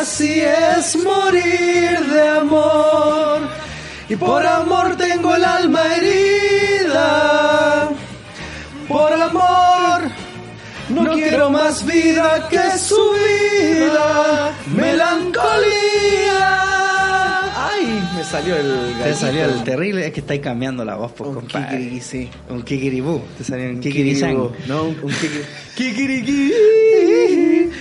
así es morir de amor. Y por amor tengo el alma herida. Por amor no quiero más vida que su vida. Melancolía. Ay, me salió el Te gallito. salió el terrible, es que estáis cambiando la voz, por Un compadre. kikiriki, sí. Un kikiribú, te salió un Kikiribú. kikirizang. No, un kikiriki. Kikiriki.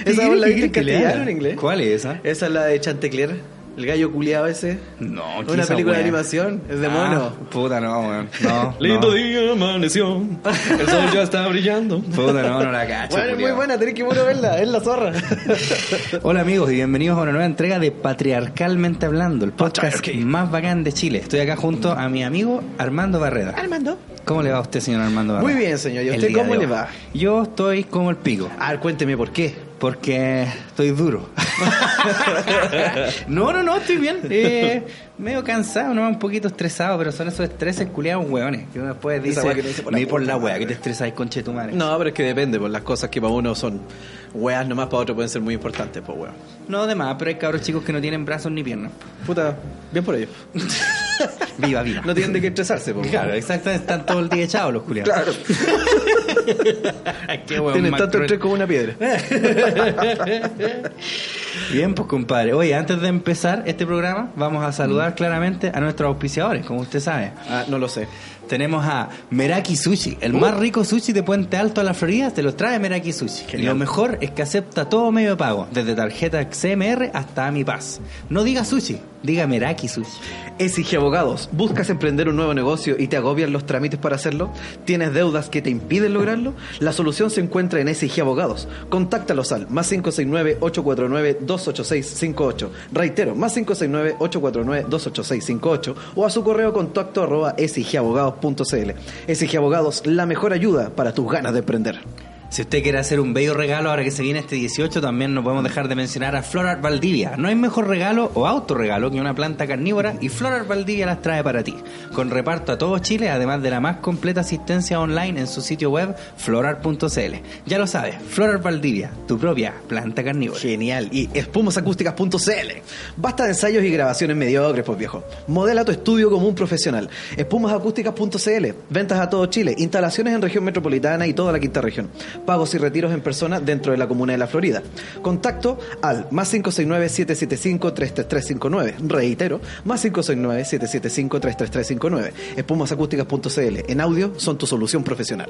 ¿Esa ¿Esa voz es la viste en castellano castellano o en inglés? ¿Cuál es esa? Esa es la de Chantecler. El gallo culiado ese. No, Es ¿qué una esa película de wea? animación. Es de Ah, mono. Puta, no, weón. No. Lindo no. día amaneció. El sol ya está brillando. Puta, no, no la cacho. Bueno, es muy culiao. buena, Ah, tenés que puro verla, es la zorra. Hola amigos y bienvenidos a una nueva entrega de Patriarcalmente Hablando, el podcast Patriarchy. más bacán de Chile. Estoy acá junto a mi amigo Armando Barreda. Armando. ¿Cómo le va a usted, señor Armando Barreda? Muy bien, señor. ¿Y a El usted día cómo de le hoy. va? Yo estoy como el pico, A ver, cuénteme por qué. porque estoy duro. no, no, no, estoy bien. Eh, medio cansado, no, un poquito estresado, pero son esos estreses culiados hueones. Que uno después Esa dice, wea que te dice por la "Ni por la puta wea que madre". te estresáis, conche tu madre. No, pero es que depende, pues las cosas que para uno son weas nomás, para otro pueden ser muy importantes, pues weón. No, de más, pero hay cabros chicos que no tienen brazos ni piernas. Puta, bien por ellos. Viva, viva. No tienen de qué estresarse, pues. weón. Claro, exactamente, están todo el día echados los culiados. Claro. Qué weón Tienen más tanto cruel. estrés como una piedra. Bien, pues compadre. Oye, antes de empezar este programa, vamos a Mm. saludar claramente a nuestros auspiciadores, como usted sabe. Ah, no lo sé. Tenemos a Meraki Sushi, el Uh. más rico sushi de Puente Alto a la Florida, te los trae Meraki Sushi. Y Lo mejor es que acepta todo medio de pago, desde tarjeta CMR hasta AmiPass. No diga sushi, diga Meraki Sushi. Exige abogados. ¿Buscas emprender un nuevo negocio y te agobian los trámites para hacerlo? ¿Tienes deudas que te impiden lograrlo? La solución se encuentra en SIG Abogados. Contáctalos al más 569-849-28658. Reitero, más 569-849-28658 o a su correo contacto arroba sigabogados.cl. SIG Abogados, la mejor ayuda para tus ganas de emprender. Si usted quiere hacer un bello regalo ahora que se viene este 18, también no podemos dejar de mencionar a Florar Valdivia. No hay mejor regalo o autorregalo que una planta carnívora y Florar Valdivia las trae para ti. Con reparto a todo Chile, además de la más completa asistencia online en su sitio web florar.cl. Ya lo sabes, Florar Valdivia, tu propia planta carnívora. Genial. Y espumasacústicas.cl. Basta de ensayos y grabaciones mediocres, pues viejo. Modela tu estudio como un profesional. Espumasacústicas.cl. Ventas a todo Chile. Instalaciones en región metropolitana y toda la quinta región. Pagos y retiros en persona dentro de la comuna de la Florida. Contacto al más 569-775-33359. Reitero, más 569-775-33359. Espumasacústicas.cl. En audio son tu solución profesional.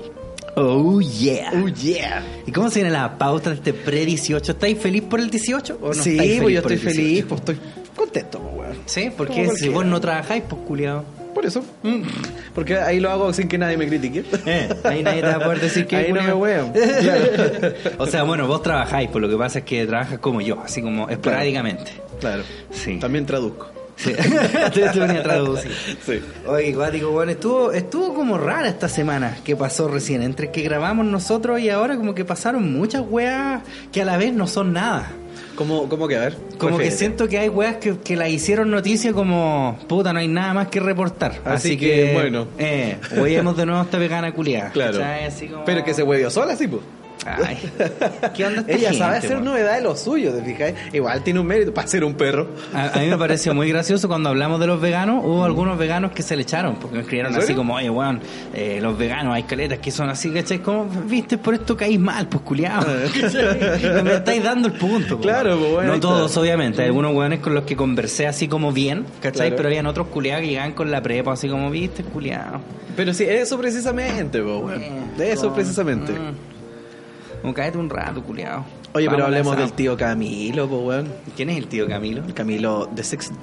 Oh yeah. yeah. ¿Y cómo se viene la pauta de este pre-18? ¿Estáis feliz por el 18 o no sí, estáis pues yo por estoy el 18? feliz, pues estoy contento, pues, weón. Sí, Como porque si cualquiera. vos no trabajáis, pues culiado. Por eso. Mm. Porque ahí lo hago sin que nadie me critique. Eh, ahí nadie te va a poder decir que Ahí no me culiao. huevo. O sea, bueno, vos trabajáis, por lo que pasa es que trabajas como yo, así como esporádicamente. Claro. Sí. También traduzco. Sí. Entonces te venía a traducir. Sí. Oye, Guático, bueno, estuvo, estuvo como rara esta semana que pasó recién. Entre que grabamos nosotros y ahora, como que pasaron muchas weas que a la vez no son nada. ¿Cómo, cómo que a ver? Como que Refiérete. siento que hay weas que, que la hicieron noticia como puta, no hay nada más que reportar. Así, Así que, bueno. Eh, huevemos de nuevo a esta vegana culiada. Claro. ¿cachai? Así como- Pero que se huevió sola, sí, pues. Ay, ¿qué onda esta Ella gente, sabe hacer weón? novedad de lo suyo, ¿te fijáis? Igual tiene un mérito para ser un perro. A, a mí me pareció muy gracioso cuando hablamos de los veganos. Hubo algunos veganos que se le echaron porque me escribieron ¿En serio? así como, oye, weón, eh, los veganos, hay caletas que son así, ¿cachai? Como, viste, por esto caís mal, pues culiado. me estáis dando el punto. pues, Ah. Claro, weón. pues, bueno, ahí No está. todos, obviamente. Hay algunos weones con los que conversé así como bien, ¿cachai? Claro. Pero habían otros culiados que llegaban con la prepa así como, viste, culiado. Pero sí, eso precisamente, po, weón. De eso precisamente. Mm. No Mm. cállate un rato, culiado. Oye, pero hablemos del tío Camilo, pues, weón. ¿Quién es el tío Camilo? Camilo de Sexto.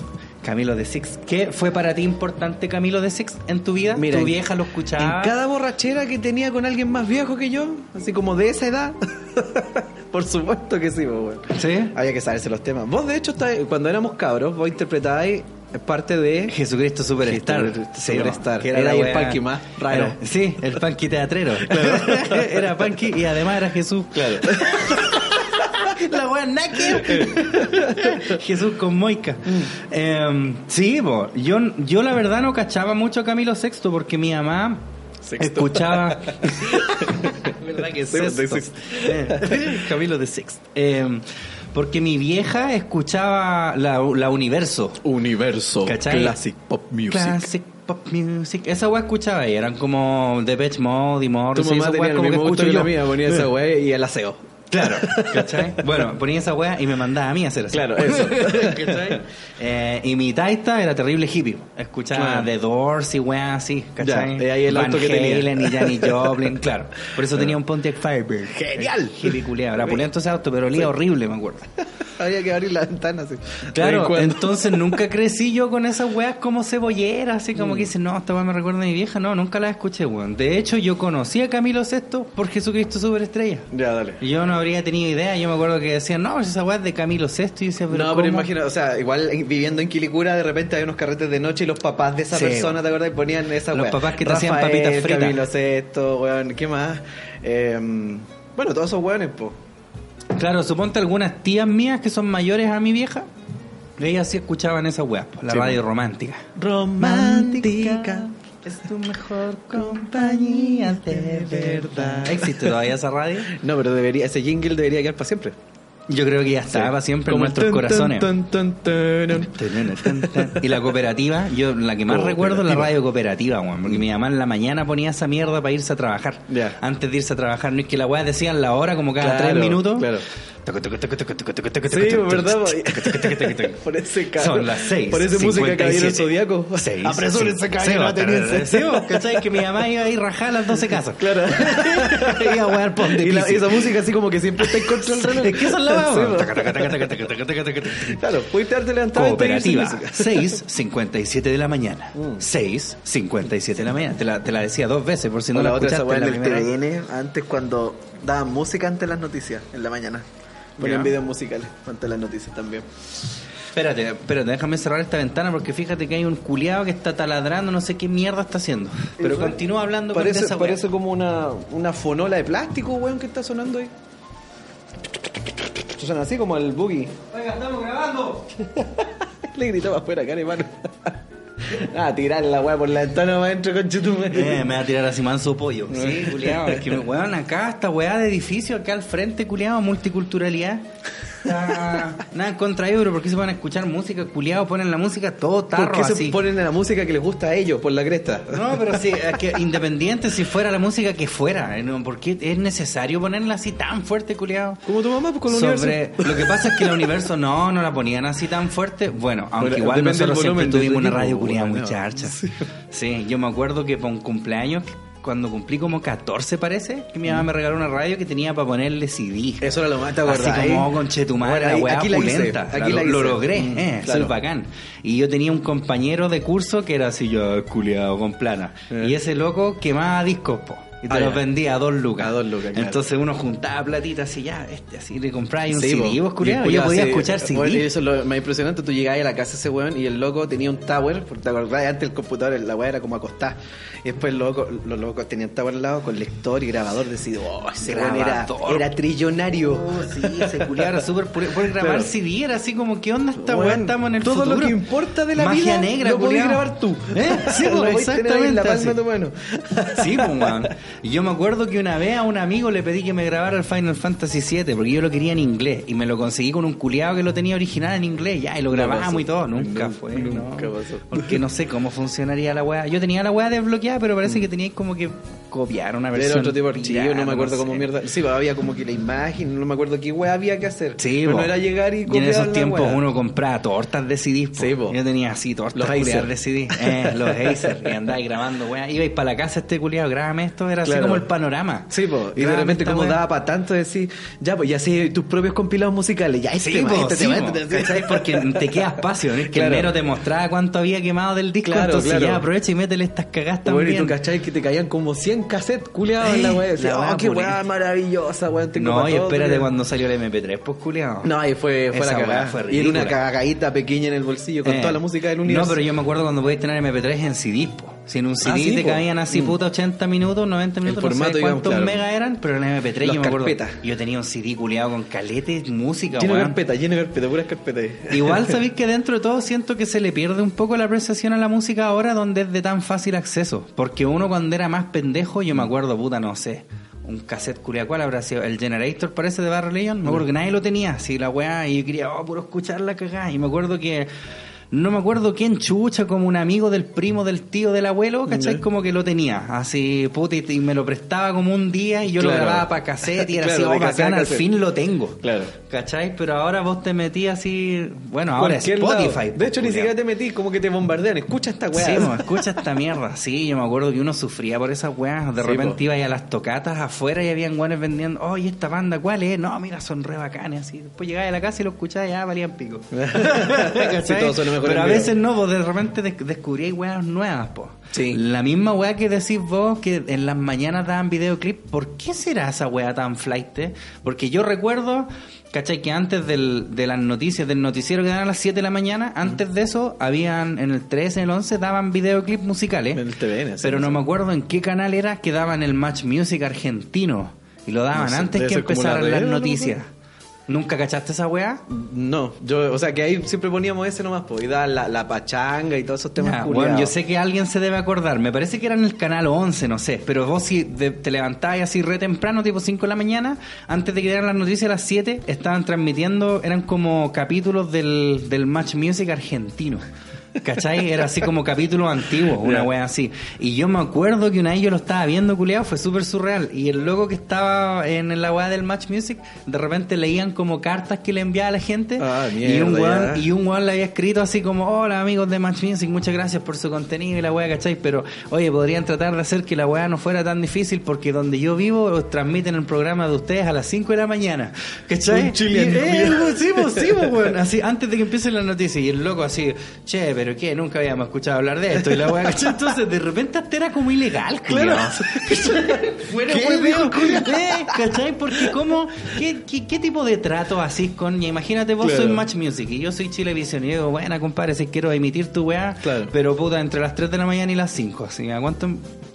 Camilo de Six. ¿Qué fue para ti importante Camilo de Six en tu vida? Mira, ¿Tu en- vieja lo escuchaba? En cada borrachera que tenía con alguien más viejo que yo, así como de esa edad. Por supuesto que sí, pues, weón. ¿Sí? Había que saberse los temas. Vos, de hecho, está- cuando éramos cabros, vos interpretabais parte de. Jesucristo Superstar. Jesucristo Sí, Superstar. que Era la ahí el wea- punky más raro. Era- sí, el punky teatrero. era punky y además era Jesús. Claro. La wea naked. Jesús con Moica. Mm. Em, sí, po, yo, yo la verdad no cachaba mucho a Camilo Sexto porque mi mamá Sexto. escuchaba. ¿Verdad que es Sí, de sexto? sexto. Eh, Camilo de Sexto. Em, Porque mi vieja escuchaba la, la Universo. Universo ¿Cachai? Classic Pop Music. Classic Pop Music. Esa weá escuchaba y eran como Depeche Mode y Tu Morris. y mamá esa tenía weá el como que mismo gusto escucho que la yo. mía, ponía esa weá y el aseo. Claro, ¿cachai? Bueno, ponía esa weá y me mandaba a mí a hacer así. Claro, eso. ¿Cachai? Eh, y mi taita era terrible hippie. Escuchaba Claro. The Doors y weá así, ¿cachai? Ya, y ahí el Van auto que tenía. Halen y Janis Joplin, claro. Por eso tenía un Pontiac Firebird. ¡Genial! Hippie culiado. Era pulento ese auto, pero olía horrible, me acuerdo. Había que abrir la ventana así. Claro, De vez en cuando. entonces nunca crecí yo con esas weas como cebolleras, así como que dicen, no, esta wea me recuerda a mi vieja. No, nunca la escuché, weón. De hecho, yo conocí a Camilo VI por Jesucristo Superestrella. Ya, dale. Yo no habría tenido idea, yo me acuerdo que decían, no, pues esa weá es de Camilo VI. Y yo decía, pero No, pero ¿cómo? imagino, o sea, igual eh, viviendo en Quilicura, de repente hay unos carretes de noche y los papás de esa Sí, persona, ¿te acuerdas? Y ponían esa Los weá. papás que te hacían papitas fritas. Camilo Sesto, weón, ¿qué más? Eh, bueno, todos esos weones, po. Claro, suponte algunas tías mías que son mayores a mi vieja, ellas sí escuchaban esa weá, la Sí, radio romántica. Es tu mejor compañía de verdad. ¿Existe todavía esa radio? No, pero debería, ese jingle debería quedar para siempre. Yo creo que ya estaba Sí. siempre en Como el nuestros tun, tun, corazones. tun, tun, tun. Y la cooperativa, yo la que más recuerdo es la radio cooperativa, weón, porque mi mamá en la mañana ponía esa mierda para irse a trabajar. Ya. Antes de irse a trabajar, no es que la weá decían la hora como cada Claro, tres minutos. Claro. Sí, verdad. po. Por ese cabrón. Son las seis. Por esa música que había en el 57. Zodíaco. Seis, Apresúrense, sí. caballero, Sí, la tenencia. Sí, vos, ¿cachai? Que mi mamá iba a ir rajada a las 12 casas. Claro. Iba a wear por de Y la- piso. y esa música así como que siempre está en contra del reloj. Es que esa es la weá, Sí, weón. po. Taca, Claro, pudiste haberte levantado y te irse Cooperativa. sin música. 6.57 de la mañana. Mm. 6.57 de la mañana. Te la, te la decía dos veces por si no O la, la otra esa escuchaste weá la en el primera vez. TVN, antes cuando daban música ante las noticias, en la mañana. Ponían Ya. videos musicales ante las noticias también. Espérate, espérate, déjame cerrar esta ventana porque fíjate que hay un culiado que está taladrando, no sé qué mierda está haciendo. Pero Eso- continúa hablando con Parece, esa weá. parece como una, una fonola de plástico, weón, que está sonando ahí. Suena así como el boogie. Oiga, estamos grabando. Le gritaba afuera, cara, hermano. ah, tirar la weá por la ventana, maestro, Eh, conchetumadre. me va a tirar así manso pollo. Sí, culiado. Es que me weón acá, esta weá de edificio acá al frente, culiado, multiculturalidad. Está- Nada en contra de ellos, pero ¿por qué se van a escuchar música? Culiado, ponen la música todo tarro ¿Por qué se así. ponen a la música que les gusta a ellos por la cresta? No, pero sí, es que independiente si fuera la música que fuera, eh, no, ¿por qué es necesario ponerla así tan fuerte, culiado? Como tu mamá, pues con la Sobre, universidad. lo que pasa es que el universo no, no la ponían así tan fuerte. Bueno, aunque Pero igual depende del nosotros siempre volumen del tuvimos una equipo, radio culiada bueno, muy no. charcha. Sí. Sí. yo me acuerdo que para un cumpleaños, cuando cumplí como 14 parece, que mi mamá me regaló una radio que tenía para ponerle CD. Eso era lo más, ¿te Así acordás? como Ahí- con Chetumar, la ¿eh? Ahí- weá aquí la hice, pulenta. aquí la lo, lo hice. logré, Mm, eh, claro. soy bacán. Y yo tenía un compañero de curso que era así, yo, culiado, con plana. Eh. Y ese loco quemaba discos, po. Y te Ah, los ya. vendía a dos lucas. A dos lucas, claro. Entonces uno juntaba platita así, ya, este, así le compraba y un Sí, CD, po. vos, culiao. Y el Yo podía así, escuchar bueno, y CD. eso es lo más impresionante. Tú llegabas a la casa de ese weón y el loco tenía un tower. Porque te acordás, antes el computador, la weá era como acostada. Y después el loco- los locos tenían tower al lado con lector y grabador. Decís, oh, ese weón era, Grabador. era trillonario. Oh, sí, ese culiao era súper pure- Por grabar Claro. CD era así como, ¿qué onda esta weá? Weón, Estamos en el todo futuro. lo que importa de la Magia vida negra, lo podías culiao. grabar tú. ¿Eh? Sí, Lo po, podías tener ahí en exactamente. la palma así. de tu mano. Sí, pues, weón. Y Yo me acuerdo que una vez a un amigo le pedí que me grabara el Final Fantasy VII porque yo lo quería en inglés y me lo conseguí con un culiado que lo tenía original en inglés ya y lo grabamos pasó. y todo. Nunca fue. Nunca no. pasó. Porque no sé cómo funcionaría la weá. Yo tenía la weá desbloqueada, pero parece que teníais como que copiar una versión. Mm. Era otro tipo de archivo, pirata, no me acuerdo sé. cómo mierda. Sí, pues, había como que la imagen, no me acuerdo qué weá había que hacer. Sí, pero po. no era llegar y en copiar esos la tiempos weá. uno compraba tortas de CD. po. Sí, po. Yo tenía así tortas Los culiadas Acer. de CD. Eh, los Acer. Y andaba grabando, weá. Ibais para la casa este culiado, grábame esto. Era así Claro. como el panorama. Sí, po. Y de Grábame repente esta como weá. daba para tanto decir, ya, pues, y así tus propios compilados musicales. Ya, este, Sí, va, po, este sí, pues. tema, po, este tema, ¿cachai? Porque te queda espacio, ¿no? Es que Claro. el mero te mostraba cuánto había quemado del disco, Claro, entonces claro. ya aprovecha y métele estas cagadas Bueno, y también. tú cachai que te caían como 100 cassettes culiados en la Sí, weá. Decía, la weá oh, qué weá pulenta. maravillosa, weón. tengo no, pa' y todo, espérate weón. cuando salió el MP3, pues culiado. No, y fue, fue Esa la weá cagada. fue y era ridícula. una cagadita pequeña en el bolsillo con Eh, toda la música del universo. Ah, No, pero yo me acuerdo cuando podías tener MP3 en CD, po. Si en un CD sí, te po. caían así, Mm. puta, 80 minutos, 90 minutos, no formato, sé digamos, cuántos claro. mega eran, pero en el MP3 Las yo me acuerdo. carpetas. Yo tenía un CD culiado con calete, música, Lleno de weón. carpeta, lleno de carpeta, puras carpetas. Igual sabéis que dentro de todo siento que se le pierde un poco la apreciación a la música ahora donde es de tan fácil acceso. Porque uno cuando era más pendejo, yo me acuerdo, puta, no sé. un cassette culia cual habrá sido el Generator parece de Barry Leon me acuerdo que nadie lo tenía así la weá y yo quería oh, puro escuchar la cagada y me acuerdo que no me acuerdo quién chucha como un amigo del primo del tío del abuelo ¿cachai? Ya. como que lo tenía así puta y, y me lo prestaba como un día y yo lo Claro. grababa para cassette y era así Claro, de oh cassette a bacán al cassette. fin lo tengo Claro. ¿cachai? pero ahora vos te metías así bueno ahora es Cualquier lado. Spotify pues, De hecho, ni culiao. siquiera te metí, como que te bombardean. Escucha esta weá. Sí, mo, escucha esta mierda. Sí, yo me acuerdo que uno sufría por esas weas. De Sí, repente po. iba ahí a las tocatas afuera y habían weones vendiendo. Oye, esta banda, ¿cuál es? No, mira, son re bacanes. Así. Después llegaba a la casa y lo escuchaba y ya valían pico. ¿Cachai? Sí, todo suena mejor Pero en a vivo. veces no, vos de repente des- descubrí weas nuevas, po. Sí. La misma wea que decís vos que en las mañanas daban videoclip. ¿Por qué será esa wea tan flight? eh? Porque yo recuerdo, ¿cachai? Que antes del- de las noticias, del noticiero que dan a las 7 de la mañana, antes de eso, habían en el 13, en el 11, daban videoclip musicales. En el TVN, sí, Pero no no sé. me acuerdo en qué canal era que daban el Match Music argentino. Y lo daban No sé, antes debe que ser como la empezaran las red, a lo noticias. mejor. ¿Nunca cachaste esa wea? No, yo, o sea, que ahí siempre poníamos ese nomás, pues, y da la, la pachanga y todos esos temas Ya, culiados. bueno, yo sé que alguien se debe acordar. Me parece que era en el canal 11, no sé. Pero vos si de- te levantabas así re temprano, tipo 5 de la mañana, antes de que dieran las noticias a las 7, estaban transmitiendo, eran como capítulos del, del Match Music argentino. ¿Cachai? Era así como capítulos antiguos, una Ya. wea así. Y yo me acuerdo que una vez yo lo estaba viendo, culiado, fue súper surreal. Y el loco que estaba en la wea del Match Music, de repente leían como cartas que le enviaba a la gente. Ah, y un mierda, weón, ya. y y un weón le había escrito así como, hola amigos de Match Music, muchas gracias por su contenido y la weá, ¿cachai? Pero, oye, podrían tratar de hacer que la weá no fuera tan difícil porque donde yo vivo os transmiten el programa de ustedes a las 5 de la mañana, ¿cachai? Un chileno, Y, eh, culiao. weón, sí, pues, sí, pues, weón, así, antes de que empiecen las noticias y el loco así, che, pero qué, nunca habíamos escuchado hablar de esto y la weá, ¿cachai? Entonces, de repente hasta era como ilegal, Claro. culiao. Fuera ¿Qué, hueveo, viejo culiao? eh, ¿Cachai? Porque como, ¿qué, qué, qué tipo de trato así con, imagínate vos Claro. soy Match Music y yo soy Chilevisión y digo, bueno, compadre, si quiero emitir tu weá, Claro. pero puta, entre las 3 de la mañana y las 5, así, ¿a cuánto?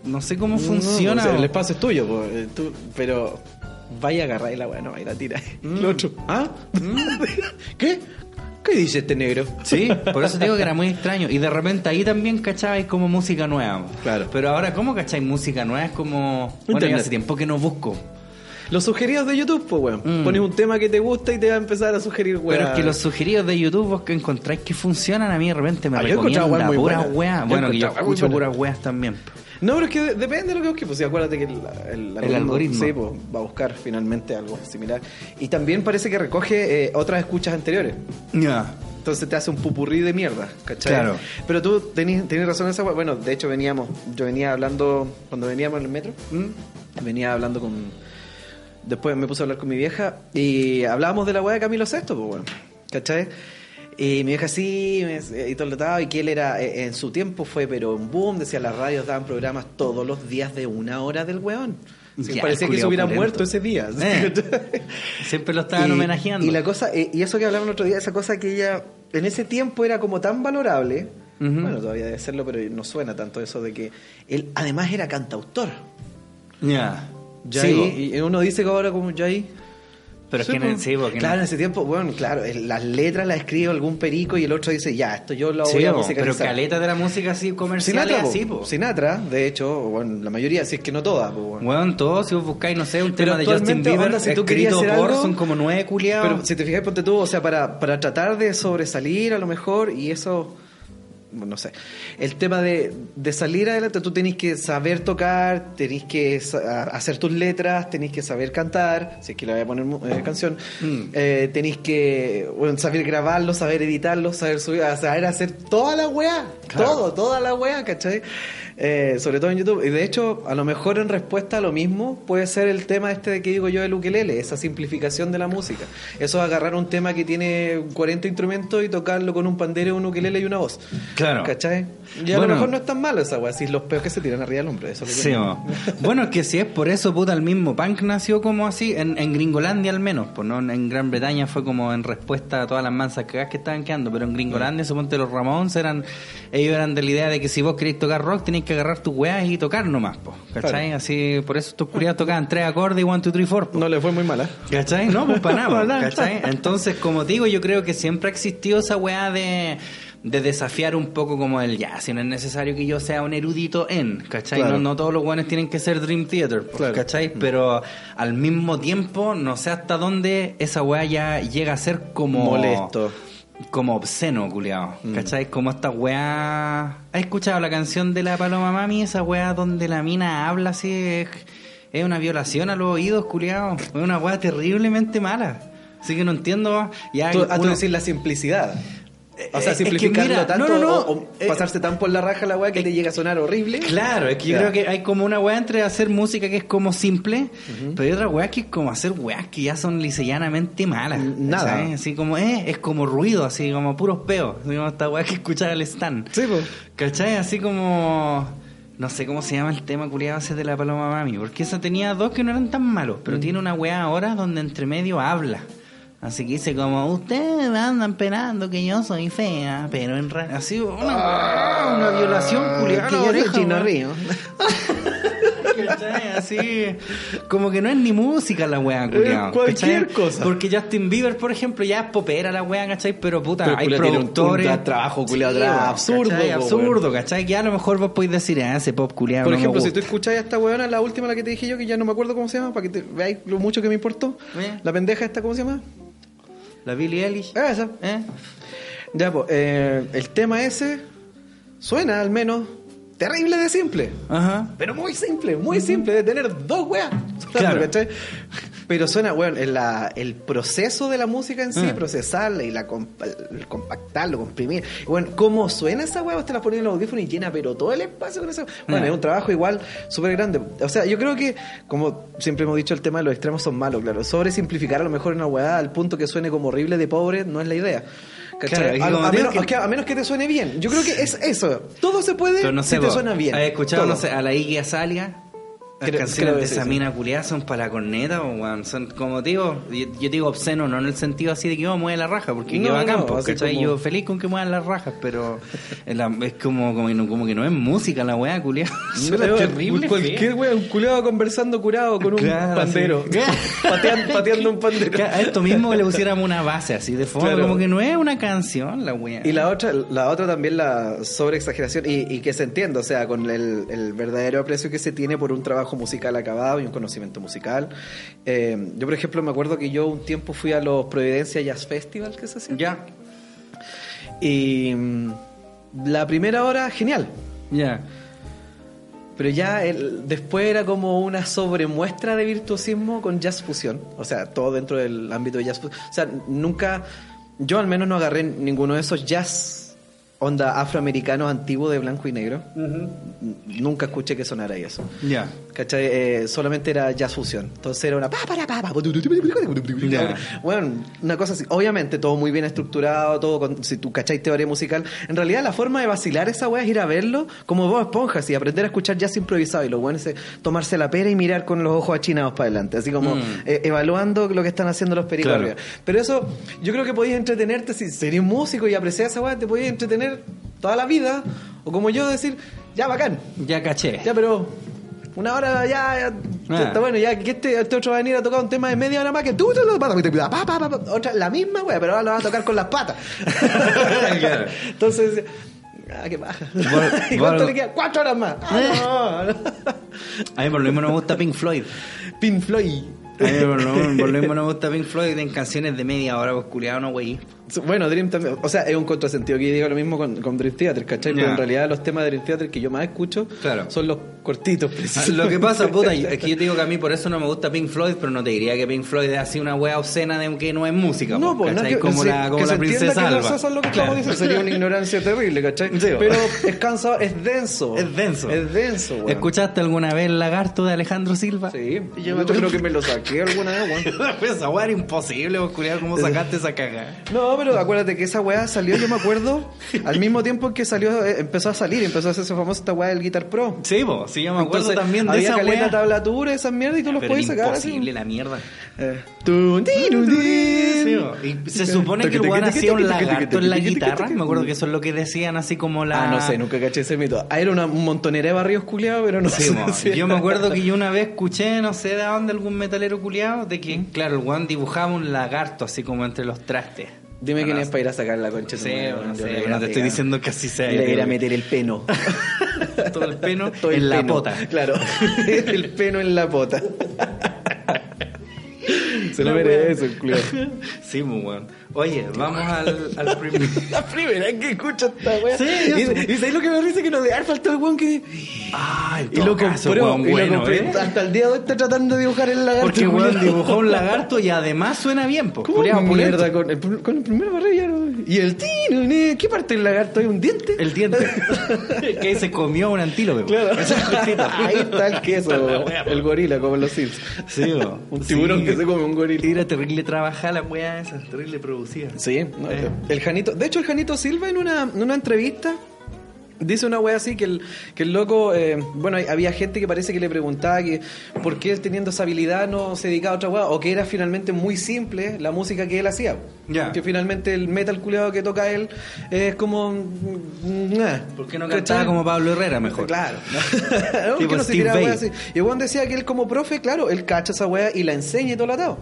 No sé cómo No, funciona. o sea, o- el espacio es tuyo, pues, eh, tú- pero vaya a agarrar y la weá, no, ahí la tira. Mm. Lo otro. ¿Ah? ¿Qué? ¿Qué dice este negro? Sí, por eso te digo que era muy extraño. Y de repente ahí también cachabais como música nueva. mo. Claro. Pero ahora, ¿cómo cacháis música nueva? Es como. Bueno, Internet. yo hace tiempo que no busco. Los sugeridos de YouTube, pues, weón. Mm. Pones un tema que te gusta y te va a empezar a sugerir, weón. Pero es que los sugeridos de YouTube vos que encontráis que funcionan, a mí de repente me Ah, yo he recomienda encontrado weas muy puras buenas. weas. Yo he Bueno, que yo encontrado weas muy escucho buenas. puras weas también. No, pero es que de- depende de lo que busques. Pues sí, acuérdate que el, el, algoritmo. sí, pues, va a buscar finalmente algo similar. Y también parece que recoge eh, otras escuchas anteriores. Ya. Entonces te hace un pupurrí de mierda, ¿cachai? Claro. Pero tú tenés, tenés razón en esa. wea. Bueno, de hecho veníamos, yo venía hablando, cuando veníamos en el metro, venía hablando con... Después me puse a hablar con mi vieja y hablábamos de la weá de Camilo VI, pues bueno, ¿cachai? Y mi vieja sí, me decía- y todo lo tal, y que él era, eh, en su tiempo fue, pero un boom, decía, las radios daban programas todos los días de una hora del weón. Sí, Ya, parecía el que se culiao hubiera opulento. muerto ese día. ¿sí? Eh. ¿cachai? Siempre lo estaban Y- homenajeando. Y la cosa, eh, y eso que hablamos el otro día, esa cosa que ella en ese tiempo era como tan valorable, Ujú. bueno, todavía debe serlo, pero no suena tanto eso de que él además era cantautor. Ya. Ya Sí, ahí- vos. y uno dice que ahora como ya ahí. Pero es Sí, que en po. sí, porque Claro, en ese tiempo, bueno, claro, el- las letras las escribe algún perico y el otro dice, ya, esto yo lo Sí, voy a po, pero musicalizar. caleta de la música así comercial pues, Sinatra, po. así, po. Sinatra, de hecho, bueno, la mayoría, si es que no todas, po, bueno. Weón, todo, si vos buscáis, no sé, un Pero tema de Justin actualmente, Bieber onda, si tú escrito querías hacer por, algo- son como nueve culiados. Pero si te fijas, ponte tú, o sea, para, para tratar de sobresalir a lo mejor y eso, bueno, no sé, el tema de, de salir adelante, tú tenés que saber tocar, tenés que sa- hacer tus letras, tenés que saber cantar, si es que le voy a poner mu- eh, canción, Mm. eh, tenés que bueno, saber grabarlo, saber editarlo, saber subir, saber hacer toda la weá, Claro. todo, toda la weá, ¿cachai? Eh, sobre todo en YouTube. Y de hecho, a lo mejor en respuesta a lo mismo puede ser el tema este de que digo yo del ukelele, esa simplificación de la música. Eso es agarrar un tema que tiene 40 instrumentos y tocarlo con un pandero, un ukelele y una voz. Claro. ¿Cachai? Y a Bueno. lo mejor no es tan malo esa weá, si los peos que se tiran arriba del hombre, eso es lo que Sí, yo- mo. bueno, es que si es por eso, puta, el mismo punk nació como así, en, en Gringolandia al menos, pues no en Gran Bretaña fue como en respuesta a todas las mansas cagadas que estaban quedando, pero en Gringolandia, Mm. suponte los Ramones eran, ellos eran de la idea de que si vos queréis tocar rock, tenéis que agarrar tus weas y tocar nomás, po, ¿cachai? Claro. Así, por eso estos curiados tocaban tres acordes y one, two, three, four, po. No le fue muy mala. ¿Cachai? No, pues para nada, Para pues, nada. ¿cachai? Entonces, como te digo, yo creo que siempre ha existido esa weá de, de desafiar un poco como el ya, si no es necesario que yo sea un erudito en, ¿cachai? Claro. No, no todos los guanes tienen que ser Dream Theater, pues, Claro. Mm. ¿cachai? Pero al mismo tiempo, no sé hasta dónde esa weá ya llega a ser como. Molesto. Como obsceno, culiao. Mm. ¿Cachai? Como esta weá. ¿Has escuchado la canción de la Paloma Mami? Esa weá donde la mina habla así. Es, es una violación a los oídos, culiao. Es una weá terriblemente mala. Así que no entiendo. Ya Tú- ah, tú uno- decís la simplicidad. O sea, Es que simplificarlo mira, tanto no, no, no, o, o eh, pasarse tan por la raja la weá que te llega a sonar horrible. Claro, es que yo Ya. creo que hay como una weá entre hacer música que es como simple, pero hay otra weá que es como hacer weás que ya son licellanamente malas. nada. ¿sabes? Así como, eh, es como ruido, así como puros peos. Así como esta weá que escuchaba el stand. Sí, pues. ¿Cachai? Así como. No sé cómo se llama el tema culiado ese de la paloma mami. Porque esa tenía dos que no eran tan malos. Mm. Pero tiene una weá ahora donde entre medio habla. Así que dice como, ustedes andan penando que yo soy fea, pero en realidad... Así, una, weá, una violación culiada. Ah, que yo soy Chino Río. ¿Cachai? Así. Como que no es ni música la weá, culiao, Eh, cualquier ¿cachai? cosa. Porque Justin Bieber, por ejemplo, ya es popera la weá, ¿cachai? Pero puta, Pero, hay culiao, tiene un productores. punta de trabajo, culiao, atrás, weón, absurdo, ¿cachai? po, Absurdo, ¿cachai? Que a lo mejor vos podéis decir, ah, ese pop culiado. Por ejemplo, si tú escuchás a esta weona, la última la que te dije yo, que ya no me acuerdo cómo se llama, para que te veáis lo mucho que me importó. Eh. La pendeja esta, ¿cómo se llama? La Billie Eilish. Ah, esa. ¿Eh? Ya, pues, eh, el tema ese suena al menos terrible de simple. Ajá. Pero muy simple, muy simple, de tener dos weas. Claro. ¿cachai? Pero suena, weón, el, la- el proceso de la música en sí, Ah. procesarla y la comp- el compactarlo, comprimir. Bueno, ¿cómo suena esa wea? Usted la pone en el audífono y llena, pero todo el espacio con esa. Bueno, Ah. es un trabajo igual súper grande. O sea, yo creo que, como siempre hemos dicho, el tema de los extremos son malos, claro. Sobre simplificar a lo mejor una weá al punto que suene como horrible de pobre no es la idea. Claro, ¿Cachai? es que A- como a, digo menos, que- es que a menos que te suene bien. Yo creo que es eso. Todo se puede Pero no sé, si te vos, suena bien. ¿Has escuchado, Todo. no sé, a la Iggy Azalea? Las Creo- canciones creo de que sí, esa sí. mina culiada son para la corneta, po, weón. Son como digo, yo, yo digo obsceno, no en el sentido así de que oh, mueve la raja, porque No, yo bacán, no, po, así ¿cachai? como- Yo feliz con que muevan las rajas, pero es, la- es como, como, que no, como que no es música la weá culiada. Suena Weón, terrible. Cualquier fea. wea, un culeado conversando curado con un Claro, pandero. sí. Patean- pateando un pandero. Claro, A esto mismo que le pusiéramos una base así de fondo, Claro. como que no es una canción la weá. Y la otra, la otra también la sobreexageración y, y que se entienda, o sea, con el, el verdadero aprecio que se tiene por un trabajo musical acabado y un conocimiento musical. Eh, yo, por ejemplo, me acuerdo que yo un tiempo fui a los Providencia Jazz Festival que se hacía. Ya, Y mm, la primera hora, genial. ya. Pero ya el- después era como una sobremuestra de virtuosismo con jazz fusión. O sea, todo dentro del ámbito de jazz fusión. O sea, nunca. Yo al menos no agarré ninguno de esos jazz onda afroamericanos antiguos de blanco y negro. N- Nunca escuché que sonara eso. Ya. ¿Cachai? Eh, solamente era jazz fusión. Entonces era una. pa, para, pa, pa. Ya. Bueno, una cosa así. Obviamente, todo muy bien estructurado, todo con. Si tú cacháis teoría musical. En realidad, la forma de vacilar esa wea es ir a verlo como vos esponjas y aprender a escuchar jazz improvisado. Y lo bueno es eh, tomarse la pera y mirar con los ojos achinados para adelante. Así como Mm. eh, evaluando lo que están haciendo los pericos Claro. arriba. Pero eso, yo creo que podéis entretenerte. Si serís músico y apreciás esa wea, te podéis entretener toda la vida. O como yo, decir, ya bacán. Ya caché. Ya, pero una hora ya, ya, ya Ah. está bueno, ya que este, este otro va a venir a tocar un tema de media hora más que tú, tú, tú, pa, pa, pa, pa, pa, otra, la misma wea, pero ahora lo vas a tocar con las patas. Claro. Entonces, ah, qué baja. Vol- ¿Y cuánto vol- le queda? Cuatro horas más. Ah, Eh. no. A mí por lo mismo no me gusta Pink Floyd. Pin Floyd. A mí por lo, por lo mismo no me gusta Pink Floyd en canciones de media hora, pues culiado no, güey. Bueno, Dream también. O sea, es un contrasentido que yo diga lo mismo con, con Dream Theater, ¿cachai? Pero Ya. en realidad los temas de Dream Theater que yo más escucho Claro. Ah, son los cortitos. Lo que pasa, puta, yo- es que yo te digo que a mí por eso no me gusta Pink Floyd, pero no te diría que Pink Floyd es así una wea obscena de que no es música. No, pues no ¿cachai? es que, como se- la, como que la se entienda princesa que Alba. no eso es lo que Claro. estamos diciendo. Sería una ignorancia terrible, ¿cachai? Sí, Pero es cansado, es denso. Es denso. Es denso, weón. ¿Escuchaste alguna vez el lagarto de Alejandro Silva? Sí, yo, creo que me lo saqué alguna vez, weón. esa wea era imposible, pues culiado, ¿cómo sacaste esa caga? No, pero acuérdate que esa weá salió, yo me acuerdo, al mismo tiempo que salió, eh, empezó a salir, empezó a hacerse famosa esta weá del Guitar Pro. Sí, pues, sí, yo me acuerdo Entonces, también de había esa caleta wea. tablatura, esas mierdas, y tú los Pero puedes era sacar así. imposible la mierda. Eh, tun, tin, tun, tin. Sí, bo. Y se supone que el weón hacía un lagarto en la guitarra. Me acuerdo que eso es lo que decían, así como la. Ah, no sé, nunca caché ese mito. Ah, era una montonera de barrios culiados, pero no Sí, sé. bo. si Yo era. me acuerdo que yo una vez escuché, no sé de dónde, algún metalero culiado, de que, claro, el weón dibujaba un lagarto así como entre los trastes. Dime No, quién no, es para ir a sacar la concha. de tu Sí, madre, bueno, weón. sí, Yo le voy no a te estoy pegar. diciendo que así sea. Le voy a ir a creo. meter el peno. todo el pelo Todo el en la peno. pota. Claro, el peno en la pota. Se lo La merece wea. el club. Sí, muy bueno. Oye, vamos al, al primer. La primera vez que escucho esta wea. Sí, yo y, sé. y ¿sabes lo que me dice que no debe haber faltado el weón que. Ah, en Y lo todo compró, caso, y weón, lo bueno, compré. ¿eh? Hasta el día de hoy está tratando de dibujar el lagarto. Porque culiao. weón dibujó un lagarto y además suena bien, pues. ¿Cómo culiao, opulento. mierda con el, con el primer barrilla? Y el tino, ne, ¿qué parte del lagarto hay un diente? El diente. que se comió un antílope. Claro. Esa cosita. Ahí está el queso, La weón. wea, el gorila, como en los Sims. Sí, weón. Un tiburón Sí. que se come un gorila. Era terrible trabajar la weá esa, terrible producida. Sí, no, el Janito. De hecho, el Janito Silva en una, en una entrevista dice una wea así que el, que el loco. eh, bueno, hay- había gente que parece que le preguntaba que por qué él teniendo esa habilidad no se dedicaba a otra wea, o que era finalmente muy simple la música que él hacía. Ya. Que finalmente el metal culeado que toca él eh, es como. mm, nah, ¿Por qué no ¿cachai? cantaba como Pablo Herrera mejor? Claro. ¿no? ¿Por Tipo qué no se Steve tiraba Vai. wea así? Y Juan decía que él como profe, claro, él cacha esa wea y la enseña y todo lo atado.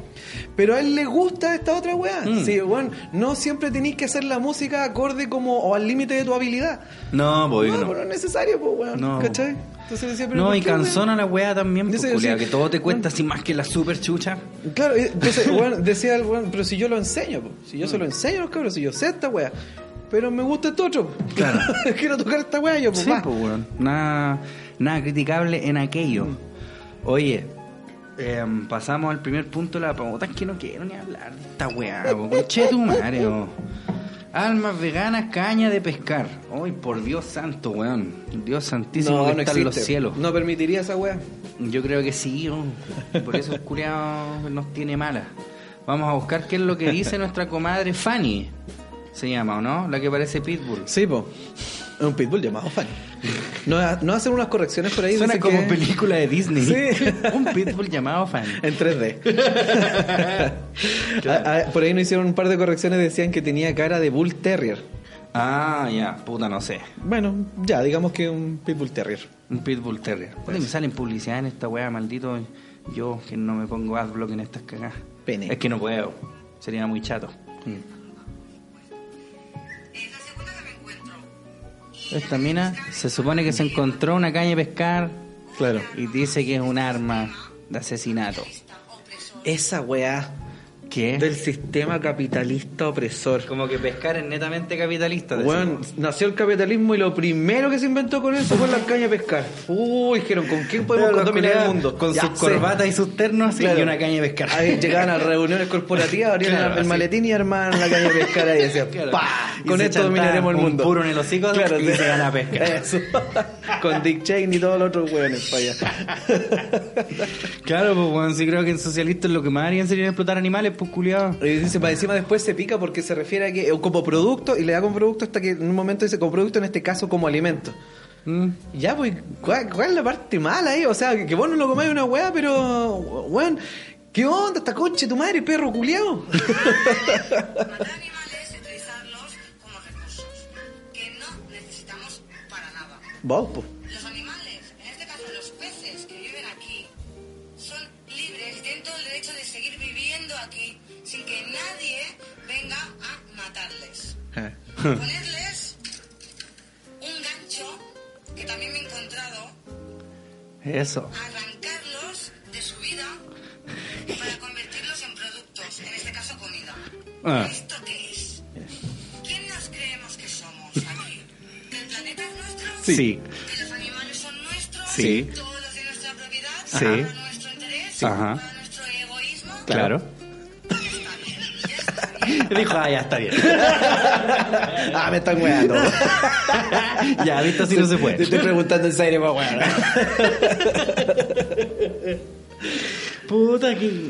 Pero a él le gusta esta otra wea. Mm. Sí, Juan, no siempre tenéis que hacer la música acorde como o al límite de tu habilidad. No, pues no, no. pero no es necesario, pues, weón. No. ¿Cachai? Entonces decía, pero No, ¿por y qué, weón? canzona la weá también, pues, Yo sé, culiao, sí. que todo te cuenta así más que la super chucha. Claro, y entonces, weón, decía el weón, pero si yo lo enseño, po. si yo se Mm. lo enseño a los cabros, si yo sé esta wea. Pero me gusta este otro. po. Claro. Quiero tocar esta wea yo, pues, Sí, va. pues, weón. Nada, nada criticable en aquello. Mm. Oye, em, pasamos al primer punto de la pauta. Es que no quiero ni hablar de esta weá, po. Conche tu madre, po. Almas veganas, caña de pescar. Ay, por Dios santo, weón. Dios santísimo que está en los existe. cielos. No permitiría esa wea. Yo creo que sí, oh. por eso el culiao nos tiene mala. Vamos a buscar qué es lo que dice nuestra comadre Fanny. Se llama, ¿o no? La que parece Pitbull. Sí, po. Es un pitbull llamado Fanny. No, no hacen unas correcciones por ahí. Suena dicen como que- película de Disney. Sí. Un Pitbull llamado Fanny. En 3D. A- a- por ahí nos hicieron un par de correcciones. Decían que tenía cara de Bull Terrier. Ah, ya, puta, no sé. Bueno, ya, digamos que un Pitbull Terrier. Un Pitbull Terrier. Puta, y me salen publicidad en esta weá, maldito. Yo que no me pongo adblock en estas cagadas. Pene. Mm. Es que no puedo. Sería muy chato. Es la segunda que me encuentro. Y Esta mina se supone que se encontró una caña de pescar. Claro. Y dice que es un arma de asesinato. Esa weá ¿Qué? del sistema capitalista opresor. Como que pescar es netamente capitalista. Weón, nació el capitalismo y lo primero que se inventó con eso fue la caña de pescar. Uy, dijeron, ¿con quién podemos contaminar el mundo? Con Ya sus sé. corbatas y sus ternos así, Claro. y una caña de pescar. Ahí llegaban a reuniones corporativas, abrían Claro, el así. maletín y armaban la caña de pescar y decían, Claro. ¡pa! Y Con se esto dominaremos el chantaban un mundo. puro en el hocico y sí. se gana pesca. Eso. Con Dick Cheney y todos los otros hueones para allá. Claro, pues weón, sí creo que en socialistas lo que más harían sería explotar animales, pues culiado. Y dice, para encima después se pica porque se refiere a que eh, como producto, y le da como producto hasta que en un momento dice como producto, en este caso como alimento. ¿Mm? Ya, pues, ¿cuál, cuál es la parte mala ahí? O sea, que vos no lo comáis una weá, pero, weón, ¿qué onda esta concha de tu madre, perro culiao? matar animales y utilizarlos como recursos que no necesitamos para nada. Vos, pues. Los animales, en este caso los peces que viven aquí, son libres, tienen todo el derecho de seguir viviendo aquí sin que nadie venga a matarles. Ponerles un gancho, que también me he encontrado, Eso. arrancarlos de su vida para convertirlos en productos, en este caso comida. Ah. ¿Esto qué es? ¿Quién nos creemos que somos aquí? ¿Que el planeta es nuestro? Sí. Sí. ¿Que los animales son nuestros? Sí. ¿Todos los de nuestra propiedad? Sí. ¿Para nuestro interés? Sí. Ajá. ¿Para nuestro egoísmo? Claro. Está bien, ya está bien. Dijo, ah, ya está bien. Ah, me están weando. ya, visto así no se Te puede. estoy preguntando en serio, pues, pa' weón. Puta que.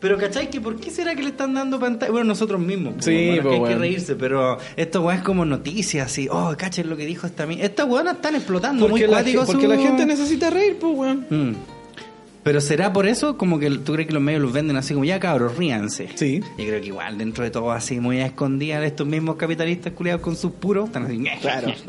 Pero ¿cachai? que ¿Por qué será que le están dando pantalla? Bueno, nosotros mismos. pues, Sí, bueno, es pues, que hay que bueno. reírse, pero esto weón es como noticias, así. Oh, cachen lo que dijo esta mía. Estas weonas están explotando muy Porque, la, cuático porque su- la gente necesita reír, pues, weón. Mm. Pero será por eso como que tú crees que los medios los venden así como ya cabros, ríanse. Sí. Y creo que igual dentro de todo así muy a escondidas estos mismos capitalistas culiados con sus puros están así. Claro.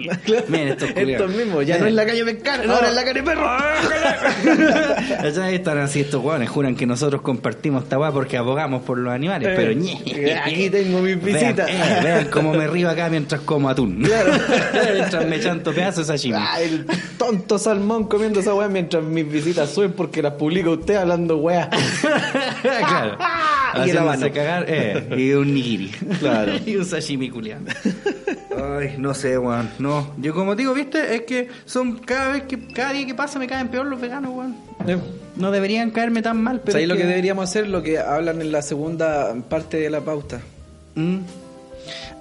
Miren estos culiados. Estos mismos, ya no es la calle mexicana, ahora es la calle perro. Ah, Ya están así estos hueones, juran que nosotros compartimos esta hueá porque abogamos por los animales, pero ñe. Eh, Aquí tengo mis visitas. Vean, eh, vean cómo me río acá mientras como atún. mientras me chanto pedazos de sashimi. Ah, el tonto salmón comiendo esa weá mientras mis visitas suben porque las publica usted hablando weá. claro. Y el Haciéndose habano. cagar, eh, y un nigiri. Claro. y un sashimi culiado. Ay, no sé, weón. No. Yo como digo, viste, es que son cada vez que, cada día que pasa me caen peor los veganos, weón. Eh, No deberían caerme tan mal, pero. ¿Sabéis es lo que deberíamos hacer? Lo que hablan en la segunda parte de la pauta. Mm.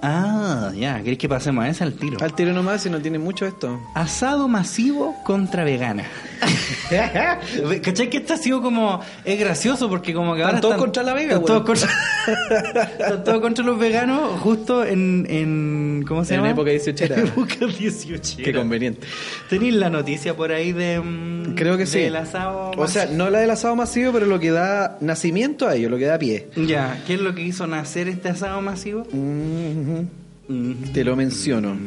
Ah, ya, ¿querés que pasemos a esa al tiro? Al tiro nomás, si no tiene mucho esto. Asado masivo contra vegana. ¿Cachai que esto ha sido como... Es gracioso porque como que Están ahora todos contra la vega, están todos contra, están todos contra los veganos justo en... en ¿Cómo se En llama? época 18era. En época 18. Qué conveniente. ¿Tenéis la noticia por ahí de... mm, Creo que sí. Del asado O sea, no la del asado masivo, pero lo que da nacimiento a ello, lo que da pie. masivo? Ya, ¿qué es lo que hizo nacer este asado masivo? Mm. Te lo menciono.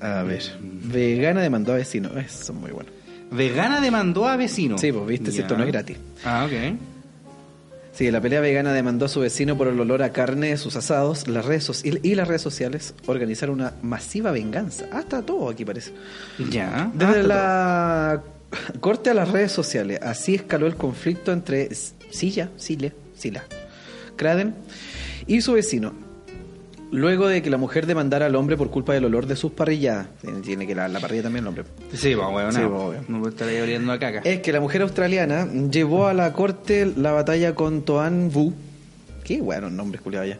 A ver. Vegana demandó a vecino. Eso es muy bueno. Vegana demandó a vecino. Sí, pues viste, si Ya. esto no es gratis. Ah, ok. Sí, la pelea vegana demandó a su vecino por el olor a carne de sus asados, las redes so- y las redes sociales organizaron una masiva venganza. Hasta todo aquí parece. Ya. Desde Ah, la corte a las redes sociales, así escaló el conflicto entre S- Silla, Sile, Sila, Craden y su vecino. Luego de que la mujer demandara al hombre por culpa del olor de sus parrilladas. Tiene- Tiene que la, la parrilla también el hombre. Sí, pues, weón. Sí, no. pues, obvio. No puedo estar ahí oliendo a caca. Es que la mujer australiana llevó a la corte la batalla con Toan Vu. Qué buenos nombres, culiado ya.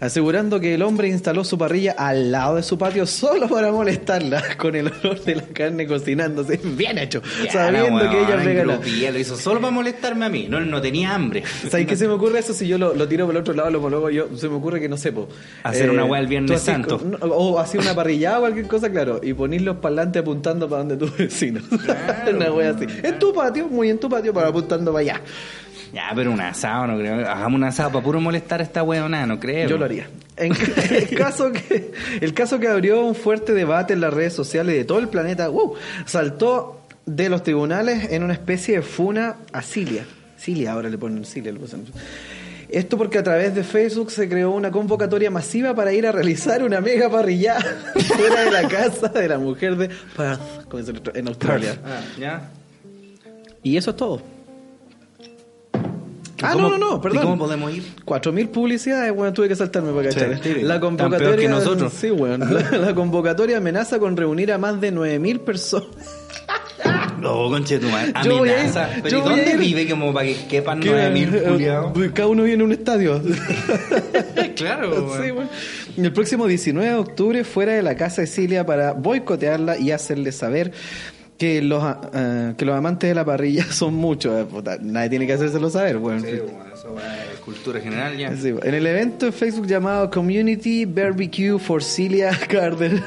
Asegurando que el hombre instaló su parrilla al lado de su patio solo para molestarla con el olor de la carne cocinándose. Bien hecho. sabiendo que ella es vegana. Y lo hizo solo para molestarme a mí. No, no tenía hambre. ¿Sabes qué se me ocurre eso? Si yo lo, lo tiro por el otro lado, lo homologo, yo se me ocurre que no sepo. Hacer una weá el Viernes tú haces Santo. con- no, o hacer una parrillada o cualquier cosa, claro. Y poner los parlantes apuntando para donde tus vecinos. una weá así. En tu patio, muy en tu patio, para apuntando para allá. Ya, pero un asado, no creo. Hagamos un asado para puro molestar a esta weona, no creo. Yo lo haría. En el caso que el caso que abrió un fuerte debate en las redes sociales de todo el planeta, wow, saltó de los tribunales en una especie de funa a Cilia. Cilia ahora le ponen Cilia. le ponen- Esto porque a través de Facebook se creó una convocatoria masiva para ir a realizar una mega parrillada fuera de la casa de la mujer de Perth, como dicen en Australia. Ah, ya. Y eso es todo. Ah, ¿Cómo- no, no, no, y perdón. cómo podemos ir? 4.000 publicidades, weón, tuve que saltarme para Sí, cachar. sí. la Tan convocatoria. peor que nosotros. Sí, weón. La, la convocatoria amenaza con reunir a más de 9.000 personas. No, conche tu madre. Yo voy a ir, Amenaza. Pero yo ¿y voy a dónde ir. vive como para que quepan 9000 culiados? Eh, Cada uno viene a un estadio. claro, Sí, weón. El próximo 19 de octubre, fuera de la casa de Cilia para boicotearla y hacerle saber. Que los, ah, ah, que los amantes de la parrilla son muchos. Eh, puta, nadie tiene que hacérselo saber, weón. Sí, weón, eso es cultura general ya. Sí, en el evento en Facebook llamado Community Barbecue for Celia Garden.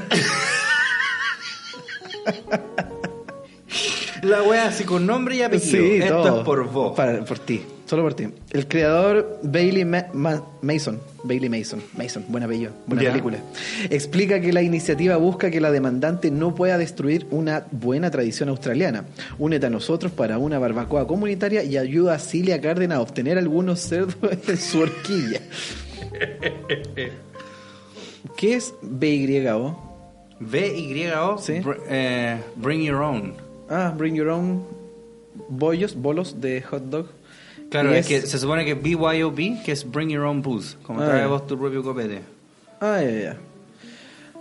La wea así con nombre y apellido. Sí, Esto todo. es por vos. Para- por ti, solo por ti. El creador Bailey Ma- Ma- Mason, Bailey Mason, Mason, buen apellido, buena Ya. película. Explica que la iniciativa busca que la demandante no pueda destruir una buena tradición australiana. Únete a nosotros para una barbacoa comunitaria y ayuda a Celia Garden a obtener algunos cerdos en su horquilla. ¿Qué es BYO? B-Y-O. Sí. br- eh, bring your own. Ah, bring your own bollos, bolos de hot dog. Claro, Y es que se supone que BYOB, que es Bring Your Own Booze, como Ah, trae ya. vos tu propio copete. Ah, ya, ya.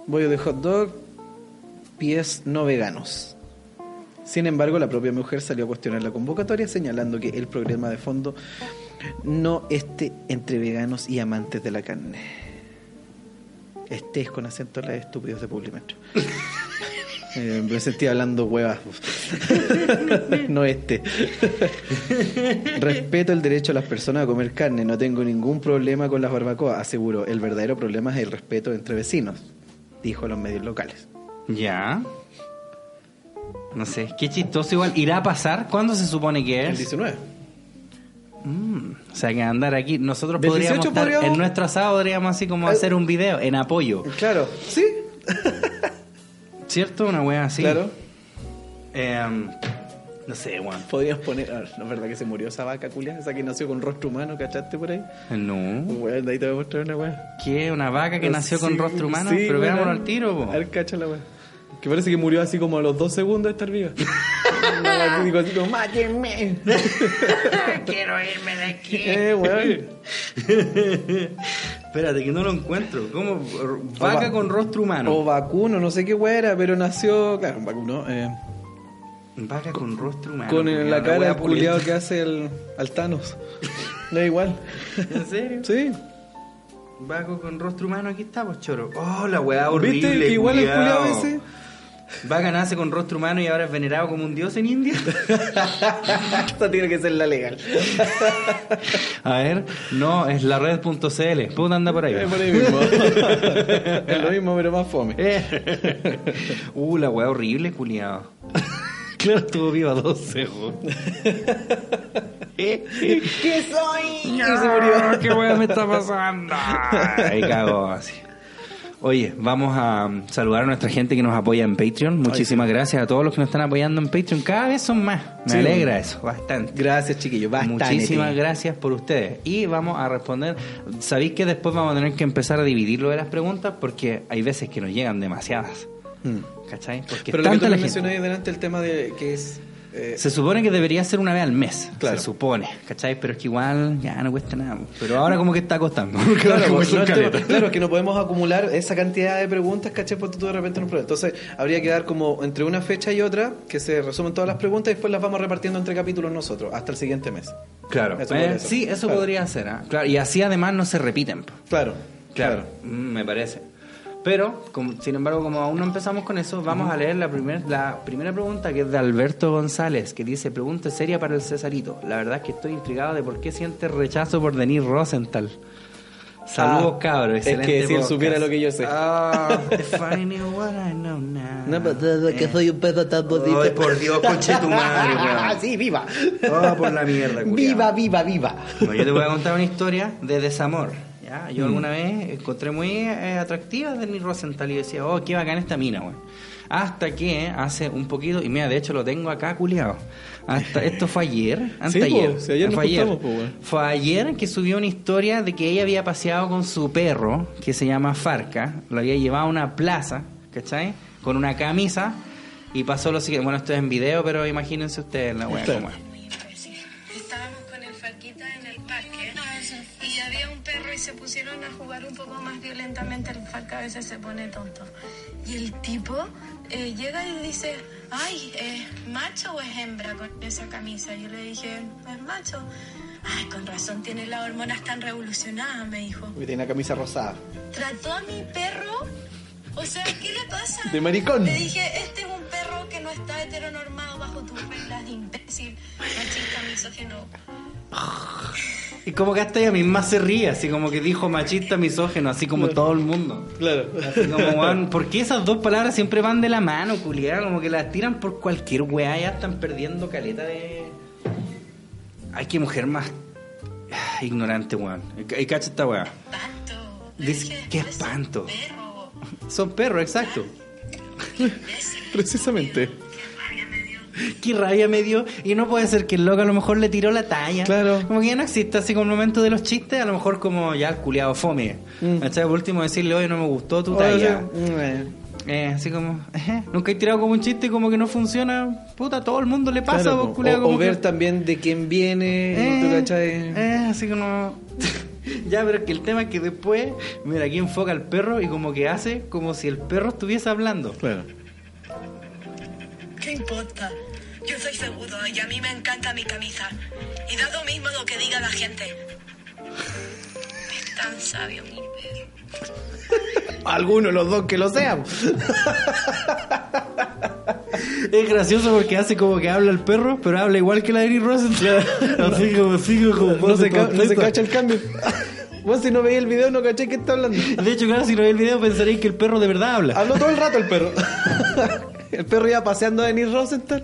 Bollo de hot dog, pies no veganos. Sin embargo, la propia mujer salió a cuestionar la convocatoria señalando que el problema de fondo no esté entre veganos y amantes de la carne. Estés con acento en la de estúpidos de Publimetro. Eh, me sentí hablando huevas. no este. Respeto el derecho a las personas a comer carne. No tengo ningún problema con las barbacoas. Aseguro, el verdadero problema es el respeto entre vecinos, dijo los medios locales. Ya. No sé, qué chistoso igual. ¿Irá a pasar? ¿Cuándo se supone que El es? 19. O sea, que andar aquí. Nosotros Del podríamos, 18 estar- podríamos- en nuestro asado podríamos así como hacer un video en apoyo. Claro, sí. ¿Cierto? Una wea así. Claro. Em, no sé, weón. Podríamos poner. ah, no es verdad que se murió esa vaca culia, esa que nació con rostro humano, ¿cachaste por ahí? No. Weón, de ahí te voy a mostrar una weá. ¿Qué? ¿Una vaca que nació con Sí, rostro humano? sí, Pero weón. veámoslo al tiro, po. A ver, cacha la weá. Que parece que murió así como a los dos segundos de estar viva. Una weá que dijo así como, "Mátenme". Quiero irme de aquí. Eh, weón. Espérate, que no lo encuentro. ¿Cómo? Vaca O va- con rostro humano. O vacuno, no sé qué weá era, pero nació. Claro, un vacuno. eh, Vaca con rostro humano. con el- Ah, culiao, la cara wea del culiado pulenta. que hace el. al Thanos. Da igual. ¿En serio? Sí. Vaca con rostro humano, aquí está, pues choro. Oh, la weá horrible. ¿Viste? Que igual el culiao. culiado ese. Vaca nace con rostro humano y ahora es venerado como un dios en India. Esta tiene que ser la legal. A ver, no, es la red.cl. Puta anda por ahí. Es por ahí mismo. es lo mismo, pero más fome. Eh. Uh, la weá horrible, culiado. claro, estuvo viva 12, weón. ¿Qué soy? Ya se murió. ¿Qué weá me está pasando? Ahí cago así. Oye, vamos a um, saludar a nuestra gente que nos apoya en Patreon. Muchísimas gracias a todos los que nos están apoyando en Patreon. Cada vez son más. Me Sí. alegra eso, bastante. Gracias, chiquillos. Bastante. Muchísimas gracias por ustedes. Y vamos a responder. Sabéis que después vamos a tener que empezar a dividirlo de las preguntas porque hay veces que nos llegan demasiadas. Mm. ¿Cachai? Porque Pero lo que tanta la tú me gente. mencionas ahí delante, el tema de que es. eh, Se supone que debería ser una vez al mes, Claro. se supone, ¿cachai? Pero es que igual ya no cuesta nada. Pero ahora como que está costando. porque ahora Claro, como pues, son no, el tema- caleta. claro, es que no podemos acumular esa cantidad de preguntas, caché, porque tú de repente no pruebas. Entonces, habría que dar como entre una fecha y otra que se resumen todas las preguntas y después las vamos repartiendo entre capítulos nosotros hasta el siguiente mes. Claro. Eso Eh, podría ser. sí, eso Claro. podría ser. ¿ah? Claro, y así además no se repiten. po. Claro, Mm, me parece. Pero, como- sin embargo, como aún no empezamos con eso, vamos a leer la, primer- la primera pregunta que es de Alberto González, que dice, pregunta seria para el Cesarito. La verdad es que estoy intrigado de por qué siente rechazo por Denis Rosenthal. Saludos, Ah, cabros. es que Excelente si él podcast. supiera lo que yo sé. Ah, if I knew what I know now. Eh. No, pero desde que soy un pedo tan bonito. Ay, por Dios, conche tu madre, weón. sí, viva. Ah, por la mierda, culiao. Viva, viva, viva. Bueno, yo te voy a contar una historia de desamor. ¿ya? Mm. Yo alguna vez encontré muy eh, atractiva a Denis Rosenthal y decía, oh, qué bacán esta mina, weón. Hasta que hace un poquito, y mira, de hecho lo tengo acá culiado. Hasta, esto fue ayer, anteayer. po, si ayer nos fue, ayer. juntamos, po, weón. Fue ayer que subió una historia de que ella había paseado con su perro, que se llama Farca, lo había llevado a una plaza, ¿cachai? Con una camisa, y pasó lo siguiente. Bueno, esto es en video, pero imagínense ustedes la weá. Claro. cómo es. Pues Estábamos con el Faquita en el parque y había un perro y se pusieron a jugar un poco más violentamente. El Faca a veces se pone tonto. Y el tipo eh, llega y dice, ay, ¿es macho o es hembra con esa camisa? Yo le dije, es macho. Ay, con razón, tiene las hormonas tan revolucionadas, me dijo. porque tiene una camisa rosada. Trató a mi perro. O sea, ¿qué le pasa? De maricón. Le dije, este es un perro que no está heteronormado bajo tus reglas, imbécil, machista, misógino. Y como que hasta ella misma se ríe, así como que dijo machista, misógeno, así como todo el mundo. Claro. Así como, weón, ¿por qué esas dos palabras siempre van de la mano, culiada? Como que las tiran por cualquier weá, ya están perdiendo caleta de. Ay, qué mujer más ah, ignorante, weón. Y- Y cacha esta weá. Espanto. Le Dice, dije, "Qué "Eres un espanto". Perro. Son perros, exacto. Precisamente. Qué rabia me dio. Y no puede ser que el loco a lo mejor le tiró la talla. Claro. Como que ya no existe así como el momento de los chistes, a lo mejor como ya el culiado fome. Mm. ¿Cachai? Por último decirle, oye, no me gustó tu talla. Eh, así como, "Ejé, nunca he tirado como un chiste como que no funciona. Puta, a todo el mundo le pasa, Claro, vos, po. culiao, o, como o ver que- también de quién viene, ¿tú Eh, cachai? eh, así como. ya, pero es que el tema es que después, mira, aquí enfoca al perro y como que hace como si el perro estuviese hablando. Claro. ¿Qué importa? Yo soy seguro y a mí me encanta mi camisa. Y da lo mismo lo que diga la gente. Es tan sabio mi perro. Alguno de los dos que lo sean. Es gracioso porque hace como que habla el perro, pero habla igual que la de Eric Rosenthal. así como, así como, No se, ca- no se contesta. cacha el cambio. Vos si no veía el video no caché que está hablando. Ah. De hecho, claro, si no veis el video pensaréis que el perro de verdad habla. Habló todo el rato el perro. El perro iba paseando a Denis Rosenthal.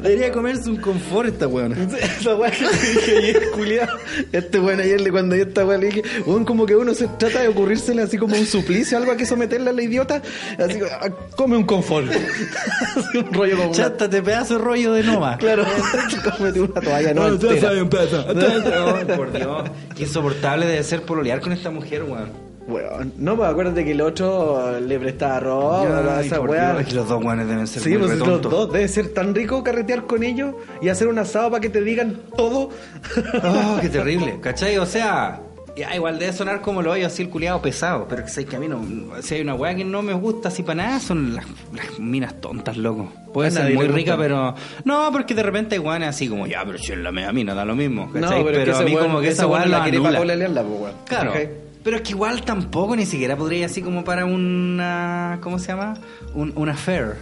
Debería comerse un confort esta weona. Esa weá que te dije ayer, culiao. Este weón ayer, le- cuando yo esta weá le dije, weón, como que uno se trata de ocurrírsele así como un suplicio, algo a que someterle a la idiota. Así que, ah, come un confort. Así un rollo como una- Chántate pedazo de rollo de Noma. Claro, cómete una toalla, Ah, no, entera. No, por Dios. Qué insoportable debe ser pololear con esta mujer, weón. Weón, no, pues acuérdate que el otro le prestaba arroz, Ay, esa por weá. Dios, es que los dos weones deben ser Sí, muy pues los retontos. dos, debe ser tan rico carretear con ellos y hacer un asado para que te digan todo. Oh, qué terrible, ¿cachai? O sea, ya, igual debe sonar como lo oigo así el culiado pesado, pero que sé que a mí no, no- si hay una weá que no me gusta así para nada, son las, las minas tontas, loco. Puede A ser nadie muy le rica, gusta. pero. No, porque de repente hay weones así como, ya, pero si es la media mina, da lo mismo, ¿cachai? pero es a mí weón- como que esa ese weá weón la quiere pa' anula. pololearla, pues, weón. Claro. ¿Cachai? Pero es que igual tampoco ni siquiera podría así como para una. ¿Cómo se llama? Un, una affair.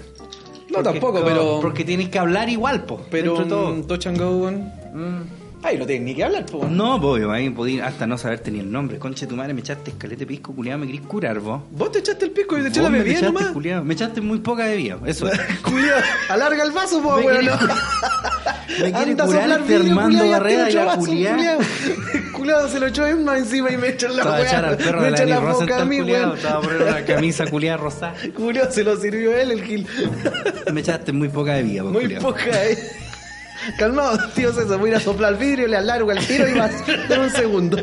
No, tampoco, pero- Porque tienes que hablar igual, po. Pero dentro de todo. Mm. un touch and go, weón. Ay, no tienen ni que hablar, pues. No, obvio, ahí podí hasta no saberte ni el nombre. Conche tu madre, me echaste escalete pisco, culiado, me querís curar vos. Vos te echaste el pisco y te eché Vos la me bebida echaste, nomás. culiao, me echaste muy poca bebida, eso. es. Culiao, alarga el vaso, pues, Me weón. querés- me quiere Anda a curar soplar este vidrio, Armando culiao, ya Barrera tiene y la ocho vasos, culiao. culiao. El culiao se lo echó en más encima y me echan la Estaba a echar al weá. perro Me de echan Dani la boca a Rosenthal, mí, culiao. weón. Estaba por una camisa culiada rosada. Culiao, se lo sirvió él, el Gil. Me echaste muy poca bebida, vos, Muy culiao. poca, eh. Calmado, tío César, voy a ir a soplar el vidrio, le alargo el tiro y vas en un segundo.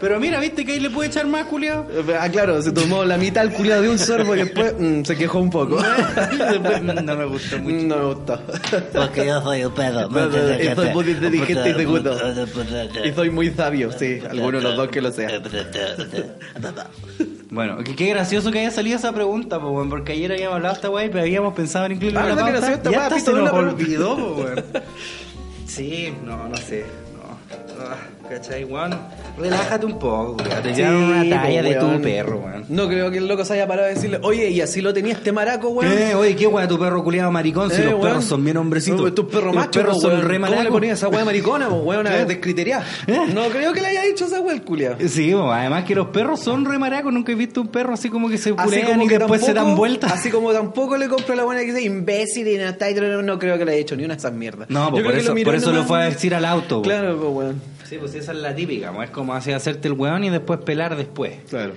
Pero mira, viste que ahí le puede echar más, culiado. Ah, claro, se tomó la mitad el culiado de un sorbo y después mm, se quejó un poco. no me gustó mucho. No me gustó. Porque yo soy un pedo. Y soy muy inteligente y seguro. Y soy muy sabio, sí, alguno de los dos que lo sea. Bueno, qué, qué gracioso que haya salido esa pregunta, po, weón, porque ayer habíamos hablado esta wey, pero habíamos pensado en incluirlo Ah, en la ¿verdad pauta, que nació esta y weá? hasta Pito, se no nos la pregun- olvidó, po, weón. Sí, no, no sé. No. Ah, ¿Cachai, weón? Relájate un poco, weón. Te llevan una Sí, talla pues, de tu weón. perro, weón. No creo que el loco se haya parado a decirle, oye, y así lo tenía este maraco, weón. Eh, oye, qué weón, tu perro culiado maricón, si Eh, los weón. perros son bien hombrecitos. No, tus perros Los machos, perros po, son weón. re ¿Eh? ¿Cómo le malacos. ponías esa weá de maricona, po, weón? Una Claro. descritería. No creo que le haya dicho esa weá el culiao. Sí, po, además que los perros son re maracos, nunca he visto un perro así como que se Así culean como y que después se dan tampoco- vueltas. Así como tampoco le compro la buena que dice imbécil y no, está- no creo que le haya hecho ni una de esas mierdas. No, pues Yo creo por que eso, miró por eso lo nomás. fue a decir al auto. po. Claro, pues, weón. Sí, pues esa es la típica, ¿no? es como así hacerte el weón y después pelar después. Claro.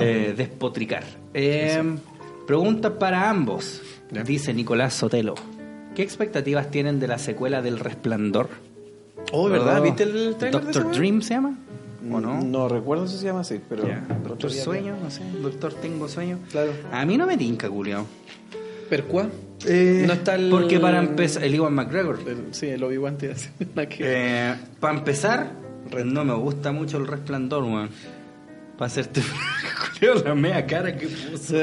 Eh, despotricar. Eh, pregunta para ambos, Ya. dice Nicolás Sotelo. ¿Qué expectativas tienen de la secuela del Resplandor? Oh, ¿verdad? ¿Viste el trailer de esa Doctor weá? Dream se llama? ¿O Mm, no? No recuerdo si se llama así, pero. Ya. pero Doctor todavía Sueño, no sé. Doctor Tengo Sueño. Claro. A mí no me tinca, Julio. no. ¿Percuá? no está el. Porque para empezar, el Iwan McGregor. Eh, el- sí, el Obi-Wan te iba a decir, la que- Eh, para empezar, no me gusta mucho el resplandor, weón. Para hacerte. Julio, la mea cara que puso.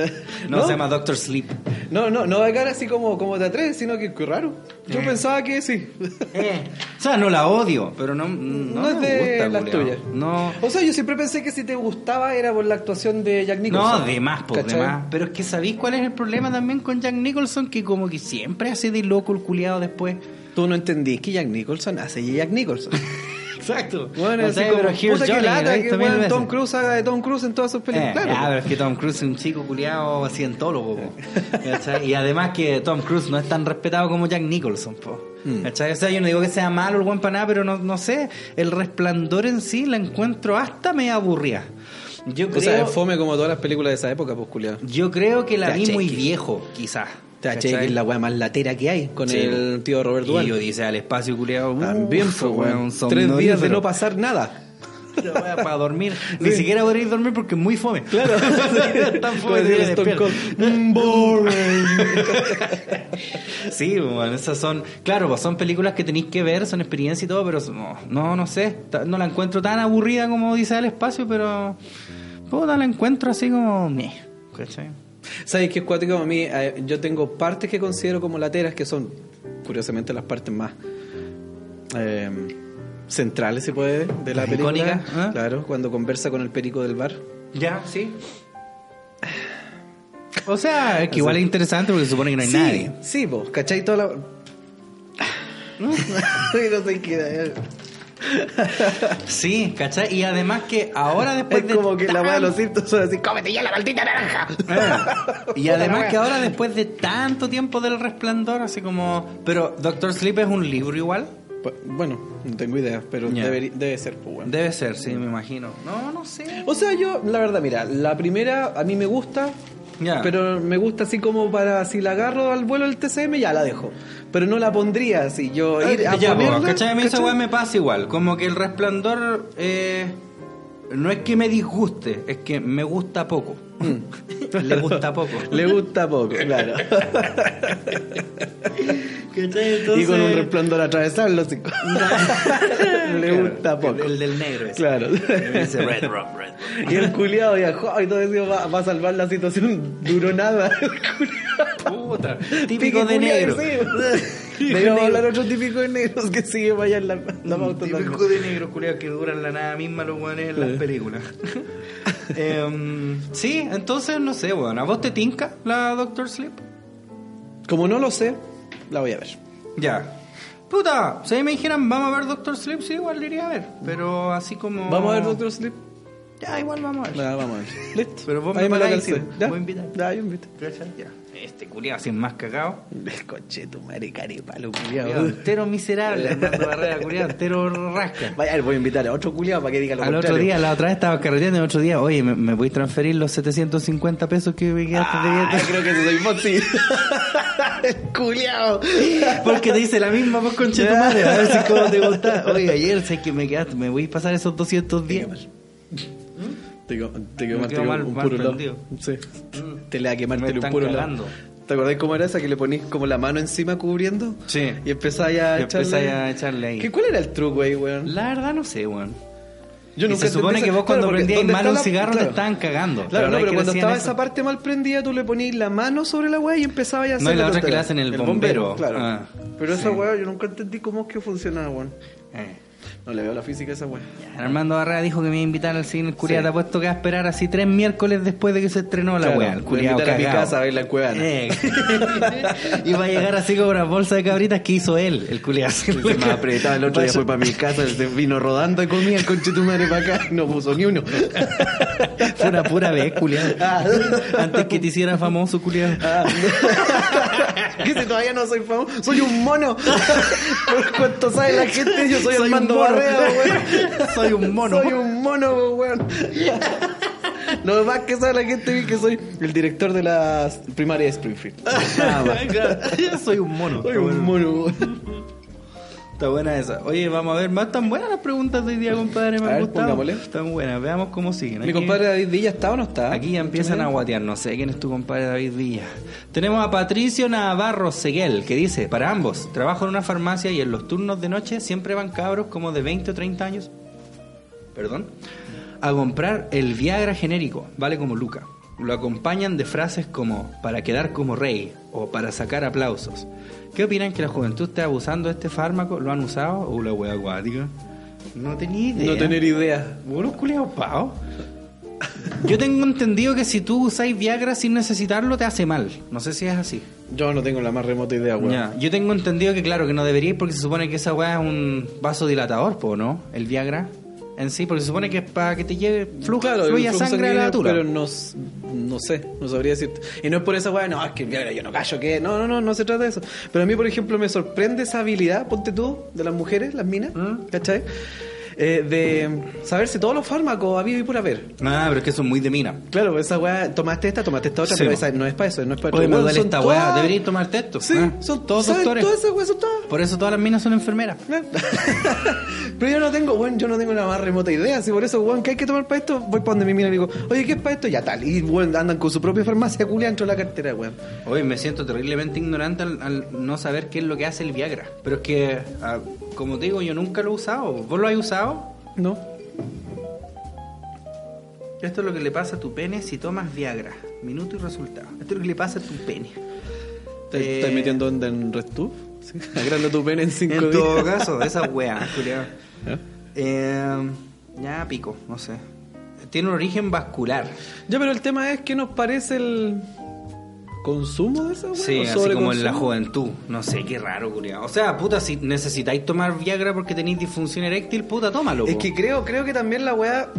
No, ¿No? se llama Doctor Sleep. No, no, no va a quedar así como, como te atreves, sino que qué raro. Eh. Yo pensaba que sí. O sea, no la odio, pero no, no, Eh. No, me es de gusta, las Julio. tuyas. No. O sea, yo siempre pensé que si te gustaba era por la actuación de Jack Nicholson. No, de más, po, de ¿Cachai? más. Pero es que sabéis cuál es el problema también con Jack Nicholson, que como que siempre hace de loco el culiado después. Tú no entendís que Jack Nicholson hace Jack Nicholson. Exacto. Bueno, así como, puta que lata que weón, Tom Cruise haga de Tom Cruise en todas sus películas. Eh, ah, claro. pues. pero es que Tom Cruise es un chico culiado cientólogo, po. ¿Cachai? Y además que Tom Cruise no es tan respetado como Jack Nicholson, po. Mm. ¿Cachai? O sea, yo no digo que sea malo el buen para nada, pero no, no sé. El resplandor en sí la encuentro hasta me aburría. Yo creo, o sea, es fome como todas las películas de esa época, pues, culiao. yo creo que la Ya, vi muy cheque. viejo, quizás. Te caché que es la weá más latera que hay con Sí, el tío Robert Y yo "Ah, Duval. dice al espacio "Uh, culiado. También fue, weón. Tres días de no pasar nada. para dormir. Ni siquiera podréis dormir porque es muy fome. Claro. Tan Como fome que decía te Stone despierta. Cold. Mm, boring. Sí, bueno, esas son. Claro, pues son películas que tenéis que ver, son experiencia y todo, pero son- no, no, no sé. ta- No la encuentro tan aburrida como dice el espacio, pero. Puta, la encuentro así como. meh, ¿cachai? ¿Sabes qué es cuático? A mí, eh, yo tengo partes que considero como lateras, que son, curiosamente, las partes más eh, centrales, se puede, de la Las película. icónicas, ¿ah? Claro, cuando conversa con el perico del bar. Ya, sí. O sea, es que igual es interesante porque se supone que no hay nadie. Sí, vos, ¿cachai? Toda la... no sé qué... Sí, ¿cachai? Y además que ahora después Es de como que la weá de los tan- Simpsons son así, cómete ya la maldita naranja. Ah, Y Puta la además wea. que ahora después de tanto tiempo del resplandor, así como... Pero Doctor Sleep es un libro igual. Bu- Bueno, no tengo idea, pero Ya. deberi- debe ser, pues, weón. Debe ser, sí, me imagino. No, no sé. O sea, yo, la verdad, mira, la primera a mí me gusta, Ya. pero me gusta así como para si la agarro al vuelo del TCM, ya la dejo. Pero no la pondría así, yo ir a Ah, ya, po, ponerla, ¿cachai? A mí esa ¿cachai? weá me pasa igual. Como que el resplandor eh, no es que me disguste, es que me gusta poco. Le gusta poco. Mm. Le gusta poco, claro. Y con un resplandor atravesarlo, así. Le gusta poco. El del negro ese. Claro. Ese Red Rock, Red Rock. Y el culiado viajó y todo eso va, va a salvar la situación. Duró nada. El culiao. Puta. Pique Típico de culiao, negro. sí. Típico Debíamos negro. hablar otro típico de negros que sigue vaya en la, la pauta también. Típico de negro, culiao, que duran la nada misma los weones en las películas. Em, sí, entonces no sé, weón. ¿A vos te tinca la Doctor Sleep? Como no lo sé, la voy a ver. Ya. Puta, si a mí me dijeran, vamos a ver Doctor Sleep, sí, igual le iría a ver. Pero así como. Vamos a ver Doctor Sleep. Ya, igual vamos a ver. Nada, vamos a ver. Listo. Pero vos Ahí me lo pagáis, calcé. sí. ¿Ya? Vos invitáis. Ya, yo invito. ¿Cachai? Ya. Este culiao, sin más cagado. Coche, tu madre, caripalo, Culiao, culiado. entero miserable, Armando Barrera, culiao, entero rasca. Vaya, a ver, voy a invitar a otro culiado para que diga lo Al otro contrario. día, la otra vez estaba carreteando, el otro día, oye, ¿me, me voy a transferir los 750 pesos que me quedaste Ah, debiendo? creo que soy Mozzi. El culiao. Porque te dice la misma voz con madre, a ver si cómo te gusta. Oye, ayer sé que me quedaste, me voy a pasar esos 210. Te quedó te quedó Me mal, te quedó quedó mal- un mal puro lado. prendido. Mm. Sí. Te le da Me quemarte un están puro cagando. lado. ¿Te acordás cómo era esa que le ponís como la mano encima cubriendo? Sí. Y empezás ya a Y echarle. empezáis a echarle ahí. ¿Qué, ¿Cuál era el truco ahí, weón? La verdad no sé, weón. Yo Y nunca se supone entendí que esa- vos claro, cuando porque prendías ¿dónde mal está un la- cigarro claro. te estaban cagando. Claro, no, verdad es pero que cuando decían estaba eso. esa parte mal prendida, tú le ponías la mano sobre la weá y empezabas ya a hacer No, y la otra que le tontera. hacen el bombero. Claro. Ah, pero sí. esa weá yo nunca entendí cómo es que funcionaba, weón. Eh, No le veo la física a esa weá. ya, Armando Barrera dijo que me iba a invitar al cine el curia. Te apuesto que va a esperar así tres miércoles después de que se estrenó la Claro, weá. El voy a culiao invitar a mi cagao. casa a ver la cuevana. Eh. y va a llegar así con una bolsa de cabritas que hizo él, el culiado. Se me apretaba el otro día, Vaya. fue para mi casa, se vino rodando y comía el conche tu madre para acá y no puso ni uno. Fue una pura vez, culiado. Ah. Antes que te hiciera famoso, culiado. Que si todavía no soy famoso, soy un mono. Por cuanto sabe la gente, yo soy, Armando Barrera, weón. Soy un mono. Ah. Soy un mono, weón. Lo más que sabe la gente es que soy el director de la primaria de Springfield. Nada más. Claro, Soy un mono. Soy Está un Ah, bueno. mono, weón. Está buena esa. Oye, vamos a ver, más tan buenas las preguntas de hoy día, compadre. Me A han ver, gustado. pongámosle. Están buenas, veamos cómo siguen. Mi Aquí- compadre David Villa está o no está. Aquí ya empiezan a guatear, no sé quién es tu compadre David Villa. Tenemos a Patricio Navarro Seguel, que dice, para ambos, trabajo en una farmacia y en los turnos de noche siempre van cabros como de 20 o 30 años, perdón, a comprar el Viagra genérico, vale como Luca. Lo acompañan de frases como para quedar como rey o para sacar aplausos. ¿Qué opinan que la juventud esté abusando de este fármaco? ¿Lo han usado o la wea acuática? No tenía idea. No tener idea. Unos culiados pao. Yo tengo entendido que si tú usáis Viagra sin necesitarlo te hace mal. No sé si es así. Yo no tengo la más remota idea, weón. Ya. Yo tengo entendido que claro que no deberíais porque se supone que esa weá es un vaso dilatador, po, ¿no? El Viagra en sí, porque se supone que es para que te lleve flujo, Claro, fluya el flujo sangre a la sanguíneo, natura. Pero no, s- no sé, no sabría decirte. Y no es por esa weá, no, es que el Viagra yo no callo, que no, no, no, no se trata de eso. Pero a mí, por ejemplo, me sorprende esa habilidad, ponte tú, de las mujeres, las minas, ¿Mm? ¿cachai? Eh, de saberse todos los fármacos habido y por haber. Ah, pero es que son muy de mina. Claro, esa weá, tomaste esta, tomaste esta otra, Sí, pero no. esa no es para eso, no es para Oye, me Weón, duele son esta todas- weá, deberíais tomarte esto. Sí, Ah, son todos ¿saben doctores. Todas esas weas son todas. Por eso todas las minas son enfermeras. Pero yo no tengo, bueno, yo no tengo la más remota idea. Si por eso, weón, ¿qué hay que tomar para esto? Voy para donde mi mina y digo, oye, ¿qué es para esto? Ya tal. Y, weón, andan con su propia farmacia, culia dentro de la cartera, weón. Hoy me siento terriblemente ignorante al, al no saber qué es lo que hace el Viagra. Pero es que, ah, como te digo, yo nunca lo he usado. ¿Vos lo has usado? No. Esto es lo que le pasa a tu pene si tomas Viagra. Minuto y resultado. Esto es lo que le pasa a tu pene. ¿Te Eh, estás metiendo onda en Restuf? Sí. Agranda tu pene en cinco En días. todo caso, esa wea, culiao. ¿Eh? Eh, ya pico, no sé. Tiene un origen vascular. Ya, pero el tema es que nos parece el. consumo de esa weá? Sí, ¿O así sobreconsumo? como en la juventud. No sé, qué raro, culiao. O sea, puta, si necesitáis tomar Viagra porque tenéis disfunción eréctil, puta, tómalo. Es po. que creo, creo que también la weá.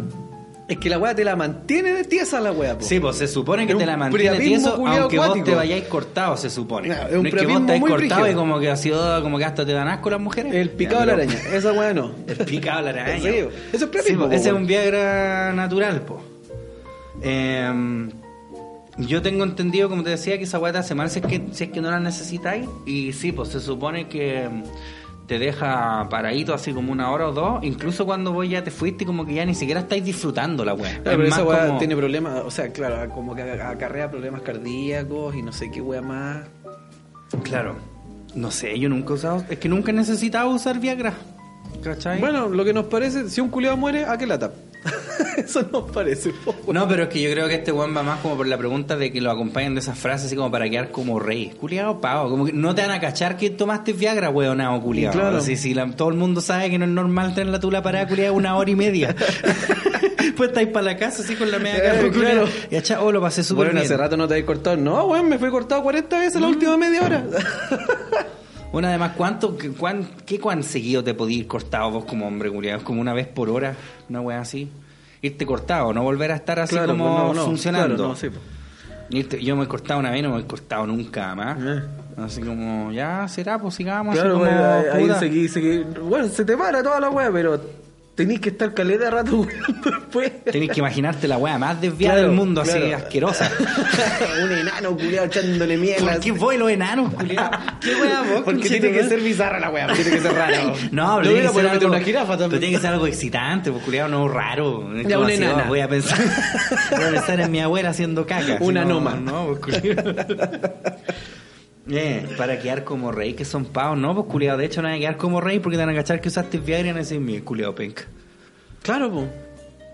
Es que la weá te la mantiene de tiesa la weá, po. Sí, pues se supone que Es te un la mantiene priapismo tieso, culiao aunque vos acuático. te vayáis cortado, se supone. No, No, es es un que vos priapismo estáis muy cortado brígido. y como que así, oh, como que hasta te dan asco las mujeres. El picado de Ya, la araña, esa weá no. pero- El picado de la araña. ¿En serio? Eso es priapismo, po, po, ese es weón. un Viagra natural, po. Em, yo tengo entendido, como te decía, que esa guata hace mal si es que, si es que no la necesitáis. Y sí, pues se supone que mm, te deja paradito así como una hora o dos. Incluso cuando vos ya te fuiste, como que ya ni siquiera estáis disfrutando la weá. Claro, pero esa weá como- tiene problemas, o sea, claro, como que acarrea problemas cardíacos y no sé qué weá más. Claro. No sé, yo nunca he usado. Es que nunca he necesitado usar Viagra. ¿Cachai? Bueno, lo que nos parece, si un culiado muere, ¿a qué lata? Eso nos parece, po. No, pero es que yo creo que este weón va más como por la pregunta de que lo acompañen de esas frases así como para quedar como rey. Culiado, pavo. Como que no te van a cachar que tomaste Viagra, weonado, culiado. Claro. Sí, sí, la- todo el mundo sabe que no es normal tener la tula parada, culiado, una hora y media. pues estáis para la casa así con la media Eh, cara, claro. claro. Y achá, oh, lo pasé súper Bueno, hace bien. Mm. rato no te habéis cortado. No, weón, me fui cortado 40 veces la última media hora. Bueno, además, ¿cuánto, qué, cuán, qué cuán seguido te podías ir cortado vos como hombre, culiado? Como una vez por hora, una wea así. Irte cortado, no volver a estar así Claro, pues como no, no, funcionando. claro, no, sí, po. Irte- yo me he cortado una vez, no me he cortado nunca más. Eh. Así como, ya será, pues sigamos. Claro, así como, bueno, ahí puta. seguí, seguí. Bueno, se te para toda la weá, pero tenés que estar caleta de rato weando después. Tenés que imaginarte la wea más desviada Claro, del mundo, así claro. asquerosa. un enano culiado echándole mierda. ¿Por qué voy los enanos, culiao? ¿Qué wea vos? Porque tiene que ser bizarra la weá, tiene que ser rara. No, pero Yo tiene que ser hubiera podido meter algo, una jirafa pero también. tiene que ser algo excitante, pues culiao, no raro. Es como una así, oh, enana. Voy a pensar, voy a pensar en mi abuela haciendo caca. Una Si no, noma. No, pues culiao. Eh, para quedar como rey, que son pavos, no, pues culiao. De hecho, no van a quedar como rey porque te van a cachar que usaste Viagra y van a decir, mi culiao penca. Claro, po.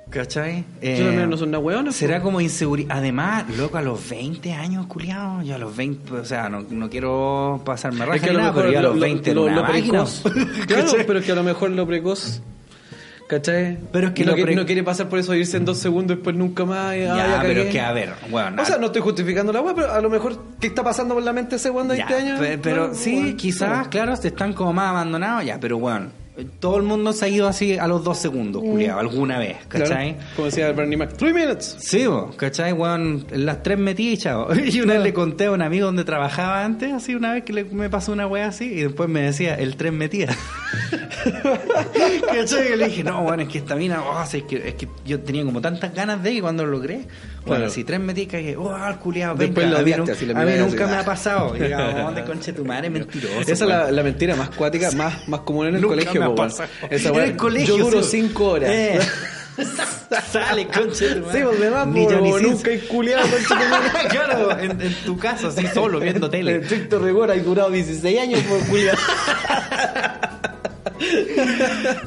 ¿Cachai? Eh, Yo también no soy una weona, po. Será como inseguridad. Además, loco, a los 20 años, culiao, yo a los 20, o sea, no, no quiero pasarme raja Es que a ni lo nada, mejor pero yo a lo- los lo- 20 era lo- una lo máquina. precoz. Claro, ¿Cachai? pero es que a lo mejor lo precoz. ¿Cachai? Pero es que no, lo que- pre- no quiere pasar por eso, irse en dos segundos, después nunca más. y, Ya, ah, ya pero cagué. es que a ver, weón. O sea, no estoy justificando la weá, pero a lo mejor, ¿qué está pasando por la mente ese weón de ya, 20 años? pe- pero No, sí, weón. quizás, claro, se están como más abandonados, ya, pero weón. eh, Todo el mundo se ha ido así a los dos segundos, culiao, alguna vez, Mm. Claro, ¿cachai? Como decía el Bernie Mac, 3 minutes. Sí, bo, ¿cachai? Weón, las tres metí, chavo. Y una vez le conté a un amigo donde trabajaba antes, así una vez que le- me pasó una wea así, y después me decía, el tres metía. ¿Cachai? Y le dije, no, weón, es que esta mina, oh, sí, es, que, es que yo tenía como tantas ganas de que cuando lo logré, bueno, Claro. así tres metí, que, oh, el culiao, venga, Después lo a mí, odiaste, nun- así la a mí mirada así, nunca me ah. ha pasado. Y digamos, "Oh, de conche tu madre, mentiroso. Esa es weón". la, la mentira más cuática, más, más común en el Nunca colegio. me ha po, weón. pasado. Esa En weá, el colegio, Yo duro sí. 5 horas. Eh. Sale, conche tu madre. Sí, pues demás, Ni yo ni po, ciencia. nunca he culiado con chico claro, en, en tu casa, así solo, viendo En tele. estricto rigor, hay durado 16 años por culiado.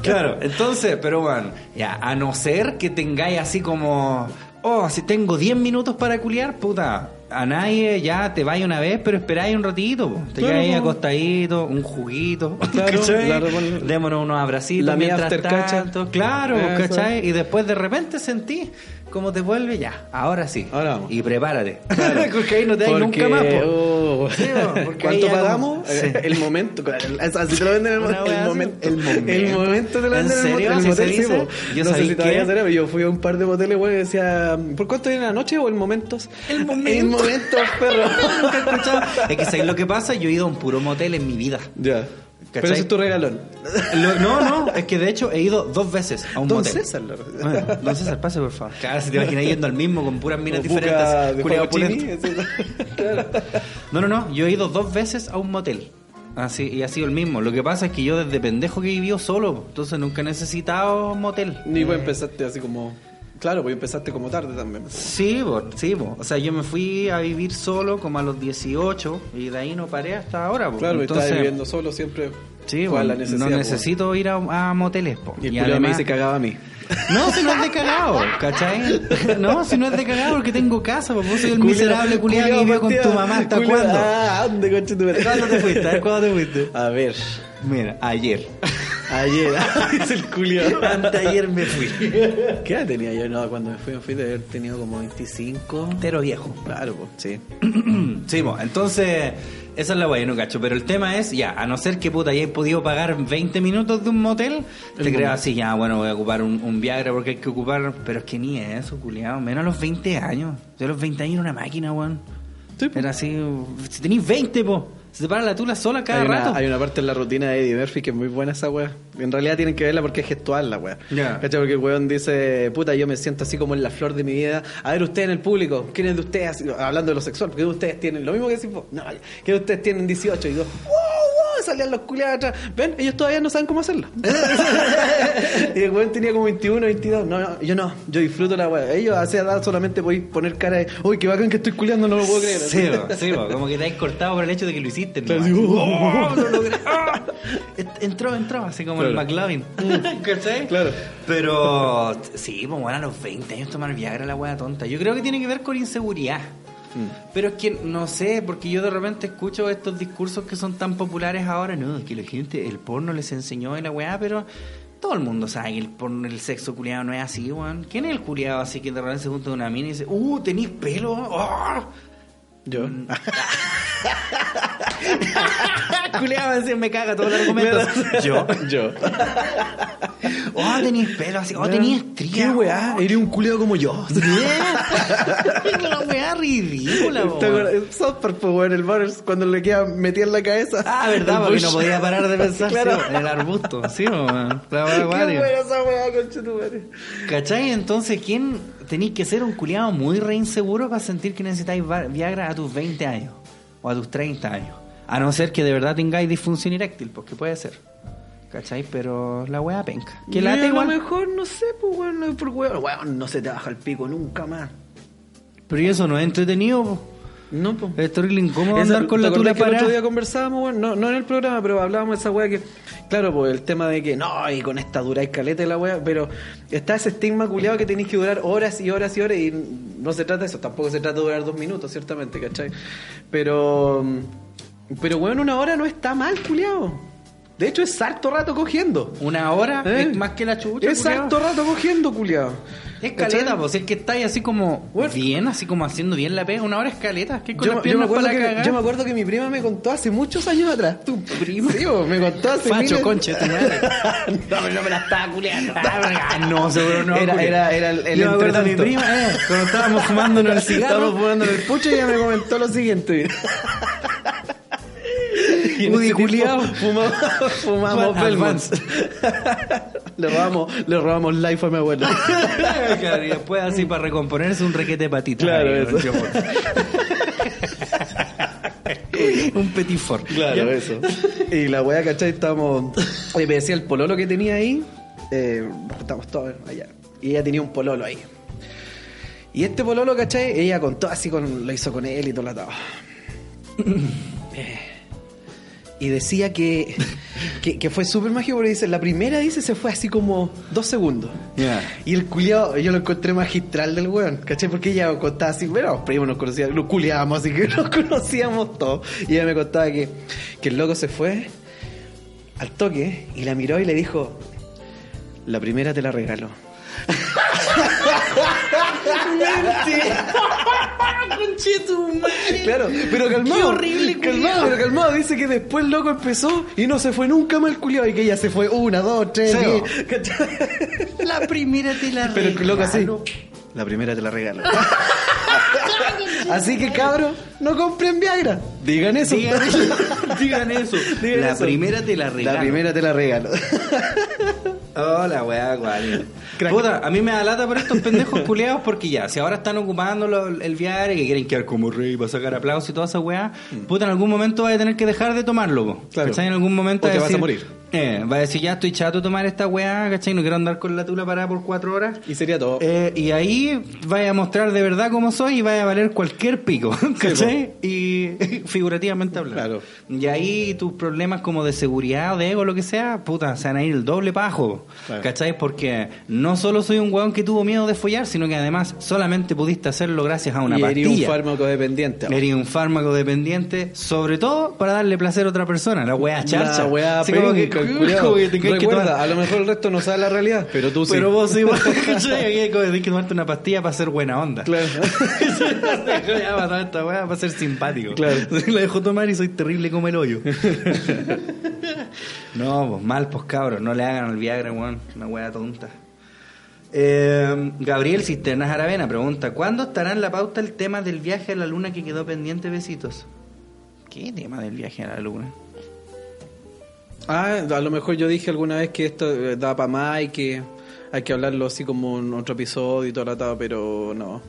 Claro, entonces, pero bueno, ya, a no ser que tengáis así como, oh, si tengo 10 minutos para culiar, puta, a nadie ya te vais una vez, pero esperáis un ratito, po. te Claro, quedáis po. acostadito, un juguito, Claro, ¿cachai? claro, bueno. démonos unos abracitos La mía mientras after, ¿cachai? tanto, claro, Eso. ¿cachai? Y después de repente sentí como te vuelve ya, ahora sí, Ahora vamos. y prepárate, porque ahí no te dais nunca más, po. oh. Sí, po, porque ahí ¿Cuánto ya como- pagamos? Eh, Sí. El momento. Así te lo venden el, mo- Una wea el así. momento. El momento. El momento te lo ¿En venden el, mo- serio? el ¿Así se motel. sí, dice? po. Yo no sé sabí si todavía que- será, pero yo fui a un par de moteles, güey, y decía, ¿por cuánto viene la noche o el momentos? El momento. El momento, perro. Nunca he escuchado. Es que ¿sabes lo que pasa? Yo he ido a un puro motel en mi vida. ya. Pero ¿Cachai? ese es tu regalón. Lo- no, no, es que de hecho he ido dos veces a un Don motel. César, la verdad. Ah, Don César, pase por favor. Claro, si te imaginas yendo al mismo con puras minas O diferentes. buca de culiao Pacocini, opulento. ese- claro. No, no, no, yo he ido dos veces a un motel. Así, y ha sido el mismo. Lo que pasa es que yo desde pendejo que he vivido solo, entonces nunca he necesitado un motel. Eh, Ni vos empezaste así como. Claro, pues empezaste como tarde también. Sí, bo, sí, bo. o sea, yo me fui a vivir solo como a los 18 y de ahí no paré hasta ahora. bo. Claro, y estás Entonces- viviendo solo siempre. Sí, Fue a bueno, la necesidad, no po. necesito ir a, a moteles, po. Y el Y culiao me además- dice cagaba a mí. No, si no es de cagado, ¿cachai? No, si no es de cagado porque tengo casa, po. Vos soy el miserable culiado que vivió con tu mamá, ¿hasta Culiao, cuándo? Ah, ande, conche tu madre. ¿Cuándo te fuiste? A ver, ¿Cuándo te fuiste? A ver. Mira, ayer. Ayer, es el culiado. Anteayer me fui. ¿Qué edad tenía yo? No, cuando me fui, me fui de haber tenido como 25. Pero viejo. Claro, pues, sí. Sí, mo, entonces, esa es la guay, no cacho. Pero el tema es, ya, a no ser que puta hayáis podido pagar 20 minutos de un motel, te creas así, ya, bueno, voy a ocupar un, un Viagra porque hay que ocupar. Pero es que ni eso, culiado. Menos a los 20 años. Yo a los 20 años era una máquina, weón. Sí, po. Era así, si tenéis 20, po. Se te para la tula sola cada hay, una, rato. hay una parte en la rutina de Eddie Murphy que es muy buena esa wea. En realidad tienen que verla porque es gestual la wea. Ya. ¿Cachai? Porque el weón dice, puta, yo me siento así como en la flor de mi vida. A ver, ustedes en el público, ¿quiénes de ustedes, así, hablando de lo sexual, porque ustedes tienen, lo mismo que decimos, no, ¿quiénes de ustedes tienen 18? Y yo, wow, wow, salían los culiados atrás. Ven, ellos todavía no saben cómo hacerlo. y el weón tenía como 21, 22. No, no, yo no, yo disfruto la wea. Ellos a esa edad solamente podéis poner cara de, uy, qué bacán que estoy culiando, no lo puedo creer. Sí, bo, sí, bo, como que te has cortado por el hecho de que lo hiciste. ¿no? Claro, Así, sí. ¡Oh, lo logré! ¡Ah! Ent- Entró, entró, así como el Claro. McLovin. ¿Cachai? Claro. Pero sí, pues bueno, a los 20 años tomar Viagra la wea tonta. Yo creo que tiene que ver con inseguridad. Mm. Pero es que no sé, porque yo de repente escucho estos discursos que son tan populares ahora. No, es que la gente, el porno les enseñó de la weá, pero todo el mundo sabe que el porno, el sexo culiado no es así, weón. ¿Quién es el culiado así que de repente se junta una mina y dice, uh, tenís pelo? ¡Oh! Yo. Culeado, me, me caga todo el argumento. Yo. Yo. Oh, tenías pelo así. Oh, tenías estrías. ¿Qué weá? Eres un culiado como yo. ¿Qué? La weá ridícula, ¿Te acuerdas? weón. El South Park, pues, weón, el Butters, cuando le queda metida en la cabeza. Ah, verdad, El porque Bush. no podía parar de pensar Claro. sí, en el arbusto. Sí, weón. La Qué weá buena acuario. esa weá, conchetumare. ¿Cachai? Entonces, ¿quién tenéis que ser un culiado muy re inseguro para sentir que necesitáis va- Viagra a tus 20 años o a tus 30 años? A no ser que de verdad tengáis disfunción eréctil, porque puede ser. ¿Cachai? Pero la weá penca. Que Y late a lo igual. mejor, no sé, pues, weón, no, por weón, weón, no se te baja el pico nunca más. Pero ¿y eso no es entretenido, po? No, pues. Es terrible incómodo Esa- andar con ¿te la tula acordás que El otro día parada. conversábamos, weón? no, no en el programa, pero hablábamos de esa weá que, claro, pues el tema de que no, y con esta dura escaleta y la weá, pero está ese estigma culiado que tenéis que durar horas y horas y horas, y no se trata de eso, tampoco se trata de durar dos minutos, ciertamente, ¿cachai? Pero, pero weón, una hora no está mal, culiado. De hecho, es harto rato cogiendo. Una hora ¿Eh? es más que la chucha. Es culiao. harto rato cogiendo, culiado. Es caleta, pues es que estáis así como Bueno. bien, así como haciendo bien la pega. Una hora es caleta. Que es con Yo, las me- yo piernas me acuerdo para que, cagar. yo me acuerdo que mi prima me contó hace muchos años atrás. Tu prima. Sí, bo, me contó hace Facho, miles- conche, tu madre. no, pero no me la estaba culeando. Ah, no, seguro no. Era- culiao. era- era el- el Yo me acuerdo de mi entretanto. prima, eh, cuando estábamos fumándonos el Estábamos cigarro. fumando en el pucho y ella me comentó lo siguiente. Udi culiao. Fumamos, fumamos Juan Belmonts. le robamos, le robamos life a mi abuelo. Claro, y después así para recomponerse un requete de patita. Claro, Ay, eso. yo, por- un petit four. Claro, eso. Y la wea, ¿cachai? Estábamos. Y me decía el pololo que tenía ahí. Eh, nos juntamos todos allá. Y ella tenía un pololo ahí. Y este pololo, ¿cachai? Ella contó así, con, lo hizo con él y todo la atado. Eh, Y decía que, que, que fue súper mágico porque dice, la primera dice se fue así como dos segundos. Ya. Y el culiado, yo lo encontré magistral del weón, ¿cachai? Porque ella contaba así, bueno, los primos nos conocíamos, nos culiábamos, así que nos conocíamos todos. Y ella me contaba que, que el loco se fue al toque y la miró y le dijo, la primera te la regalo. Claro, pero calmado. Qué horrible, calmado, culiao. pero calmado. Dice que después el loco empezó y no se fue nunca más el culiao. Y que ella se fue una, dos, tres, Sí, diez, bo. ¿cachai? La primera te la Pero el loco así. regalo. La primera te la regalo. así que cabros, no compren Viagra. Digan eso. Digan, digan eso. Digan la eso. primera te la regalo. La primera te la regalo. Hola, weá, guay. Crack. Puta, a mí me da lata por estos pendejos culeados porque ya, si ahora están ocupando lo- el Viagra y que quieren quedar como rey para sacar aplausos y toda esa weá, puta, en algún momento vas a tener que dejar de tomarlo, po. Mm. Claro. ¿Cachai? En algún momento. O te vas a vas a decir- morir. Eh, va a decir, ya estoy chato de tomar esta weá, ¿cachai? No quiero andar con la tula parada por cuatro horas. y sería todo. Eh, y ahí vaya a mostrar de verdad cómo soy y vaya a valer cualquier pico, ¿cachai? y figurativamente hablando. Claro. Y ahí tus problemas como de seguridad, de ego, lo que sea, puta, se van a ir el doble pajo, Claro. ¿cachai? Porque no solo soy un weón que tuvo miedo de follar, sino que además solamente pudiste hacerlo gracias a una y eres pastilla. un fármaco dependiente. Eres un fármaco dependiente, sobre todo para darle placer a otra persona, la weá charcha. La weá Así como que- penca, culiao. como que te crees que Recuerda, toda- a lo mejor el resto no sabe la realidad, pero tú sí. Pero vos igual, ¿cachai? Aquí como que Tienes que tomarte una pastilla para ser buena onda. Claro. Ya, para toda esta weá, para ser simpático. Claro. La dejo tomar y soy terrible como el hoyo. no, pues mal, pues cabros. No le hagan al Viagra, weón. Una weá tonta. Eh, Gabriel Cisternas Aravena pregunta: ¿Cuándo estará en la pauta el tema del viaje a la luna que quedó pendiente? Besitos. ¿Qué tema del viaje a la luna? Ah, a lo mejor yo dije alguna vez que esto eh, da para más y que hay que hablarlo así como en otro episodio y todo atado, pero no.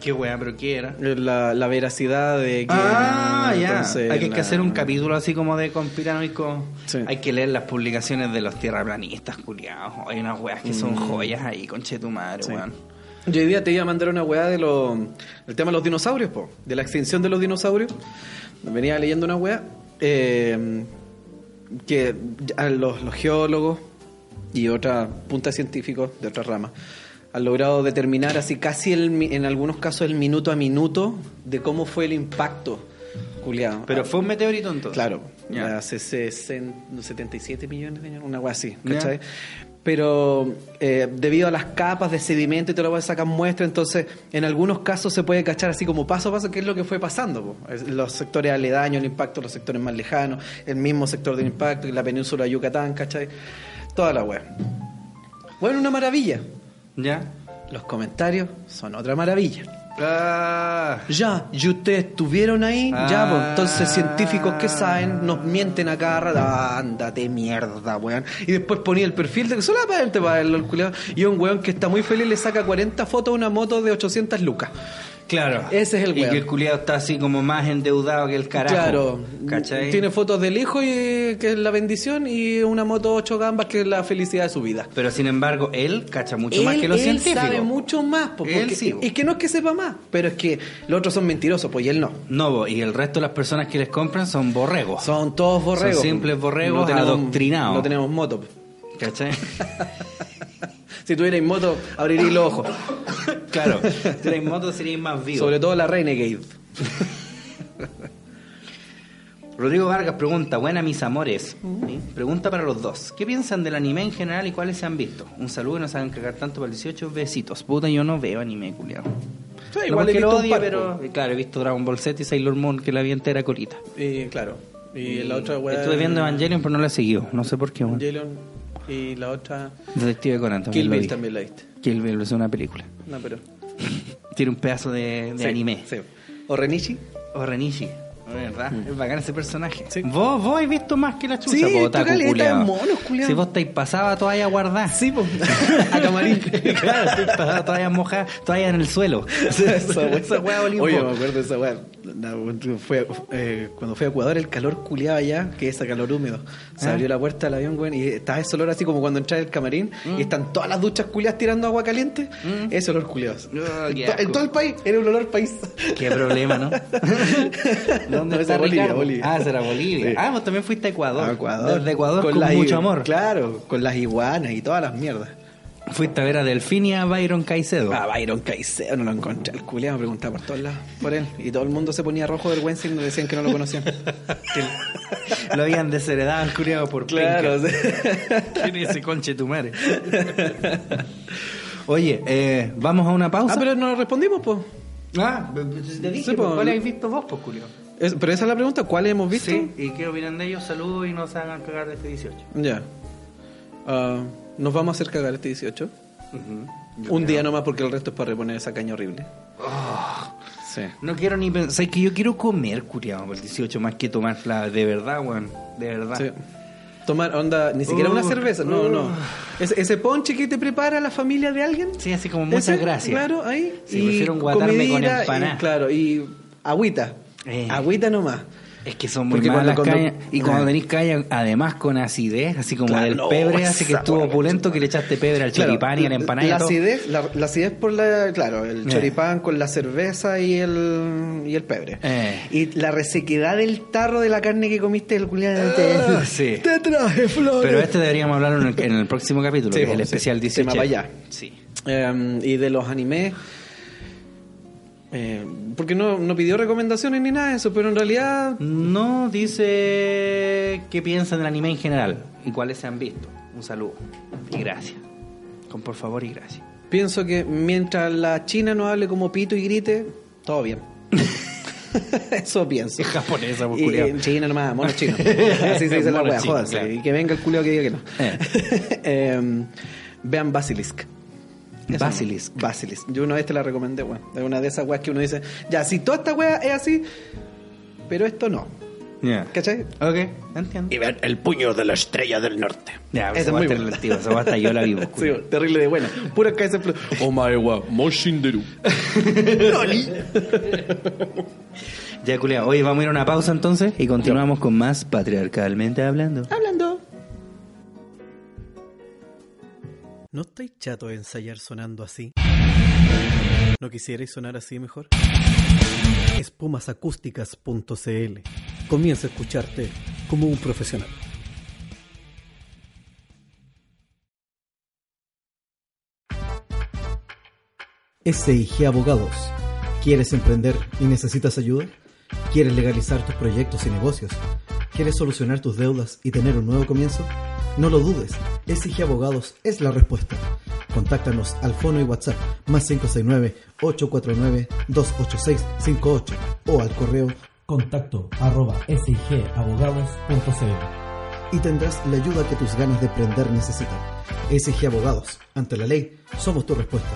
¿Qué weá, pero qué era? Eh, La, la veracidad de que. Ah, ya. entonces, hay que, la- hacer un capítulo así como de conspiranoico. Sí. Hay que leer las publicaciones de los tierraplanistas, culiados. Hay unas weas que son Mm. joyas ahí, conche tu madre, weón. Yo hoy día te iba a mandar una weá de los. El tema de los dinosaurios, po. De la extinción de los dinosaurios. Venía leyendo una weá. eh, que a los, los geólogos y otra punta de científicos de otra rama han logrado determinar así casi el, mi- en algunos casos el minuto a minuto de cómo fue el impacto, Ah, Julián. Pero fue un meteorito entonces. Claro, Ya. hace 60, 77 millones de años, una agua así, Ya. ¿cachai? Pero eh, debido a las capas de sedimento y todo lo que sacan muestra, entonces en algunos casos se puede cachar así como paso a paso qué es lo que fue pasando. po. Es- Los sectores aledaños, el impacto, los sectores más lejanos, el mismo sector del impacto, la península de Yucatán, ¿cachai? Toda la web. Bueno, una maravilla. Ya. Los comentarios son otra maravilla. Ah. Ya, y ustedes estuvieron ahí, ya, pues, entonces Ah. científicos que saben, nos mienten acá, cada rato. Ah, ándate mierda, weón. Y después ponía el perfil de que solamente para el culiado. Y un weón que está muy feliz le saca 40 fotos a una moto de 800 lucas. Claro. Ese es el Y weón. que el culiado está así como más endeudado que el carajo. Claro, ¿Cachai? tiene fotos del hijo, y, que es la bendición, y una moto 8 gambas, que es la felicidad de su vida. Pero sin embargo, él cacha mucho más él, que los él científicos. sabe mucho más, po, Él porque- sí, po. es que no es que sepa más, pero es que los otros son mentirosos, pues y él no. No, bo, y el resto de las personas que les compran son borregos. Son todos borregos. Son simples borregos adoctrinados. No tenemos moto. ¿Cachai? Si tuvierais moto, abriréis los ojos. claro. Si en moto serían más vivos. Sobre todo la Renegade. Rodrigo Vargas pregunta, buena mis amores. Pregunta para los dos. ¿Qué piensan del anime en general y cuáles se han visto? Un saludo y no se hagan cagar tanto para el 18 besitos. Puta, yo no veo anime, culiao. Sí, No Eh, igual he porque visto lo un odie, par, pero eh, claro, he visto Dragon Ball Z y Sailor Moon que la vi entera colita. Y claro. Y la otra weá. Estuve viendo Evangelion pero no la he seguido, no sé por qué. weón. Evangelion. Y la otra. Detective Conan también Kill lo Bill vi. también la viste. Kill Bill es una película. No, pero. Tiene un pedazo de, de Sí, anime. sí. ¿O Renichi? O Renishi. ¿Verdad? Es bacán ese personaje. Sí. Vos, vos has visto más que la chucha, Sí, po, he visto otaku caleta de culiao. monos, culiao. Si vos estáis pasada todavía guardada. Sí, pues. A camarín. claro, sí, pasaba toallas mojadas, toallas en el suelo. Esa hueá olía un Oye, me poco. acuerdo de esa weá. La- fue, eh, cuando fui a Ecuador, el calor culeaba ya, que es a calor húmedo. Se Ah. abrió la puerta del avión, weón, y estaba ese olor así como cuando entras al camarín Mm. y están todas las duchas culeadas tirando agua caliente. Ese olor culeado. Ah, Mm. qué en, to- en asco. todo el país, era un olor país. Qué problema, ¿no? ¿Dónde está No, esa Bolivia, Ricardo? Bolivia. Ah, será Bolivia. Sí. Ah, vos también fuiste a Ecuador. A Ecuador. Desde Ecuador con, las mucho i- amor. Claro, con las iguanas y todas las mierdas. Fuiste a ver a Delfinia Byron Caicedo. A Ah, Byron Caicedo no lo encontré. El culiao me preguntaba por todos lados por él. Y todo el mundo se ponía rojo de vergüenza y me decían que no lo conocían. Lo habían desheredado al curiado por Claro, penca. ¿Quién es ese conche tu madre? Oye, eh, vamos a una pausa. Ah, pero no respondimos, pues. Ah, si te dije, Sí, pues, po. ¿cuál habéis visto vos, pues, culiao? Es- pero esa es la pregunta, ¿cuáles hemos visto? Sí, y qué opinan de ellos, saludos y no se hagan cagar de este 18. Ya. Ah, Nos vamos a hacer cagar este 18. Un día nomás porque el resto es para reponer esa caña horrible. Ah. Sí. No quiero ni pensar, es que yo quiero comer, curiado, por el 18, más que tomar la de verdad, weón, de verdad. Sí. Tomar onda, ni siquiera una Ah. Uh, cerveza, no, uh. no. Ese, ese ponche que te prepara la familia de alguien. Sí, así como muchas ese, gracias. Claro, ahí. Sí, prefiero guatarme con comidita, empaná. y- Claro, y agüita. Eh. Agüita nomás. Es que son muy Porque malas cuando- las cuando- cañas. Y cuando tenéis caña, además con acidez, así como Claro, del pebre, esa así que estuvo hueá. opulento que le echaste pebre al Claro, choripán y a la empanada. y La a todo. acidez, la, la acidez por la. Claro, el Eh. choripán con la cerveza y el, y el pebre. Eh. Y la resequedad del tarro de la carne que comiste el culiado Ah, sí. Te traje flores. Pero este deberíamos hablarlo en el, en el próximo capítulo, Sí, que es el sí. especial Tema 18. para allá. Sí. Em, y de los animes. eh, porque no, no pidió recomendaciones ni nada de eso, pero en realidad. No dice qué piensan del anime en general y cuáles se han visto. Un saludo y gracias. Con por favor y gracias. Pienso que mientras la China no hable como pito y grite, todo bien. Eso pienso. Es japonesa, pues, Y, culiao. en China nomás, mono chino. Así se dice la Mono wea, chino, jódanse. claro. Y que venga el culeo que diga que no. Eh. Em, vean Basilisk. Eso Basilisk. no, Basilisk. Yo una vez te la recomendé, weón. Es una de esas weas que uno dice, ya, si toda esta wea es así, pero esto no. Ya. ¿Cachai? Ok, entiendo. Y ver el puño de la estrella del norte. Ya, Esa eso es muy va a buena. estar eso va a estar yo la vivo. Sí, culiao. terrible de buena. Puro KS Plus. Oh my god, Moshinderu. Ya, culiao. Oye, vamos a ir a una pausa entonces y continuamos con más patriarcalmente hablando. Hablando. ¿No estáis chato de ensayar sonando así? ¿No quisierais sonar así mejor? Espumasacústicas.cl Comienza a escucharte como un profesional. SIG Abogados. ¿Quieres emprender y necesitas ayuda? ¿Quieres legalizar tus proyectos y negocios? ¿Quieres solucionar tus deudas y tener un nuevo comienzo? No lo dudes, SIG Abogados es la respuesta. Contáctanos al fono y WhatsApp más 569-849-28658 o al correo Contacto arroba sigabogados.cl y tendrás la ayuda que tus ganas de emprender necesitan. SG Abogados, ante la ley, somos tu respuesta.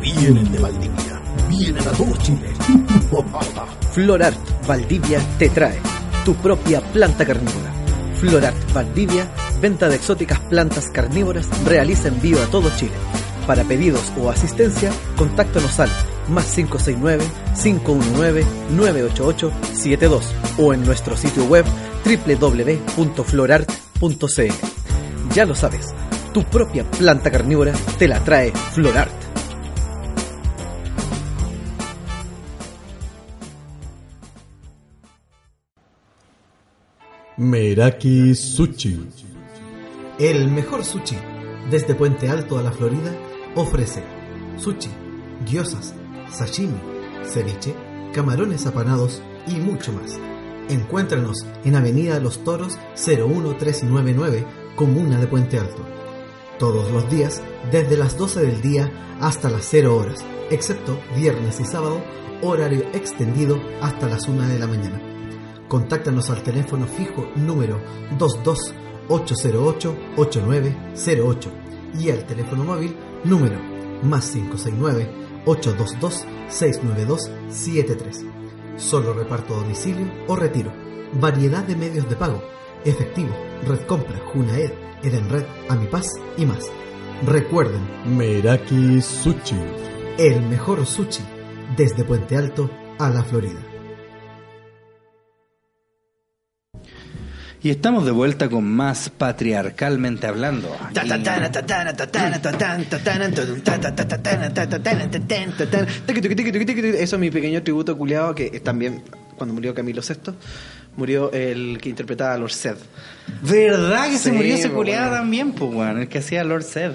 Vienen de Valdivia. Vienen a todo Chile. Florart Valdivia te trae tu propia planta carnívora. Florart Valdivia, venta de exóticas plantas carnívoras, realiza envío a todo Chile. Para pedidos o asistencia, contáctanos al más 569-519-988-72 o en nuestro sitio web www.florart.cl. Ya lo sabes, tu propia planta carnívora te la trae Florart. Meraki Sushi. El mejor sushi desde Puente Alto a la Florida ofrece sushi, gyozas, sashimi, ceviche, camarones apanados y mucho más. Encuéntranos en Avenida Los Toros 01399, Comuna de Puente Alto. Todos los días desde las 12 del día hasta las 0 horas, excepto viernes y sábado, horario extendido hasta las 1 de la mañana. Contáctanos al teléfono fijo número 22808-8908 y al teléfono móvil número más 569-822-69273. Solo reparto a domicilio o retiro. Variedad de medios de pago. Efectivo, Red Compra, Junaed, Edenred, Amipaz y más. Recuerden, Meraki Sushi. el mejor sushi desde Puente Alto a la Florida. Y estamos de vuelta con más patriarcalmente hablando. Aquí- Eso es mi pequeño tributo culiado que también cuando murió Camilo VI murió el que interpretaba a Lord Sed. ¿Verdad que se Sí, murió ese po, culiado weón. también, pues, weón? El que hacía Lord Sed.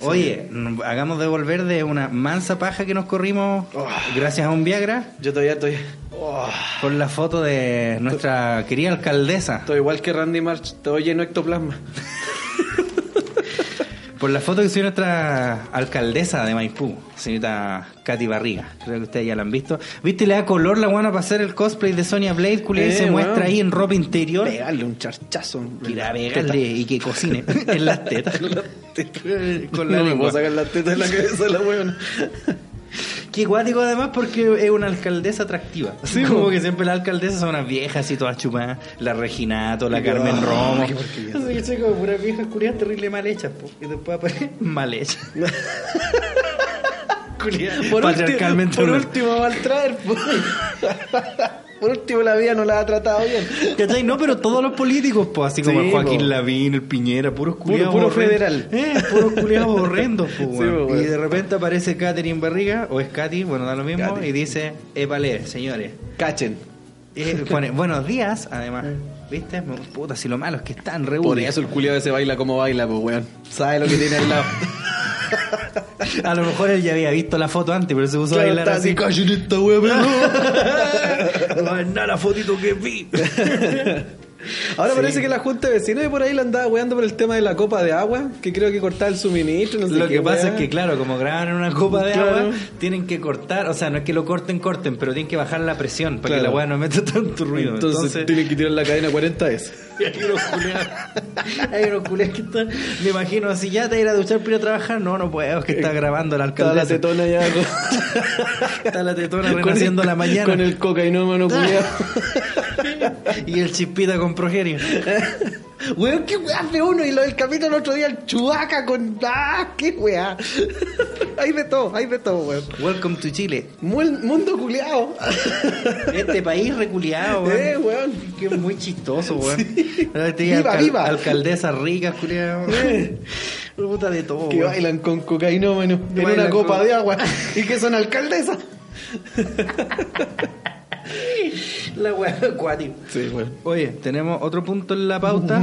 Oye, n- hagamos de volver de una mansa paja que nos corrimos Oh. gracias a un Viagra Yo todavía estoy oh, por la foto de nuestra querida alcaldesa. estoy igual que Randy March, todo lleno de ectoplasma. Por la foto que subió nuestra alcaldesa de Maipú, señorita Katy Barriga. Creo que ustedes ya la han visto. ¿Viste? Le da color la guana para hacer el cosplay de Sonia Blade, culiado, y Eh, se muestra weón. ahí en ropa interior. Pegarle un charchazo. Que la En las pegarle y que cocine en las tetas. tetas. Con la no me lengua. puedo sacar las tetas de la cabeza de la weona. Qué Qué guático además porque es una alcaldesa atractiva. como que siempre las alcaldesas son unas viejas y todas chupadas. La Reginato, la Carmen Romo. Así que soy como puras viejas curiosas terrible mal hechas. po. Y después aparece mal hecha. Por, último, Patriarcalmente por horrible. último, va al traer. po. Por último, la vida no la ha tratado bien. ¿Cachai? No, pero todos los políticos, pues, así como Sí, el Joaquín po. Lavín, el Piñera, puros culiados. puro horrendos. federal. Eh, puros culiados horrendos, pues, Sí, weón. po, weón. Y de repente aparece Catherine Barriga, o es Katy, bueno, da lo mismo, y dice: Épale, señores. Cachen. Eh, pone, buenos días, además. ¿Viste? Me- Puta, si lo malo es que están re Por bullies. eso el culiado ese baila como baila, pues, weón. Sabe lo que tiene al lado. A lo mejor él ya había visto la foto antes, pero se puso a bailar así. cachen esta weá, No, la fotito que vi. Ahora parece que la Junta de Vecinos de por ahí la andaba weando por el tema de la copa de agua, que creo que cortaba el suministro, no sé Lo qué que pasa weá. es que, claro, como graban en una copa de Claro. agua, tienen que cortar, o sea, no es que lo corten, corten, pero tienen que bajar la presión para que Claro. la weá no meta tanto ruido. Entonces, Entonces, tienen que tirar la cadena 40 veces. hay unos culiados- hay unos culiados que están, me imagino, así ya te ir a duchar para ir a trabajar, no, no puedo, es que Eh, está grabando la Está la alcaldesa. tetona ya. con- Está la tetona con el- renaciendo la mañana. Con el cocainómano culiado. y el chispita con progerio. Weón, qué weá de uno. Y lo del capítulo el otro día, el chubaca con. ¡Ah, qué weá! hay de todo, hay de todo, weón. Welcome to Chile. Mul- Mundo culiado. Este país reculeado, weón. eh, weón. Que es muy chistoso, weón. Viva, viva. Eh. Alcaldesa rica, culiado. Puta de todo, Que weón. bailan con cocainómano en Bailan una copa con- de agua. Y que son alcaldesas. La weá acuático. Sí, weón. Oye, tenemos otro punto en la pauta.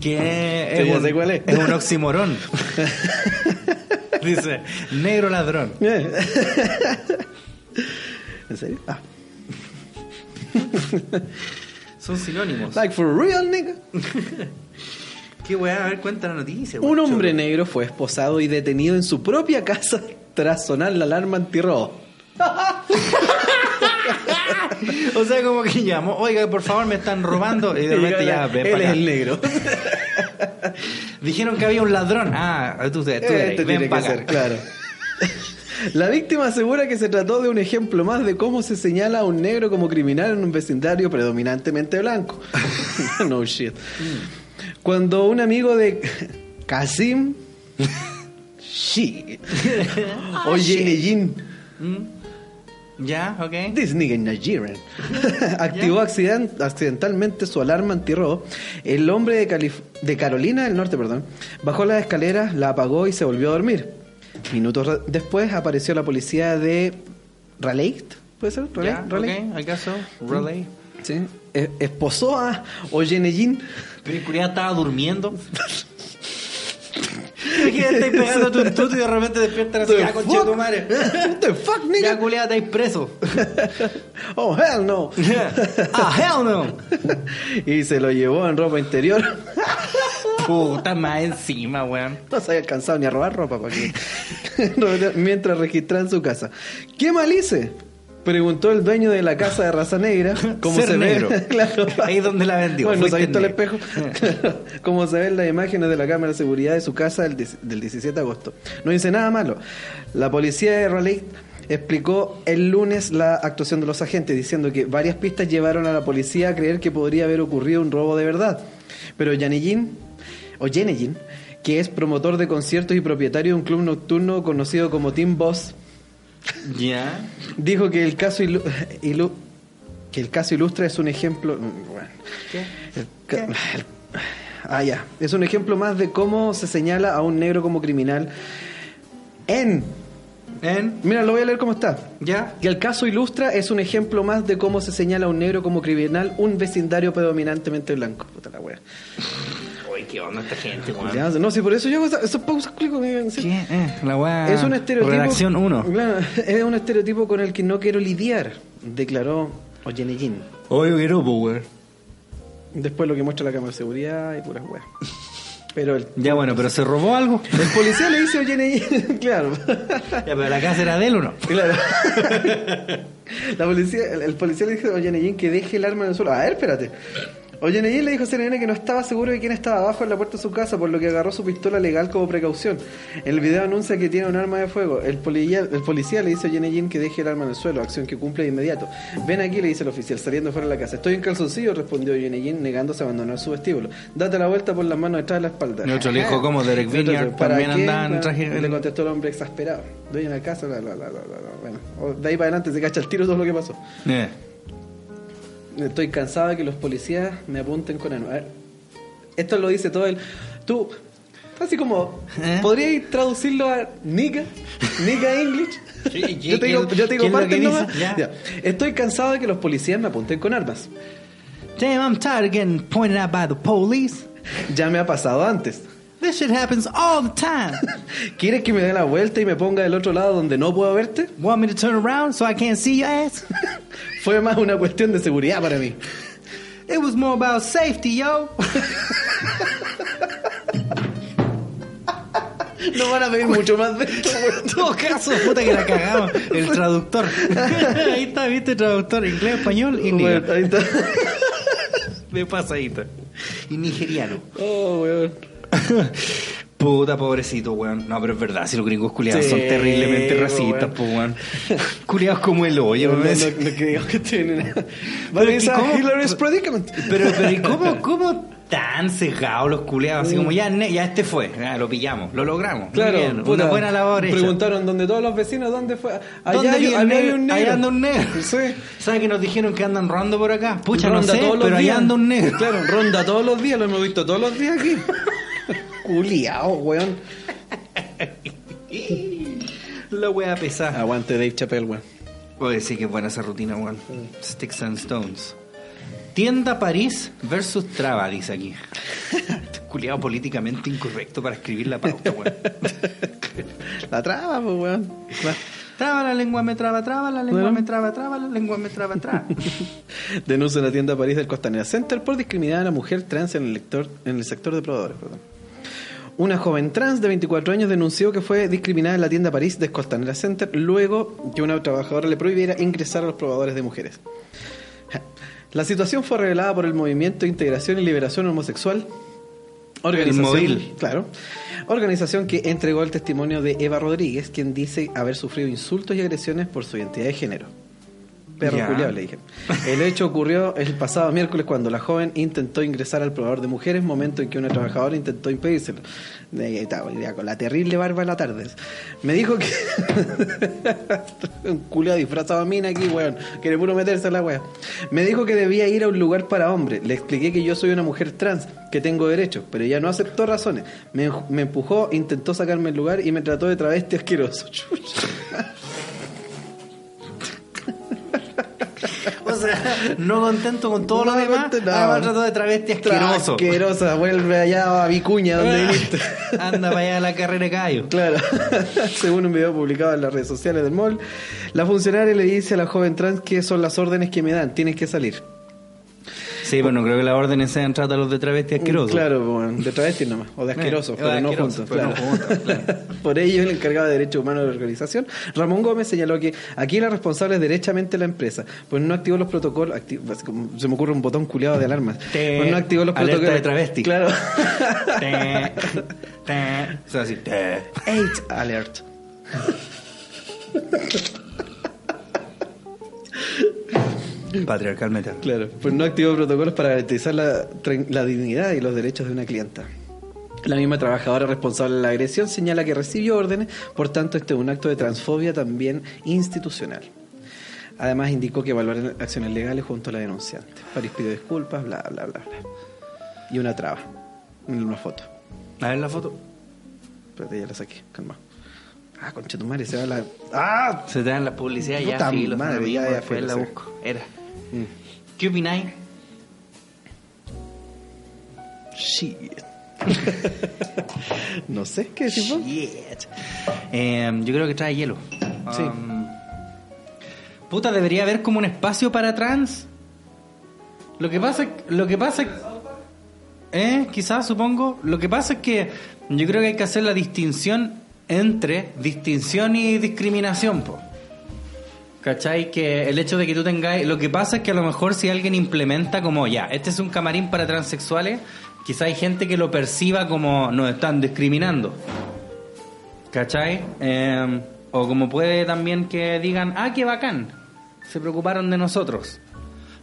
que Sí, ya un, sé cuál es. es un oximorón. Dice, negro ladrón. ¿En serio? Ah. Son sinónimos. Like for real, nigga. Qué weá, a ver, cuenta la noticia. Un weón. hombre negro fue esposado y detenido en su propia casa tras sonar la alarma antirrobo. O sea, como que llamó, oiga, por favor, me están robando. Y de repente ya, ven Él para es acá. el negro. Dijeron que había un ladrón. Ah, tú, tú eres, Este ven tiene pa' que acá. ser, claro. La víctima asegura que se trató de un ejemplo más de cómo se señala a un negro como criminal en un vecindario predominantemente blanco. no shit. Cuando un amigo de Kasim Shi Ah, Oye, Leyin, Ya, ok. this nigga Nigerian, activó accidan- accidentalmente su alarma antirrobo, el hombre de, Calif- de Carolina del Norte, perdón, bajó las escaleras, la apagó y se volvió a dormir. Minutos re- después apareció la policía de Raleigh, ¿puede ser? Raleigh, Ya, Raleigh. ok, al caso, relay. Sí. E- esposó a Oyeneyin. Pero el culiao estaba durmiendo. Imagínate, estáis pegándote un tuto y de repente despiertan así, ah, conche tu madre. What the fuck, Ya, nigga? culiao, estáis preso. Oh, hell no. ah, hell no. y se lo llevó en ropa interior. Puta, más encima, weón. No se había alcanzado ni a robar ropa para que... mientras registraba en su casa. ¿Qué mal hice? Preguntó el dueño de la casa de raza negra. Como Ser se negro. ve? claro. Ahí es donde la vendió. Bueno, se ha fuiste visto el negro. espejo. Claro. Como se ven las imágenes de la cámara de seguridad de su casa del, 10 del 17 de agosto. No dice nada malo. La policía de Raleigh explicó el lunes la actuación de los agentes, diciendo que varias pistas llevaron a la policía a creer que podría haber ocurrido un robo de verdad. Pero Yanijin, o Yenejin, que es promotor de conciertos y propietario de un club nocturno conocido como Team Boss, Ya. dijo que el caso ilu- ilu- que el caso ilustra es un ejemplo mm, bueno. El ca- ah ya es un ejemplo más de cómo se señala a un negro como criminal en ¿En? mira lo voy a leer cómo está ¿Ya? que el caso ilustra es un ejemplo más de cómo se señala a un negro como criminal un vecindario predominantemente blanco puta la wea Uy, qué onda esta gente, weón. Ya, no si por eso yo hago esa- esos pausas clico que- sí. ¿Qué? Eh, la weá. Es un estereotipo. Redacción 1. Claro, es un estereotipo con el que no quiero lidiar, declaró Oyenegin. Oye, quiero, weón. Después lo que muestra la cámara de seguridad y puras weas. Pero el, Ya bueno, pero se robó algo. el policía le dice Oyenegin, claro. Ya, pero la casa era de él o no. Claro. La policía, el, el policía le dice a Oyenegin que deje el arma en el suelo. A ver, espérate. Oyeneye le dijo a CNN que no estaba seguro de quién estaba abajo en la puerta de su casa, por lo que agarró su pistola legal como precaución. El video anuncia que tiene un arma de fuego. El, polilla- el policía le dice a Oyeneyin que deje el arma en el suelo, acción que cumple de inmediato. Ven aquí, le dice el oficial, saliendo fuera de la casa. Estoy en calzoncillo, respondió Oyeneyin, negándose a abandonar su vestíbulo. Date la vuelta por las manos detrás de la espalda. Y otro le dijo, ¿cómo? Derek Y otro, Vineyard "¿Para también qué?", andaba en weón? traje- Le contestó el hombre exasperado. Dueño de la casa, bla, bla, bla, bla, bla, bla. Bueno, o- de ahí para adelante se cacha el tiro todo lo que pasó. Eh. Estoy cansado de que los policías me apunten con armas. A ver, Esto lo dice todo el. Tú, así como, ¿Eh? ¿podrías traducirlo a Nika? Nika English. Sí, ¿y yo te digo, quién- yo te digo quién lo partes que dice? nomás. Ya. Ya. Estoy cansado de que los policías me apunten con armas. Damn, I'm tired of getting pointed out by the police. Ya me ha pasado antes. This shit happens all the time. ¿Quieres que me dé la vuelta y me ponga del otro lado donde no puedo verte? Want me to turn around so I can't see your ass? Fue más una cuestión de seguridad para mí. It was more about safety, yo. No van a pedir mucho más de esto, weón. En todo caso, puta que la cagamos. El traductor. Ahí está, viste, traductor. Inglés, español y Bueno, ahí está. De pasadita. pues. Y nigeriano. Oh, weón. Puta, pobrecito, weón. No, pero es verdad, si los gringos culiados Sí, son terriblemente po, racistas, pues, weón. Culiados como el hoyo, No, no, weón. no creo que tienen. Pero Pero es que esa ¿cómo? Hillary's predicament. Pero, pero, ¿y cómo, cómo tan cegados los culiados? Así como, ya, ne- ya este fue, ya, lo pillamos, lo logramos. Mm. Claro, Bien, puta, una buena labor hecha. Preguntaron donde todos los vecinos, ¿dónde fue? ¿Dónde Allá hay, vive el allá hay negro? un negro. Allá anda un negro. Sí. ¿Sabes que nos dijeron que andan rondando por acá? Pucha, Ronda no sé, todos los pero allá días. anda un negro. Claro, ronda todos los días, lo hemos visto todos los días aquí. Culiao, weón. La wea pesada. Aguante Dave Chappelle, weón. Voy a decir que es buena esa rutina, weón. Sticks and Stones. Tienda París versus Traba, dice aquí. Este Culiado políticamente incorrecto para escribir la pauta, weón. La traba, pues, weón. Traba la lengua, me traba, traba la lengua, me traba, traba la lengua, me traba, traba. Denuncia la tienda París del Costanera Center por discriminar a la mujer trans en el, lector- en el sector de probadores. Perdón. Una joven trans de 24 años denunció que fue discriminada en la tienda París del Costanera Center luego que una trabajadora le prohibiera ingresar a los probadores de mujeres. La situación fue revelada por el Movimiento de Integración y Liberación Homosexual. móvil. Claro. Organización que entregó el testimonio de Eva Rodríguez, quien dice haber sufrido insultos y agresiones por su identidad de género. Perro Ya. culiao, le dije. El hecho ocurrió el pasado miércoles cuando la joven intentó ingresar al probador de mujeres, momento en que una trabajadora intentó impedírselo. De ahí está, ya Con la terrible barba de la tarde. Me dijo que. un culiao disfrazado de mina aquí, weón. Que le puro meterse a la wea. Me dijo que debía ir a un lugar para hombres. Le expliqué que yo soy una mujer trans, que tengo derechos, pero ella no aceptó razones. Me, me empujó, intentó sacarme el lugar y me trató de travesti asqueroso. Chucha. O sea, no contento con todo lo No demás, contento, no. además trato de travesti asqueroso. Ah. Asquerosa, vuelve allá a Vicuña donde viniste. Anda para allá a la carrera de callo. Claro, según un video publicado en las redes sociales del mall, la funcionaria le dice a la joven trans que son las órdenes que me dan, tienes que salir. Sí, bueno, creo que las órdenes sean trata a los de travesti asqueroso. Claro, bueno, de travesti nomás, o de asquerosos, Eh, o de pero, no asquerosos, juntos, pero no claro. juntos, Por ello, el encargado de Derechos Humanos de la organización, Ramón Gómez, señaló que aquí la responsable es derechamente la empresa, pues no activó los protocolos, acti- pues, se me ocurre un botón culiado de alarmas, Te- pues no activó los alerta protocolos de travesti. Claro. Te, te. O sea, así, te. AIDS alert. Patriarcal metal. Claro, pues no activó protocolos para garantizar la, tran- la dignidad y los derechos de una clienta. La misma trabajadora responsable de la agresión señala que recibió órdenes, por tanto este es un acto de transfobia también institucional. Además indicó que evaluarán acciones legales junto a la denunciante. París pidió disculpas, bla, bla, bla, bla. Y una traba, en una foto. A ver la foto. Espérate, ya la saqué, calma. Ah, concha tu madre, se va la... ¡Ah! Se te dan las publicidades ya, Puta filo, madre, no, ya, ya, después filo, la sí. busco. Era. Mm. ¿Qué opináis? Shit. no sé qué decir vos? Shit. Eh, yo creo que trae hielo. Sí. Um, puta, debería haber como un espacio para trans. Lo que pasa, lo que pasa, eh, quizás supongo. Lo que pasa es que yo creo que hay que hacer la distinción entre distinción y discriminación, po. ¿Cachai? Que el hecho de que tú tengáis... Lo que pasa es que a lo mejor si alguien implementa como, ya, este es un camarín para transexuales, quizá hay gente que lo perciba como nos están discriminando. ¿Cachai? Eh, o como puede también que digan, ah, qué bacán, se preocuparon de nosotros.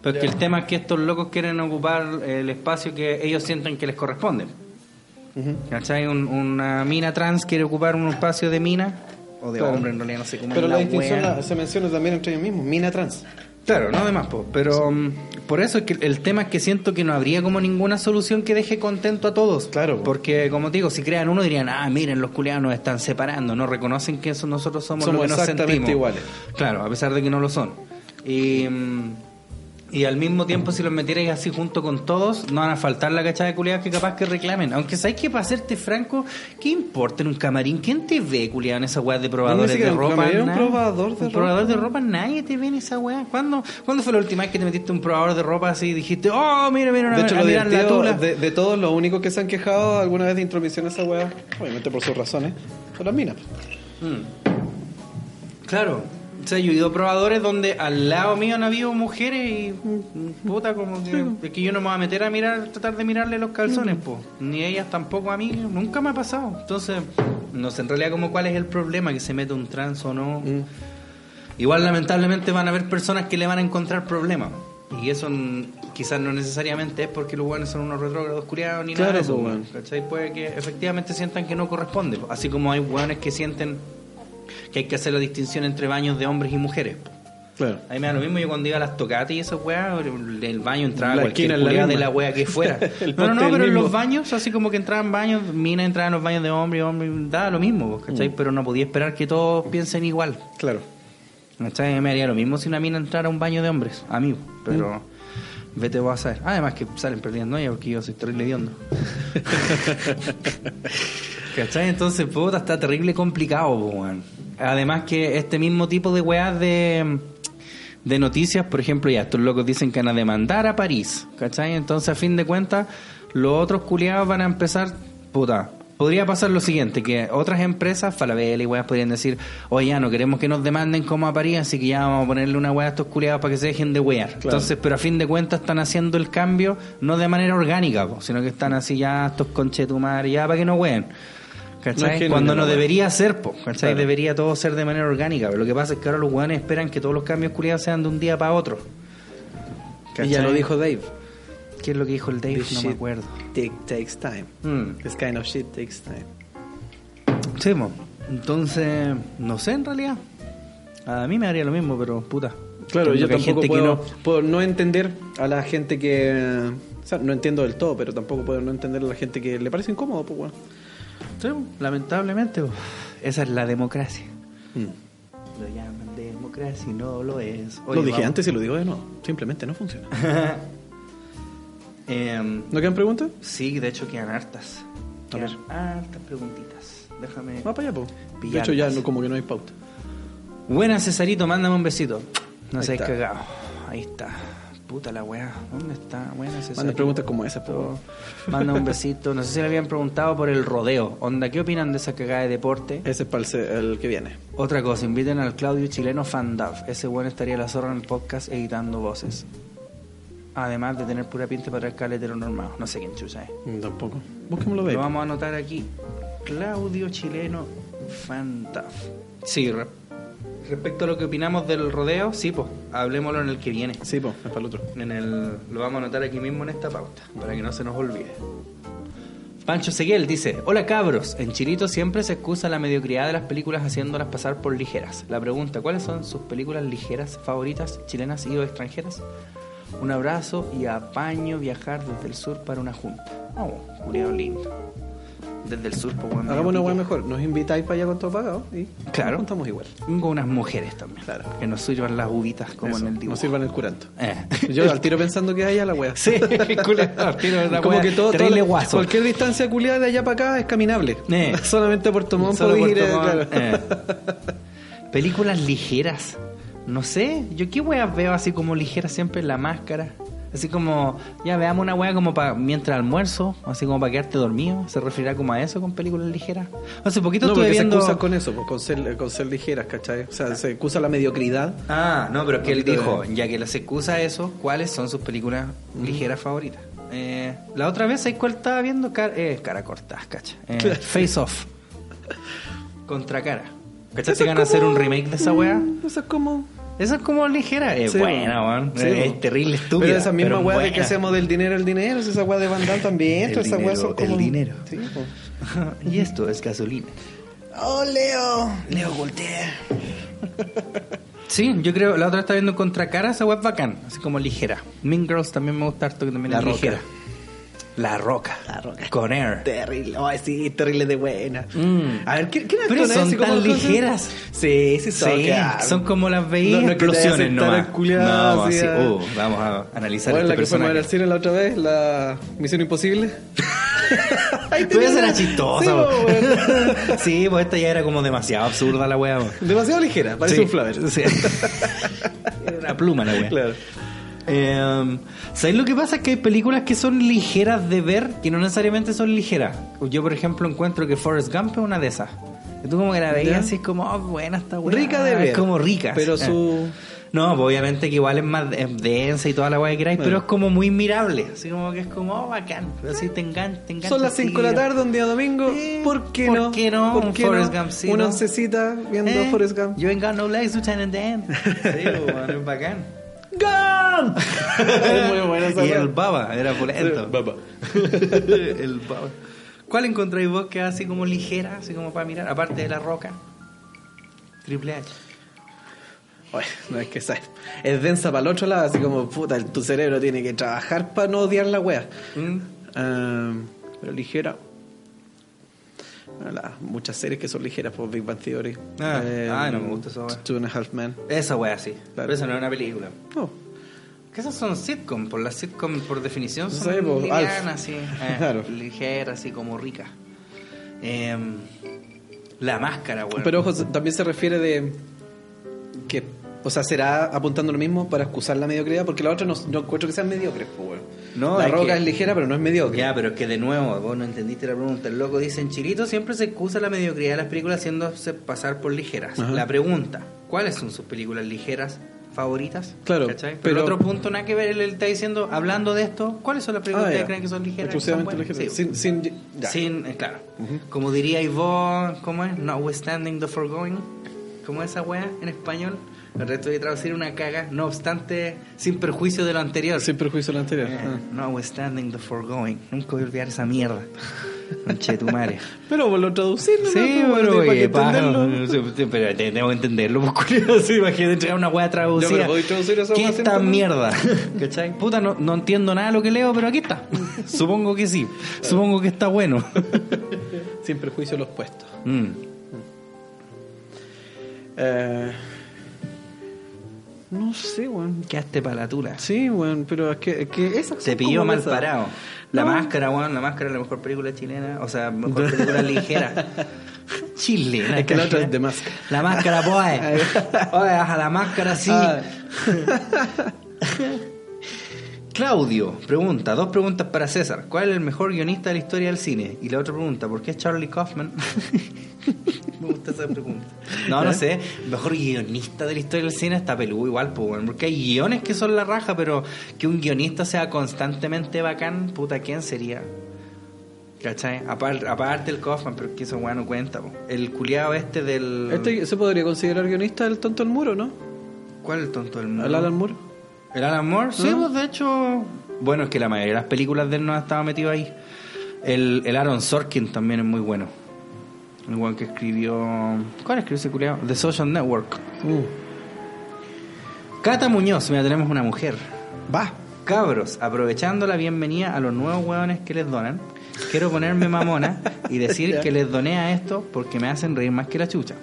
Pero es que el tema es que estos locos quieren ocupar el espacio que ellos sienten que les corresponde. ¿Cachai? Un- una mina trans quiere ocupar un espacio de mina o de hombre, en realidad no sé cómo Pero es la, distinción wea. la- se menciona también entre ellos mismos, mina trans. Claro, no además, po. pero mm, por eso es que el tema es que siento que no habría como ninguna solución que deje contento a todos. Claro, po. Porque, como te digo, si crean uno dirían, ah, miren, los culiados nos están separando, no reconocen que eso nosotros somos, lo Somos que nos exactamente sentimos. iguales. Claro, a pesar de que no lo son. Y, mm, y al mismo tiempo, si los metierais así junto con todos, no van a faltar la cachada de culiados que capaz que reclamen. Aunque sabéis que, para serte franco, ¿qué importa en un camarín? ¿Quién te ve, culiado, en esa weá de probadores siquiera de un ropa? camarín, un Nadie. probador de Un probador de ropa, nadie te ve en esa weá. ¿Cuándo, ¿Cuándo fue la última vez que te metiste un probador de ropa así y dijiste, oh, mira, mira, una, De hecho, lo mira la divertido tula? de, de todos, los únicos que se han quejado alguna vez de intromisión a esa weá, obviamente por sus razones, son las minas. pues. Mm. Claro. O sea, yo he ido a probadores donde al lado mío han habido mujeres y mm, puta como que, es que yo no me voy a meter a mirar, tratar de mirarle los calzones, po. Ni ellas tampoco a mí, nunca me ha pasado. Entonces, no sé en realidad como cuál es el problema, que se mete un trans o no. Mm. Igual lamentablemente van a haber personas que le van a encontrar problemas. Y eso mm, quizás no necesariamente es porque los guanes son unos retrógrados curiados ni nada Claro, de eso. pues, weón. ¿Cachai? Puede que efectivamente sientan que no corresponde. po. Así como hay guanes que sienten que hay que hacer la distinción entre baños de hombres y mujeres. pues. po. Claro. A mí me da lo mismo, yo cuando iba a las tocatas y esas weas, el el baño entraba La cualquier esquina es la culiao de misma. la wea que fuera. El no, no, no, poste es el pero en los mismo. baños, así como que entraban baños, mina entraba en los baños de hombre y hombre, daba lo mismo, po, ¿cachai? Pero no podía esperar que todos piensen igual. Mm. Claro. ¿Cachai? Me haría lo mismo si una mina entrara a un baño de hombres, a mí, pero Mm. vete vos a saber. Además que salen perdiendo ellas porque yo soy terrible hediondo. ¿Cachai? Entonces, puta, está terrible complicado, po, weón. Además que este mismo tipo de weas de, de noticias, por ejemplo, ya estos locos dicen que van a demandar a París, ¿cachai? Entonces, a fin de cuentas, los otros culiados van a empezar, puta. Podría pasar lo siguiente, que otras empresas, Falabella y weas, podrían decir, oye, ya no queremos que nos demanden como a París, así que ya vamos a ponerle una wea a estos culiados para que se dejen de wear. Entonces, pero a fin de cuentas están haciendo el cambio, no de manera orgánica, po, sino que están así ya estos conchetumar, ya para que no ween. ¿Cachai? No es que no, Cuando no, no no. debería ser, po, ¿cachai? Claro. Debería todo ser de manera orgánica. Pero lo que pasa es que ahora los hueones esperan que todos los cambios culiados sean de un día para otro. Y ya ¿Cachai? lo dijo Dave. ¿Qué es lo que dijo el Dave? This No me shit acuerdo. take- takes time. Mm. This kind of shit takes time. Sí, mo. Entonces, no sé en realidad. A mí me haría lo mismo, pero puta. Claro, Entiendo yo que hay gente tampoco que puedo, no- puedo no entender a la gente que... O sea, no entiendo del todo, pero tampoco puedo no entender a la gente que le parece incómodo, pues, bueno. Sí, mo, lamentablemente, po. esa es la democracia. Mm. Lo llaman democracia y no lo es. Oye, Lo dije vamos. antes y lo digo de nuevo. Simplemente no funciona. Em, ¿No quedan preguntas? Sí, de hecho quedan hartas. A Quedan hartas preguntitas. Déjame. Va para allá, pues. De Pillarlas. hecho, ya no, como que no hay pauta. Buenas, Cesarito, mándame un besito. No Ahí seas está. cagado. Ahí está. Puta la weá. ¿Dónde está? Buenas, Cesarito. Manda preguntas como esas, pues. bueno. Manda un besito. No sé si le habían preguntado por el rodeo. Onda, ¿qué opinan de esa cagada de deporte? Ese es para el se- el que viene. Otra cosa, inviten al Claudio Chileno Fandaf. Ese bueno estaría la zorra en el podcast editando voces. Además de tener pura pinta para el caletero normal. No sé quién chucha es. Mm, Tampoco. Busquémoslo, Lo Dave. vamos a anotar aquí. Claudio Chileno Fantaf. Sí, re- respecto a lo que opinamos del rodeo, sí, pues, hablemoslo en el que viene. Sí, pues, es para el otro. En el, lo vamos a anotar aquí mismo en esta pauta, para que no se nos olvide. Pancho Seguel dice, hola cabros, en Chilito siempre se excusa la mediocridad de las películas haciéndolas pasar por ligeras. La pregunta, ¿cuáles son sus películas ligeras favoritas, chilenas y o extranjeras? Un abrazo y apaño viajar desde el sur para una junta. Oh, culiao lindo. Desde el sur, pues bueno. Hagamos una weá mejor. Nos invitáis para allá con todo pagado y Claro. contamos igual. Tengo unas mujeres también, Claro. que nos sirvan las uvitas como Eso, en el dibujo. Nos sirvan el curanto. Eh. Yo al tiro pensando que hay a la wea. Sí, culiao, tiro de la Como wea, que todo, terrible todo- guaso. cualquier distancia culiada de allá para acá es caminable. Eh. Solamente a Puerto Montt Solo podéis ir, Puerto eh, Montt, claro. eh. Películas ligeras. No sé, yo qué weas veo así como ligeras siempre la máscara. Así como, ya veamos una weá como para mientras almuerzo, así como para quedarte dormido. ¿Se referirá como a eso con películas ligeras? Hace poquito No, estuve porque viendo. se excusa con eso, pues, con ser, con ser ligeras, ¿cachai? O sea, se excusa la mediocridad. Ah, no, pero es que él Poquito dijo, ya que las excusa eso, ¿cuáles son sus películas ligeras favoritas? Eh, la otra vez, ¿sabes cuál estaba viendo? Car- eh, cara corta, cacha. Eh, face Off. Contra cara. ¿Cachaste que van a hacer un remake de esa weá? Eso es como... Esa es como ligera. Es Sí, buena, weón. sí, es, weón. terrible, estúpida. Pero esa misma pero weá de buena. que hacemos del dinero el dinero, si esa weá de Van Damme también, El todas esas weas son dinero, el como... dinero. Sí, pues. y esto es gasolina. Oh, Leo. Leo voltea. Sí, yo creo, la otra está viendo contra cara, esa web bacán, así como ligera. Mean Girls también me gusta harto que también La es Roca. ligera. La roca. La Roca. Con air. Terrible. Ay, sí, terrible de buena. Mm. A ver, ¿qué, qué Pero actores son así como tan cosas? ligeras. Sí, sí, son. Sí, claro. son como las veías No, no es que te explosiones vayas a sentar nomás. al culiao, No, así, así, ah. uh, vamos a analizar este Bueno, la que fuimos a ver al personaje. cine la otra vez, la Misión Imposible. Ahí Pero esa tenés- era Sí, chistosa. po, weón. weón. sí, pues esta ya era como demasiado absurda la pues. wea. weón. Demasiado ligera, parece Sí, un flower. sí. Una pluma la wea. Claro. Eh, ¿Sabéis lo que pasa? Es que hay películas que son ligeras de ver, que no necesariamente son ligeras. Yo, por ejemplo, encuentro que Forrest Gump es una de esas. Que tú como que la veías Ya. así, es como, oh, buena esta weá. Rica de ver. Es como rica. Ah. Pero sí. su... No, pues obviamente que igual es más es densa y toda la weá que queráis, pero es como muy mirable. Así como que es como, oh, bacán. Así te engan- te engancha. Son las 5 de la así. tarde, un día domingo. Eh, ¿Por qué ¿por no? qué no? Un Forrest Gumpcito. Una oncecita viendo Eh, Forrest Gump. You ain't got no legs, Lieutenant Dan. Sí, pues, bueno, es bacán. ¡Gump! Es muy buena esa y weá. el baba, era polento. Baba. el baba. ¿Cuál encontráis vos que es así como ligera, así como para mirar? Aparte de la roca. Triple H. Oye, no es que sea, es densa para el otro lado, así como puta, el- tu cerebro tiene que trabajar para no odiar la wea. ¿Mm? Ah, pero ligera. Bueno, las- muchas series que son ligeras por Big Bang Theory. Ah, Eh, ay, no me gusta esa wea. Two and a Half Men. Oh, Esa wea sí. Pero esa no es una película. No, Que esas son sitcom, por las sitcom por definición No son sé, po, Alf. livianas, así, eh, Claro. ligeras, así como ricas. Em, la máscara, weón. Pero ojo, también se refiere de que, o sea, será apuntando lo mismo para excusar la mediocridad, porque la otra no, no encuentro que sean mediocres, pues, weón. No, la es roca que- es ligera, pero no es mediocre. Ya, pero es que de nuevo, vos no entendiste la pregunta. El loco dice, en Chilito siempre se excusa la mediocridad de las películas haciéndose pasar por ligeras. Ajá. La pregunta, ¿cuáles son sus películas ligeras favoritas? Claro, ¿Cachai? Pero, pero- otro punto, nada que ver, él está diciendo, hablando de esto, ¿cuáles son las películas Ah, que ya. ustedes creen que son ligeras? que son Exclusivamente buenas? ligera. Sí. Sin, sin, ya. Sin- eh, claro. Como diríais vos, ¿cómo es? Notwithstanding the foregoing. ¿Cómo es esa wea en español? El resto de traducir una caga, no obstante, sin perjuicio de lo anterior. Sin perjuicio de la anterior. Eh. Ah. Notwithstanding the foregoing. Nunca voy a olvidar esa mierda. Che tu madre. Pero vos lo traducís, ¿no? Sí, Como pero de- para que oye, paja, entenderlo. no sé, sí, pero te- tengo que entenderlo, pues curioso, sí, imagínate entregar una wea traducida. Ya, pero voy a traducir esa ¿Qué wea sin esta entender? mierda? ¿Cachai? Puta, no, no entiendo nada de lo que leo, pero aquí está. Supongo que sí. Supongo que está bueno. Sin perjuicio de los puestos. Mm. Eh, no sé, weón. Quedaste para la tula. Sí, weón, pero es que, es que esas Se son pilló como mal esas. parado. La No. máscara, weón, la máscara es la mejor película chilena, o sea, mejor película ligera. Chilena. Es que la otra es de máscara. La máscara, boy. Oye, baja la máscara, sí. Ah. Claudio pregunta, dos preguntas para César. ¿Cuál es el mejor guionista de la historia del cine? Y la otra pregunta, ¿por qué es Charlie Kaufman? Me gusta esa pregunta. ¿Eh? No, no sé. Mejor guionista de la historia del cine está peludo igual, pues, bueno, porque hay guiones que son la raja, pero que un guionista sea constantemente bacán, puta, ¿quién sería? ¿Cachai? Apar- aparte el Kaufman, pero que eso weá no cuenta, po. El culiado este del... Este se podría considerar guionista del tonto al muro, ¿no? ¿Cuál es el tonto del mundo? Al Alan Moore. ¿El Alan Moore? Sí, ¿No? pues de hecho. Bueno, es que la mayoría de las películas de él no estaba metido ahí. El, el Aaron Sorkin también es muy bueno. El weón que escribió. ¿Cuál escribió ese culiao? The Social Network. Cata Muñoz, mira, tenemos una mujer. Uh. Va. Cabros, aprovechando la bienvenida a los nuevos hueones que les donan, quiero ponerme mamona y decir que les doné a esto porque me hacen reír más que la chucha.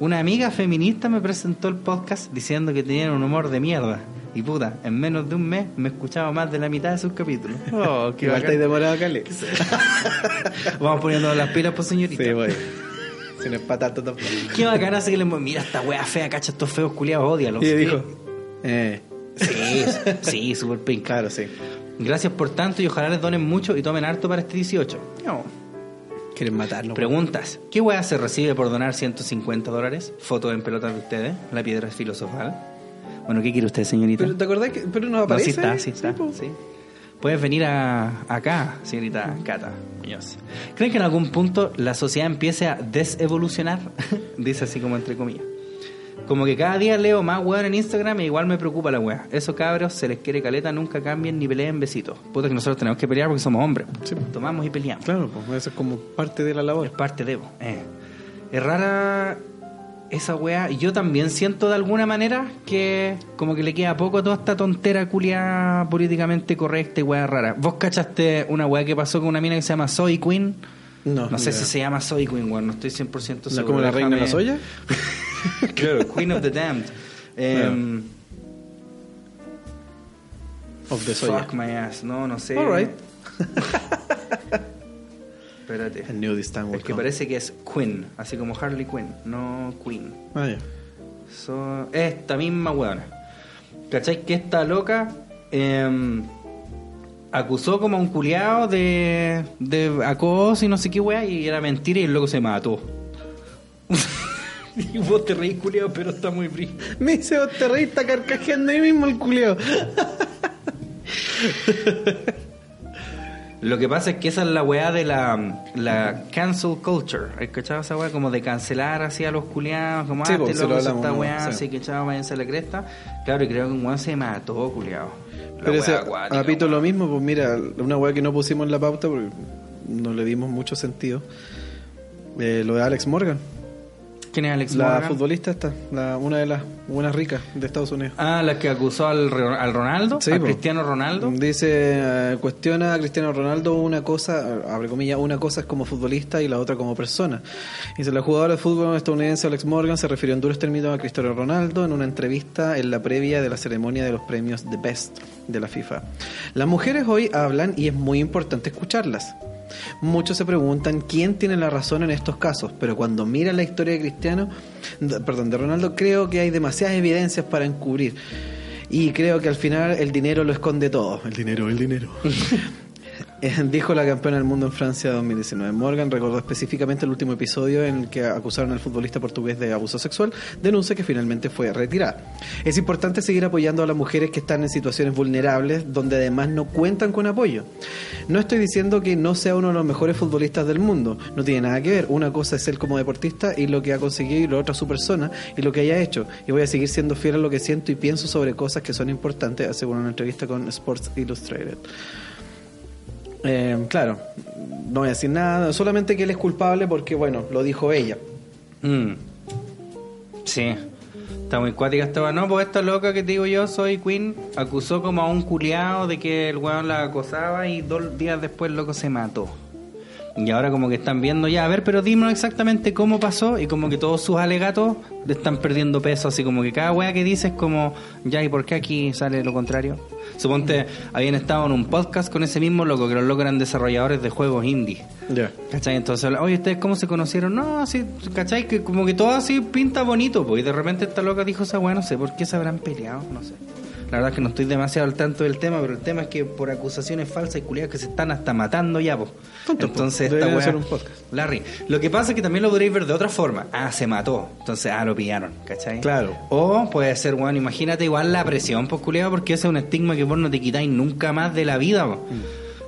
Una amiga feminista me presentó el podcast diciendo que tenían un humor de mierda. Y puta, en menos de un mes me escuchaba más de la mitad de sus capítulos. Oh, qué bacán. Igual estáis demorados, Cali. Vamos poniendo las pilas, pues señorita. Sí, voy. Si no es patata tampoco. Qué bacán hace que le... Mira esta wea fea, cacha, estos feos culiados, ódialos. Y dijo, eh, Sí, sí, súper pinca. Claro, sí. Gracias por tanto y ojalá les donen mucho y tomen harto para este 18. Quieren matarlo. Preguntas. ¿Qué hueá se recibe por donar 150 dólares? Foto en pelota de ustedes. La piedra filosofal. Bueno, ¿qué quiere usted, señorita? pero, ¿Te acordás que pero no No, aparece? sí está, sí está. po. sí. Puedes venir a, acá, señorita Cata Muñoz. ¿Creen que en algún punto la sociedad empiece a desevolucionar? Dice así como entre comillas. Como que cada día leo más weón en Instagram y igual me preocupa la weá. Esos cabros se les quiere caleta, nunca cambien ni peleen besitos. Puta que nosotros tenemos que pelear porque somos hombres. Sí. Tomamos y peleamos. Claro, pues eso es como parte de la labor. Es parte de vos. eh. Es rara esa weá. Yo también siento de alguna manera que como que le queda poco a toda esta tontera culia políticamente correcta y weá rara. ¿Vos cachaste una weá que pasó con una mina que se llama Zoe Queen? No, sé Ah, ya. si se llama Zoe Queen, weón. No estoy 100% seguro. ¿No es como la reina de la Déjame- soya? claro. Queen of the Damned. Em, Of the soya. fuck my ass. No, no sé. Alright. Espérate. I knew this time would Es que come. parece que es Queen, así como Harley Quinn, no Queen. Ah, ya. So- esta misma huevona. ¿Cachai? Que esta loca em, acusó como a un culiao de, de acoso y no sé qué wea y era mentira y el loco se mató. y vos te reís, culiao, pero está muy brillo. Me dice vos te reís, está carcajeando ahí mismo el culeo. Lo que pasa es que esa es la weá de la, la cancel culture. ¿Has cachado esa weá? Como de cancelar así a los culiados, como Sí, ah, pues, este se lo loco hizo hablamos, esta ¿no? weá, Sí. así que chao, váyanse a la cresta. Claro, y creo que un weón se mató, culiado. Pero ese, apito lo mismo, pues mira, una weá que no pusimos en la pauta porque no le dimos mucho sentido. Eh, lo de Alex Morgan, ¿Quién es Alex la Morgan? futbolista esta, la- una de las buenas ricas de Estados Unidos. Ah, la que acusó al, Re- al Ronaldo, Sí, a po. Cristiano Ronaldo. Dice, eh, cuestiona a Cristiano Ronaldo una cosa, eh, abre comillas, una cosa es como futbolista y la otra como persona. Dice, la jugadora de fútbol estadounidense Alex Morgan se refirió en duros términos a Cristiano Ronaldo en una entrevista en la previa de la ceremonia de los premios The Best de la FIFA. Las mujeres hoy hablan y es muy importante escucharlas. Muchos se preguntan quién tiene la razón en estos casos, pero cuando miran la historia de Cristiano, de- perdón, de Ronaldo, creo que hay demasiadas evidencias para encubrir. Y creo que al final el dinero lo esconde todo. El dinero, el dinero. Eh, Dijo la campeona del mundo en Francia 2019. Morgan recordó específicamente el último episodio en el que acusaron al futbolista portugués de abuso sexual, denuncia que finalmente fue retirada. Es importante seguir apoyando a las mujeres que están en situaciones vulnerables donde además no cuentan con apoyo. No estoy diciendo que no sea uno de los mejores futbolistas del mundo, no tiene nada que ver. Una cosa es él como deportista y lo que ha conseguido y lo otra su persona y lo que haya hecho. Y voy a seguir siendo fiel a lo que siento y pienso sobre cosas que son importantes, aseguró en una entrevista con Sports Illustrated. Eh, claro, no voy a decir nada, solamente que él es culpable porque, bueno, lo dijo ella. Mm. Sí. Está muy cuática esta weá. No, pues esta loca que te digo yo, soy Queen, acusó como a un culiao de que el weón la acosaba y dos días después el loco se mató. Y ahora como que están viendo ya, a ver, pero dinos exactamente cómo pasó y como que todos sus alegatos le están perdiendo peso, así como que cada weá que dices como, ya, ¿y por qué aquí sale lo contrario? Suponte, habían estado en un podcast con ese mismo loco, que los locos eran desarrolladores de juegos indie. Ya. ¿Cachai? Entonces, habla, oye, ¿ustedes cómo se conocieron? No, así, ¿cachai? Que como que todo así pinta bonito, pues. Y de repente esta loca dijo esa weá, no sé por qué se habrán peleado, no sé. La verdad es que no estoy demasiado al tanto del tema, pero el tema es que por acusaciones falsas y culiadas que se están hasta matando ya, pues. Tonto, po. Entonces, esta Deberían weá. hacer un podcast. Larry, lo que pasa es que también lo podréis ver de otra forma. Ah, se mató. Entonces, ah, lo pillaron, ¿cachai? Claro. O puede ser, bueno, imagínate igual la presión, pues, culiado, porque ese es un estigma que vos no te quitáis nunca más de la vida, po.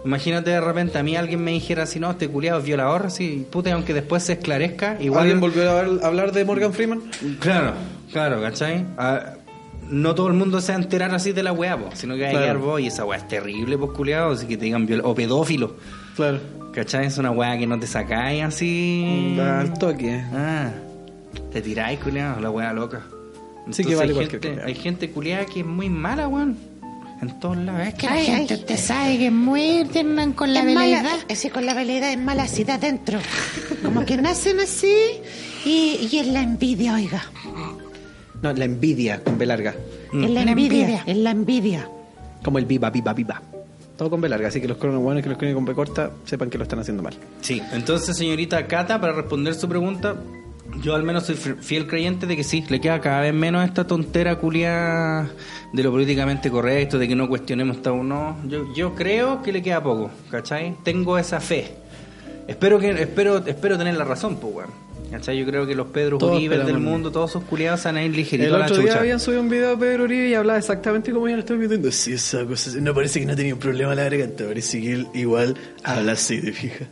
Imagínate de repente a mí alguien me dijera, si no, este culiado es violador, sí, puta, y aunque después se esclarezca, igual... ¿Alguien volvió a hablar- hablar de Morgan Freeman? Claro, claro, ¿cachai? Ah, no todo el mundo se va a enterar así de la weá, po, sino que hay Claro. que vos y esa weá es terrible, pues, culiado, así que te digan viol- o pedófilo, Claro. ¿cachai? Es una weá que no te sacáis así... Al toque. Ah, te tiráis, culiado, la weá loca. Sí que vale hay cualquier gente, culiao. hay gente culiada que es muy mala, weón. En todos lados. Es que la Ay, ay. gente, usted sabe que es muy ternan con la Es mala- veleidad. eh, sí, con la veleidad es mala cita adentro. Como que nacen así y, y es la envidia, oiga. No, la envidia con B larga. Es la envidia, es la envidia. Como el viva, viva, viva. Todo con B larga, así que los cronos buenos que los cronos con B corta sepan que lo están haciendo mal. Sí, entonces, señorita Cata, para responder su pregunta, Yo al menos soy fi- fiel creyente de que sí, le queda cada vez menos esta tontera culia de lo políticamente correcto, de que no cuestionemos esta o no. Yo, yo creo que le queda poco, ¿cachai? Tengo esa fe. Espero que espero espero tener la razón, pues, weón. ¿Cachai? Yo creo que los Pedros Todos Uribe del esperamos. mundo, todos esos culiados se van a ir El ligerito a la otro día chucha. habían subido un video de Pedro Uribe y hablaba exactamente como yo lo estoy viendo. Sí, esa cosa. No parece que no tenía un problema la garganta. Parece que él igual habla así de fija.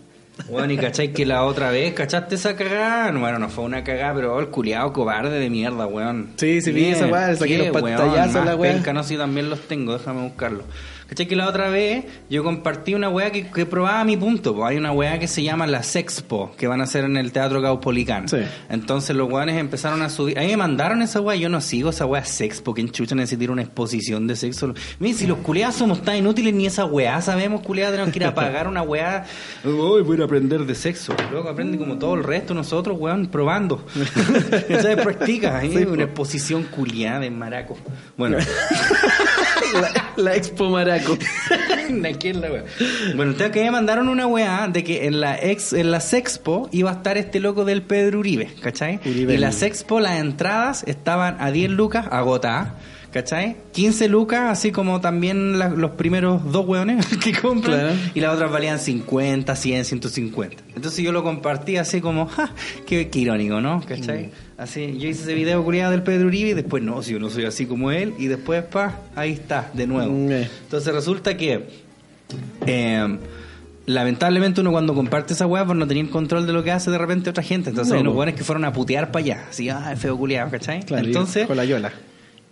Bueno, y cachai que la otra vez, ¿cachaste esa cagada? No, Bueno, no fue una cagada, pero oh, el culiado cobarde de mierda, weón. Sí, sí, vi Bien, esa weá, le saqué qué los pantallazos a más la weá. penca, no, sí, también los tengo, déjame buscarlo. ¿Cachai que la otra vez yo compartí una weá que, que probaba mi punto? Pues hay una weá que se llama la Sexpo, que van a hacer en el Teatro Caupolicán. Sí. Entonces los weones empezaron a subir. A mí me mandaron esa weá, yo no sigo esa weá Sexpo, que en chucha necesita ir a una exposición de sexo. Miren, si los culiados somos tan inútiles, ni esa weá sabemos, culiados, tenemos que ir a pagar una weá. Uy, voy a ir a aprender de sexo. Luego aprende como todo el resto nosotros, weón, probando. Entonces practica, ¿eh? una exposición culiada de maraco. Bueno. La, la Expo Maraco. Aquí en la wea. Bueno, ustedes que me mandaron una weá de que en la ex, en la Sexpo iba a estar este loco del Pedro Uribe, ¿cachai? Uribe. Y la Sexpo, las entradas estaban a 10 lucas agotadas. ¿Cachai? 15 lucas, así como también la- los primeros dos weones que compran. Claro. Y las otras valían 50, 100, 150. Entonces yo lo compartí así como, ¡ja! Qué, qué irónico, ¿no? ¿Cachai? Así, yo hice ese video culiado del Pedro Uribe y después, no, si yo no soy así como él. Y después, pa, ahí está, de nuevo. Mm, eh. Entonces resulta que eh, lamentablemente uno cuando comparte esa weá, pues no tenía el control de lo que hace de repente otra gente. Entonces No, hay unos po. weones que fueron a putear para allá. Así, ah, feo culiado, ¿cachai? Entonces, Con la Yola.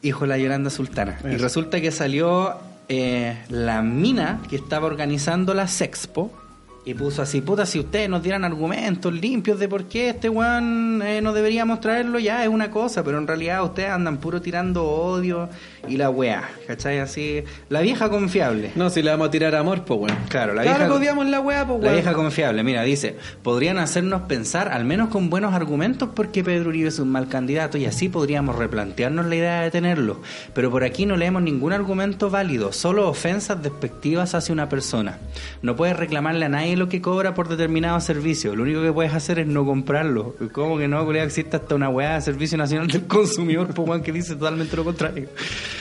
hijo de la Yolanda Sultana. Y resulta que salió eh, la mina que estaba organizando la Sexpo. Y puso así, puta, si ustedes nos dieran argumentos limpios de por qué este weón eh, no deberíamos traerlo, ya es una cosa, pero en realidad ustedes andan puro tirando odio y la weá, ¿cachai? Así, la vieja confiable. No, si le vamos a tirar amor, pues bueno. Claro, la claro vieja- que odiamos la weá, pues La weón. vieja confiable, mira, dice, podrían hacernos pensar, al menos con buenos argumentos, porque Pedro Uribe es un mal candidato y así podríamos replantearnos la idea de tenerlo. Pero por aquí no leemos ningún argumento válido, solo ofensas despectivas hacia una persona. No puedes reclamarle a nadie lo que cobra por determinado servicio, lo único que puedes hacer es no comprarlo. ¿Cómo que no, colega? Existe hasta una weá de Servicio Nacional del Consumidor, po, weón, que dice totalmente lo contrario.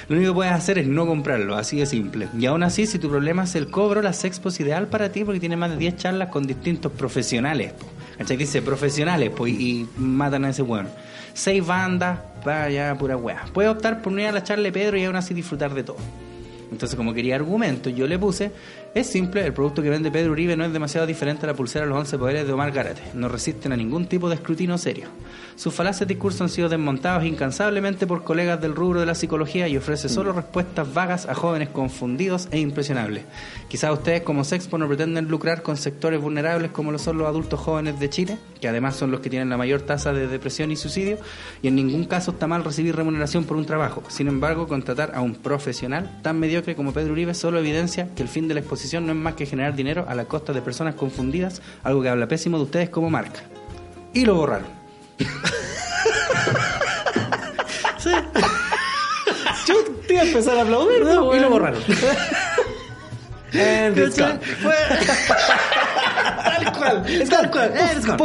Lo único que puedes hacer es no comprarlo, así de simple. Y aún así, si tu problema es el cobro, la Sexpo es ideal para ti porque tiene más de 10 charlas con distintos profesionales. po. ¿Cachai? Dice profesionales, pues, y matan a ese weón. Seis bandas, vaya, pura weá. Puedes optar por unir a la charla de Pedro y aún así disfrutar de todo. Entonces, como quería argumentos, yo le puse, es simple, el producto que vende Pedro Uribe no es demasiado diferente a la pulsera de los 11 poderes de Omar Garate. No resisten a ningún tipo de escrutinio serio. Sus falaces discursos han sido desmontados incansablemente por colegas del rubro de la psicología y ofrece solo respuestas vagas a jóvenes confundidos e impresionables. Quizás ustedes como Sexpo no pretenden lucrar con sectores vulnerables como lo son los adultos jóvenes de Chile, que además son los que tienen la mayor tasa de depresión y suicidio, y en ningún caso está mal recibir remuneración por un trabajo. Sin embargo, contratar a un profesional tan mediocre como Pedro Uribe solo evidencia que el fin de la exposición no es más que generar dinero a la costa de personas confundidas, algo que habla pésimo de ustedes como marca. Y lo borraron. Yo te iba a empezar a aplaudir, pues, Y lo weón. borraron. And it's gone. Tal cual, es tal cual. Let's go.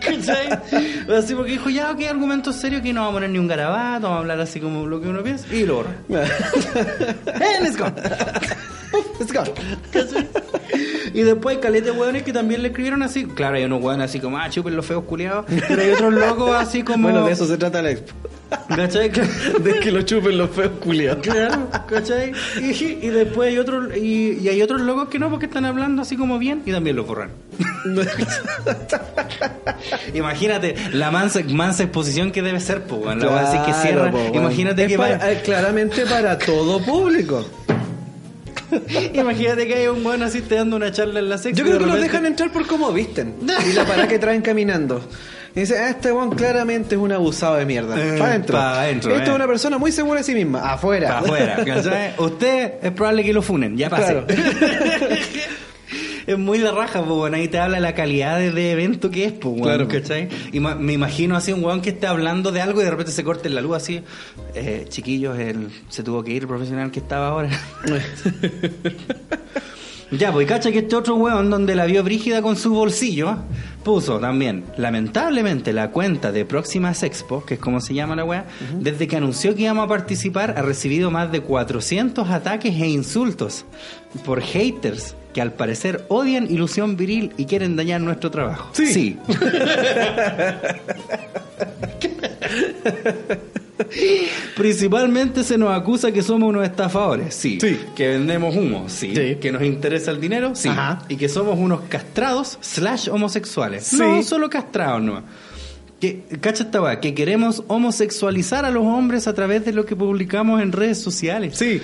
¿Cachai? Así porque dijo, ya, ok, argumento serio que no vamos a poner ni un garabato, vamos a hablar así como lo que uno piensa. Y lo borra. ¡Eh, let's go! Let's go. Y después caleta de hueones que también le escribieron así. Claro, hay unos hueones así como, ah, chupen los feos culiados. Pero hay otros locos así como. Bueno, de eso se trata la Expo. ¿Cachai? De que lo chupen los feos culiados. Claro, ¿cachai? Y, y después hay otros y, y hay otros locos que no, porque están hablando así como bien y también los borran. Imagínate la mansa, mansa exposición que debe ser, pues, weón. la weá así que cierra. Claro, po, weón. Imagínate Es que para- vaya- eh, claramente para todo público. Imagínate que hay un buen así te dando una charla en la sexta. y Yo de creo que los repente- dejan entrar por cómo visten y la parada que traen caminando. Y dice, "Ah, este weón claramente es un abusado de mierda. Eh, para adentro. pa' adentro, Esto eh. es una persona muy segura de sí misma. Afuera. Para afuera. ¿cachai? Usted es probable que lo funen, ya pase. Claro. Es muy de raja, pues, bueno, ahí te habla la calidad de, de evento que es, pues, bueno, Claro. ¿cachai? Y ma- me imagino así un weón que esté hablando de algo y de repente se corte la luz así, eh, chiquillos, él se tuvo que ir el profesional que estaba ahora. Ya, pues cacha que este otro weón donde la vio Brígida con su bolsillo, puso también, lamentablemente, la cuenta de Próximas Expo, que es como se llama la weá, desde que anunció que íbamos a participar, ha recibido más de 400 ataques e insultos por haters que al parecer odian ilusión viril y quieren dañar nuestro trabajo. Sí. Principalmente se nos acusa que somos unos estafadores, sí. Sí. Que vendemos humo, sí. Sí. Que nos interesa el dinero, sí. Ajá. Y que somos unos castrados slash homosexuales. Sí. No, solo castrados nomás. Que, cacha esta weá, que queremos homosexualizar a los hombres a través de lo que publicamos en redes sociales. Sí,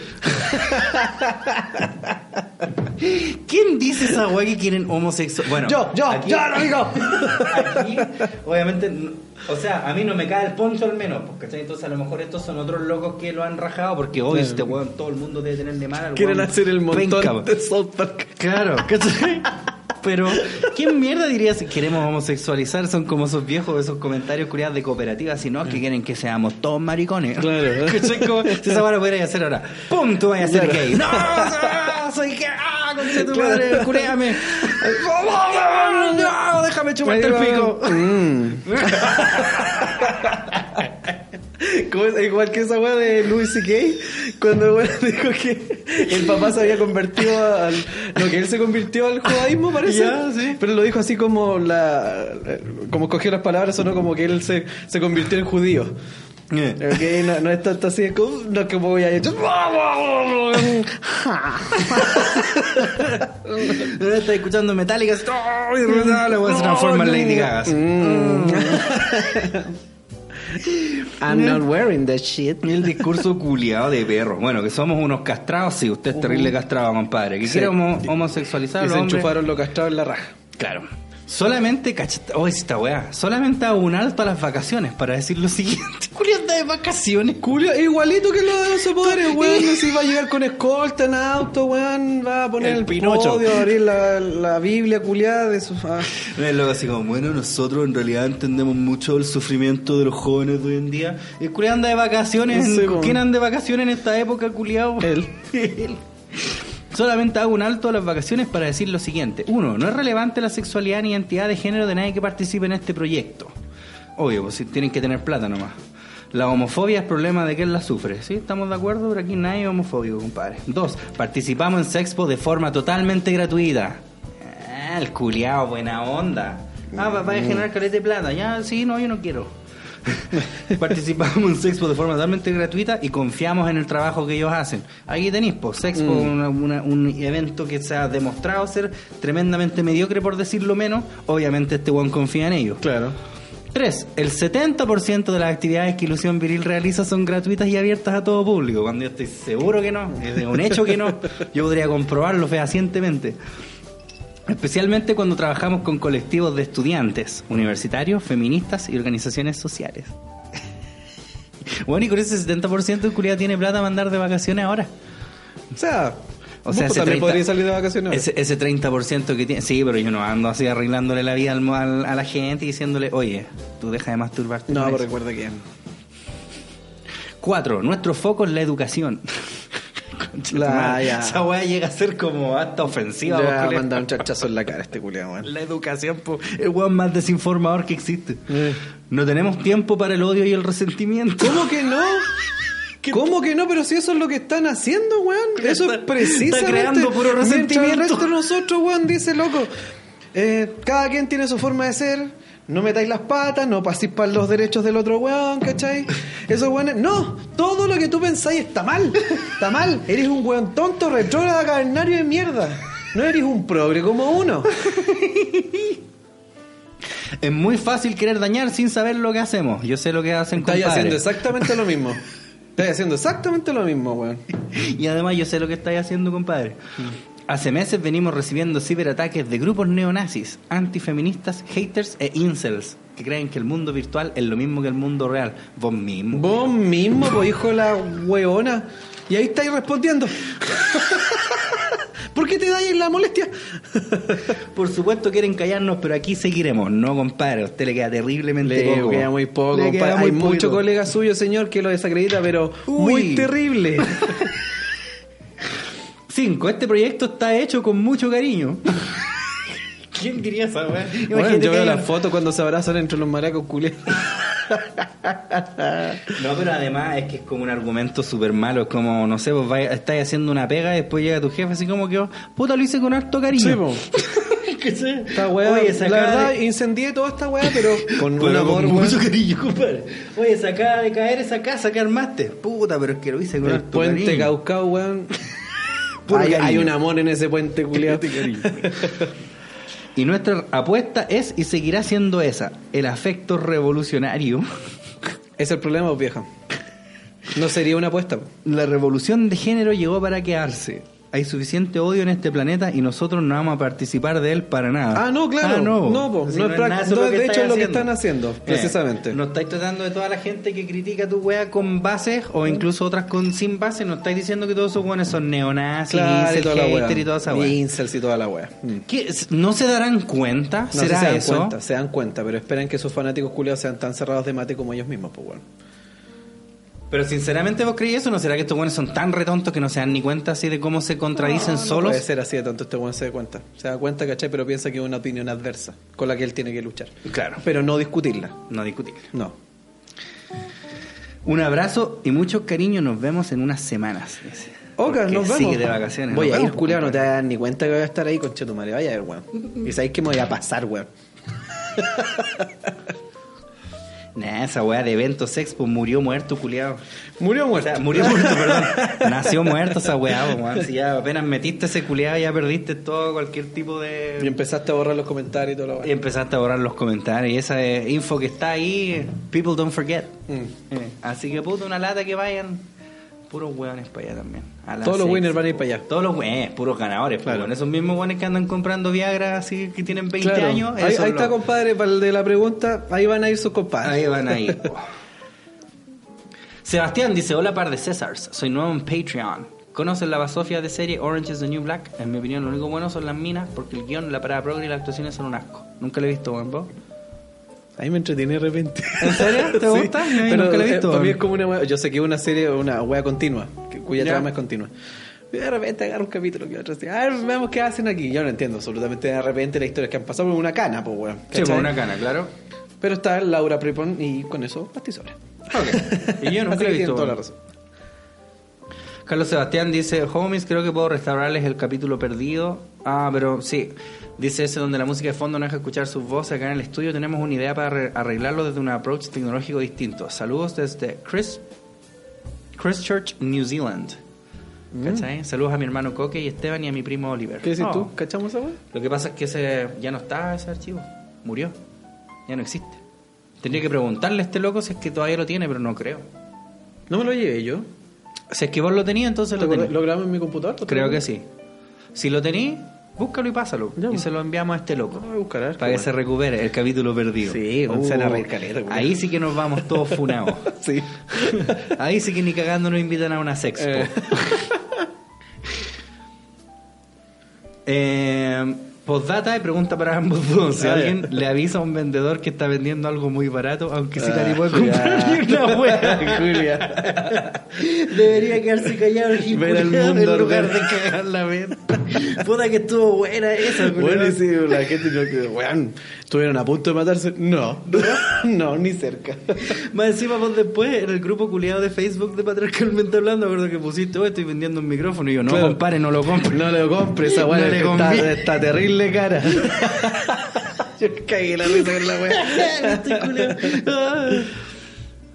¿Quién dice esa weá que quieren homosexual? Bueno, Yo, yo, aquí- yo lo digo. aquí, obviamente, n- o sea, a mí no me cae el poncho al menos, pues, ¿cachai? Entonces a lo mejor estos son otros locos que lo han rajado porque hoy este weón todo el mundo debe tenerle mal al Quieren weón hacer el montón penca, po. de South Park. Claro, ¿cachai? Pero, ¿quién mierda diría si queremos homosexualizar? Son como esos viejos, esos comentarios curiados de cooperativas, sino que quieren que seamos todos maricones. Eh. Claro. ¿Cachai? Como, si esa vara pudiera hacer ahora, ¡pum! Tú vayas a ser gay. ¡No! no, ¡Soy gay! ¡Ah! ¡Concha tu madre! ¡Curéame! ¡No! ¡Déjame chuparte el pico! Mm. Como es- igual que esa weá de Louis C.K. Cuando el weón dijo que el papá se había convertido al. No, que él se convirtió al judaísmo, parece. Ya, sí. Pero lo dijo así como la. Como cogió las palabras, sonó como que él se, se convirtió en judío. Eh, Ok, no, no es tanto así, es como. No es como voy a hecho. Estás eh, escuchando Metallica. así, ¡oh! Y de repente, la weá se transforma en Lady Gaga. así. Mm. I'm not wearing that shit. Y El discurso culiado de perro. Bueno, que somos unos castrados, sí, usted es terrible castrado, compadre. Que quiere homo- homosexualizar a Y los se hombres. enchufaron los castrados en la raja. Claro. Solamente, cachata, oh, esta weá. Solamente hago un alto a las vacaciones para decir lo siguiente. Culiado está de vacaciones. Julio, igualito que lo de los poderes, weón. Si va a llegar con escolta en auto, weón. Va a poner El el, Pinocho. podio, a abrir la, la Biblia culiada de su. ah. Es loco así como, bueno, nosotros en realidad entendemos mucho el sufrimiento de los jóvenes de hoy en día. Y el culiao anda de vacaciones. Sí, po. ¿Quién anda de vacaciones en esta época, culiado? Él. Solamente hago un alto a las vacaciones para decir lo siguiente. Uno, no es relevante la sexualidad ni identidad de género de nadie que participe en este proyecto. Obvio, pues si tienen que tener plata nomás. La homofobia es problema de quien la sufre. ¿Sí? Estamos de acuerdo, pero aquí nadie es homofóbico, compadre. Dos, participamos en Sexpo de forma totalmente gratuita. Ah, el culiao, buena onda. Ah, papá, de generar caleta de plata. Ya, sí, no, yo no quiero. Participamos en Sexpo de forma totalmente gratuita y confiamos en el trabajo que ellos hacen. Aquí tenéis, pues, Sexpo, una- una- un evento que se ha demostrado ser tremendamente mediocre, por decirlo menos. Obviamente, este one confía en ellos. Claro. 3. El 70% de las actividades que Ilusión Viril realiza son gratuitas y abiertas a todo público. Cuando yo estoy seguro que no, es de un hecho que no, yo podría comprobarlo fehacientemente. Especialmente cuando trabajamos con colectivos de estudiantes, universitarios, feministas y organizaciones sociales. Bueno, y con ese 70% el culiao tiene plata a mandar de vacaciones ahora. O sea, O sea, vos ese también 30 podría salir de vacaciones. Ese, ese 30% que tiene. Sí, pero yo no ando así arreglándole la vida al mo- al- a la gente y diciéndole, oye, tú deja de masturbarte. no, con eso". pero recuerda que. Cuatro, nuestro foco es la educación. Concha tu La- madre. ya. Esa weá llega a ser como hasta ofensiva. Le vos, va a culiao. mandar un chachazo en la cara a este culiado, weón. La educación, po, el weón más desinformador que existe. Eh. No tenemos tiempo para el odio y el resentimiento. ¿Cómo que no? ¿Cómo que no? Pero si eso es lo que están haciendo, weón. Eso es Está- precisamente. está creando puro Mientras resentimiento. El resto de nosotros, weón, dice, loco, eh, cada quien tiene su forma de ser. No metáis las patas, no paséis para los derechos del otro weón, ¿cachai? Esos weones... No, todo lo que tú pensáis está mal. Está mal. Eres un weón tonto, retrógrado, cavernario de mierda. No eres un progre como uno. Es muy fácil querer dañar sin saber lo que hacemos. Yo sé lo que hacen Estáis compadre. haciendo exactamente lo mismo. Estáis haciendo exactamente lo mismo, weón. Y además yo sé lo que estáis haciendo, compadre. Mm. Hace meses venimos recibiendo ciberataques de grupos neonazis, antifeministas, haters e incels, que creen que el mundo virtual es lo mismo que el mundo real. Vos mismo. Vos mismo, po, hijo de la weona. Y ahí estáis respondiendo. ¿Por qué te dais la molestia? Por supuesto quieren callarnos, pero aquí seguiremos. No, compadre, a usted le queda terriblemente poco. queda muy poco. Le queda compadre. muy Hay mucho poquito. colega suyo, señor, que lo desacredita, pero Uy. muy terrible. 5. Este proyecto está hecho con mucho cariño. ¿Quién diría esa weá? Bueno, Imagínate yo que veo hay las una- fotos cuando se abrazan entre los maracos culiados. No, pero además es que es como un argumento súper malo. Es como, no sé, vos vais- estáis haciendo una pega y después llega tu jefe así como que, oh, puta, lo hice con harto cariño. Sí, po. ¿Qué sé? Esta weá, Oye, esa la cara verdad, de- incendié toda esta weá, pero con un Pero amor, con weón. mucho cariño, compadre. Oye, se acaba de caer esa casa que armaste. Puta, pero es que lo hice con El harto puente cariño. Caucao, weón. Puro hay, cariño. hay un amor en ese puente culiado. Y nuestra apuesta es y seguirá siendo esa, el afecto revolucionario, es el problema, pues, vieja. No sería una apuesta. po. la revolución de género llegó para quedarse. Hay suficiente odio en este planeta y nosotros no vamos a participar de él para nada. Ah, no, claro. Ah, no, No, po. Si No es prac- nada, eso no, lo que de hecho, estáis Eh, es lo que están haciendo, precisamente. no estáis tratando de toda la gente que critica tu wea con bases o incluso otras con sin bases. No estáis diciendo que todos esos weones son neonazis, Claro, y incel, toda la hater weá. y toda esa wea. Incels y toda la weá. Mm. ¿Qué? ¿No se darán cuenta? No ¿Será sé si se dan eso? cuenta, se dan cuenta, pero esperan que sus fanáticos culiados sean tan cerrados de mate como ellos mismos, pues bueno. Pero sinceramente vos creí eso, ¿no será que estos buenos son tan retontos que no se dan ni cuenta así de cómo se contradicen solos? Puede ser así de tanto este weón se da cuenta. Se da cuenta, ¿cachai? Pero piensa que es una opinión adversa con la que él tiene que luchar. Claro. Pero no discutirla. No discutible. No. Un abrazo y mucho cariño, nos vemos en unas semanas. dice. Oca, Porque nos vemos. Sigue de vacaciones. Voy nos a ir, vemos, culiado, no te compadre. vas a dar ni cuenta que voy a estar ahí, con tu madre. Vaya a ver, weón. Y sabéis que me voy a pasar, weón. Nah, esa weá de eventos expo murió muerto, culiado. Murió O muerto. sea, murió muerto, perdón. Nació muerto esa weá, po, weón. Si ya apenas metiste ese culiado, ya perdiste todo, cualquier tipo de. Y empezaste a borrar los comentarios y todo lo Y empezaste a borrar los comentarios. Y esa eh, info que está ahí, eh, people don't forget. Mm. Eh, Así que puta una lata que vayan. Puros hueones para allá también. A las Todos los seis, winners van a ir po. para allá. Todos los hueones, puros ganadores. Claro. esos mismos hueones que andan comprando Viagra, así que tienen 20 Claro. años. Ahí, esos ahí los- está, compadre, para el de la pregunta. Ahí van a ir sus compadres. Ahí van ahí. po. Sebastián dice, hola par de Césars, soy nuevo en Patreon. ¿Conocen la basofia de serie Orange is the New Black? En mi opinión, lo único bueno son las minas, porque el guión, la parada progre y las actuaciones son un asco. Nunca lo he visto, weón. ¿Vos? Ahí me entretiene de repente. ¿En serio? ¿Te gusta? Yo Pero nunca la he eh, visto. para mí es como una wea- Yo sé que es una serie, una wea continua, que- cuya Ya. trama es continua. Y de repente agarra un capítulo que otro dice, a ver, veamos qué hacen aquí. Yo no entiendo absolutamente de repente las historias que han pasado por una cana, pues weón. Sí, por ¿cachai? una cana, claro. Pero está Laura Prepon y con eso pastizores. Ok. Y yo nunca Así lo he que tienen visto. toda la razón. Carlos Sebastián dice, homies, creo que puedo restaurarles el capítulo perdido. Ah, pero sí. Dice ese donde la música de fondo no deja escuchar sus voces. Acá en el estudio tenemos una idea para arre- arreglarlo desde un approach tecnológico distinto. Saludos desde Chris, Christchurch, New Zealand. ¿Cachai? Saludos a mi hermano Coque y Esteban y a mi primo Oliver. Mm. ¿Qué decís Oh. tú? ¿Cachamos esa wea? Lo que pasa es que ese ya no está ese archivo. Murió. Ya no existe. Tendría que preguntarle a este loco si es que todavía lo tiene, pero no creo. No me lo llevé yo. Si es que vos lo tenías, entonces ¿Te lo acordás? tenés. ¿Lo grabamos en mi computador? Creo que sí. Si lo tenís, búscalo y pásalo. Ya, y pues. se lo enviamos a este loco. No, voy a buscar, a ver, Para que cómo se es. recupere el capítulo perdido. Sí, bueno, se van a reír caleta, culiao. Ahí sí que nos vamos todos funados. Sí. Ahí sí que ni cagando nos invitan a una sexpo. Eh. Eh, postdata y pregunta para ambos dos. Si Ah, ya. alguien le avisa a un vendedor que está vendiendo algo muy barato, aunque sí Ah, nadie puede Julia. comprar ni una hueá. Debería quedarse callado el Ver al culiao, mundo en lugar de arder. cagar la venta. Puta que estuvo buena esa, culiao. Bueno, y sí, la gente no que, weón, estuvieron a punto de matarse. No, no, ni cerca. Más encima vos después en el grupo culiado de Facebook de Patriarcalmente Hablando, me acuerdo que pusiste, oh, estoy vendiendo un micrófono y yo, no, Claro. compadre, no lo compro. No lo compres, esa weá No le que está, conviene. está terrible cara. Yo cagué la risa con la weá. Este culiao. Ah.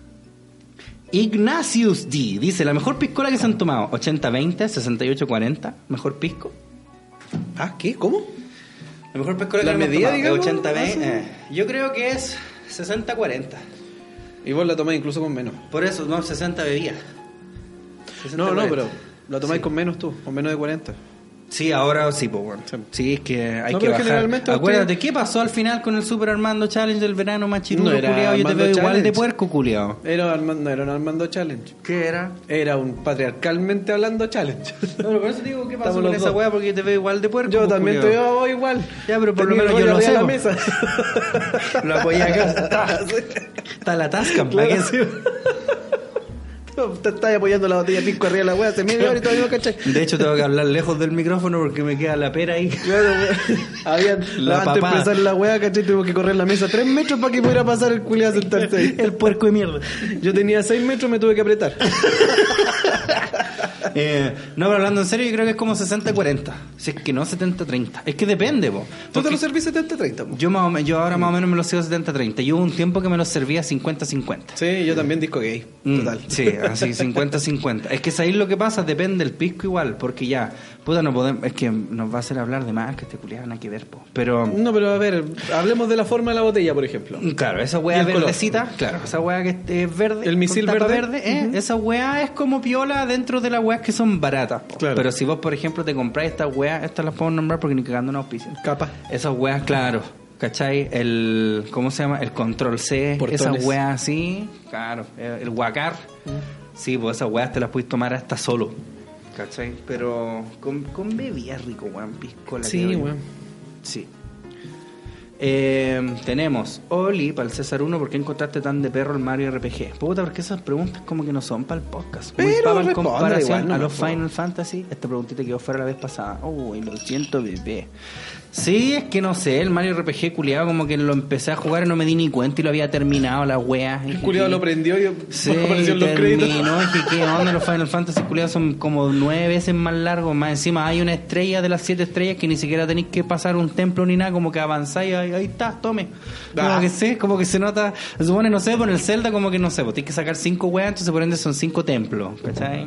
Ignatius D dice: La mejor piscola que se han tomado, 80-20, 68-40, mejor pisco. ¿Ah, qué? ¿Cómo? La mejor piscola La que medida, se han tomado, digamos, es 80-20. ¿no? eh, yo creo que es 60-40. Y vos la tomás incluso con menos. Por eso, no, 60 bebidas. No, no, 60-40. pero la tomáis Sí. con menos tú, con menos de 40. Sí, ahora sí, pues bueno. Sí, es que hay No, que pero bajar. generalmente Acuérdate, usted- ¿qué pasó al final con el Super Armando Challenge del verano machirulo, No era culiao? Yo te Armando veo igual de Challenge. puerco, culiao. Era, Armando, no era un Armando Challenge. ¿Qué era? Era un patriarcalmente hablando challenge. No, pero por eso te digo, ¿qué pasó Estamos con los esa dos. weá? Porque yo te veo igual de puerco. Yo pues, también te culiao. veo igual. Ya, pero por lo Tenía menos el yo lo rollo sé. arriba de Ah, po. la mesa. Lo apoyé acá. Está la tasca, ¿para qué? Te estás apoyando la botella pico arriba de la wea hace media hora y todavía no cachai. De hecho, tengo que hablar lejos del micrófono porque me queda la pera ahí. Claro, wea. Habían, La antes de papada. empezar la wea, caché, tuvo que correr la mesa tres metros para que pudiera pasar el culiado a sentarse ahí. El puerco de mierda. Yo tenía seis metros, me tuve que apretar. Eh, no, pero hablando en serio, yo creo que es como 60-40. Si es que no 70-30. Es que depende, vos. Tú te lo Mm. serví 70-30. po. Yo, más o me- yo ahora más o menos me lo sigo 70-30. Yo hubo un tiempo que me lo servía 50-50. Sí, yo también disco gay. Mm, Total. Sí, así 50-50. Es que sabéis lo que pasa, depende del pisco igual, porque ya, puta, no podemos, es que nos va a hacer hablar de más que este culiado, nada que ver, po. Pero, mm, No, pero a ver, hablemos de la forma de la botella, por ejemplo. claro, esa Y weá el color. verdecita, claro, esa weá que es verde, El misil con tapa verde. eh, esa weá es como piola dentro de las weas que son baratas, po. Claro. Pero si vos, por ejemplo, te compráis estas weas, estas las puedo nombrar porque ni cagando una auspicio. Capa. Esas weas, claro. ¿Cachai? El. ¿Cómo se llama? El control C. Portones. Esas weas así. Claro. eh, El huacar. Mm. Sí, pues esas weas te las puedes tomar hasta solo. ¿Cachai? Pero con, con bebida rico, weón. Piscola. Sí, que doy. weón. Sí. Eh, tenemos Oli para el César 1, ¿por qué encontraste tan de perro el Mario RPG? Puta, porque esas preguntas como que no son para el podcast. Pero para responde comparación igual, no a me los jodas. Final Fantasy, esta preguntita que quedó fuera la vez pasada. Uy, lo siento, bebé. Sí, es que no sé, el Mario RPG culiado como que lo empecé a jugar y no me di ni cuenta y lo había terminado, la wea. El culiado lo prendió y Sí, aparecieron los créditos. No, es que qué onda, los Final Fantasy culiados son como nueve veces más largos. Más encima hay una estrella de las siete estrellas que ni siquiera tenéis que pasar un templo ni nada, como que avanzáis y ahí, ahí está, tome. Como Ah. que sé, como que se nota, se supone, no sé, por el Zelda como que no sé, pues tienes que sacar cinco weas, entonces por ende son cinco templos, ¿cachai?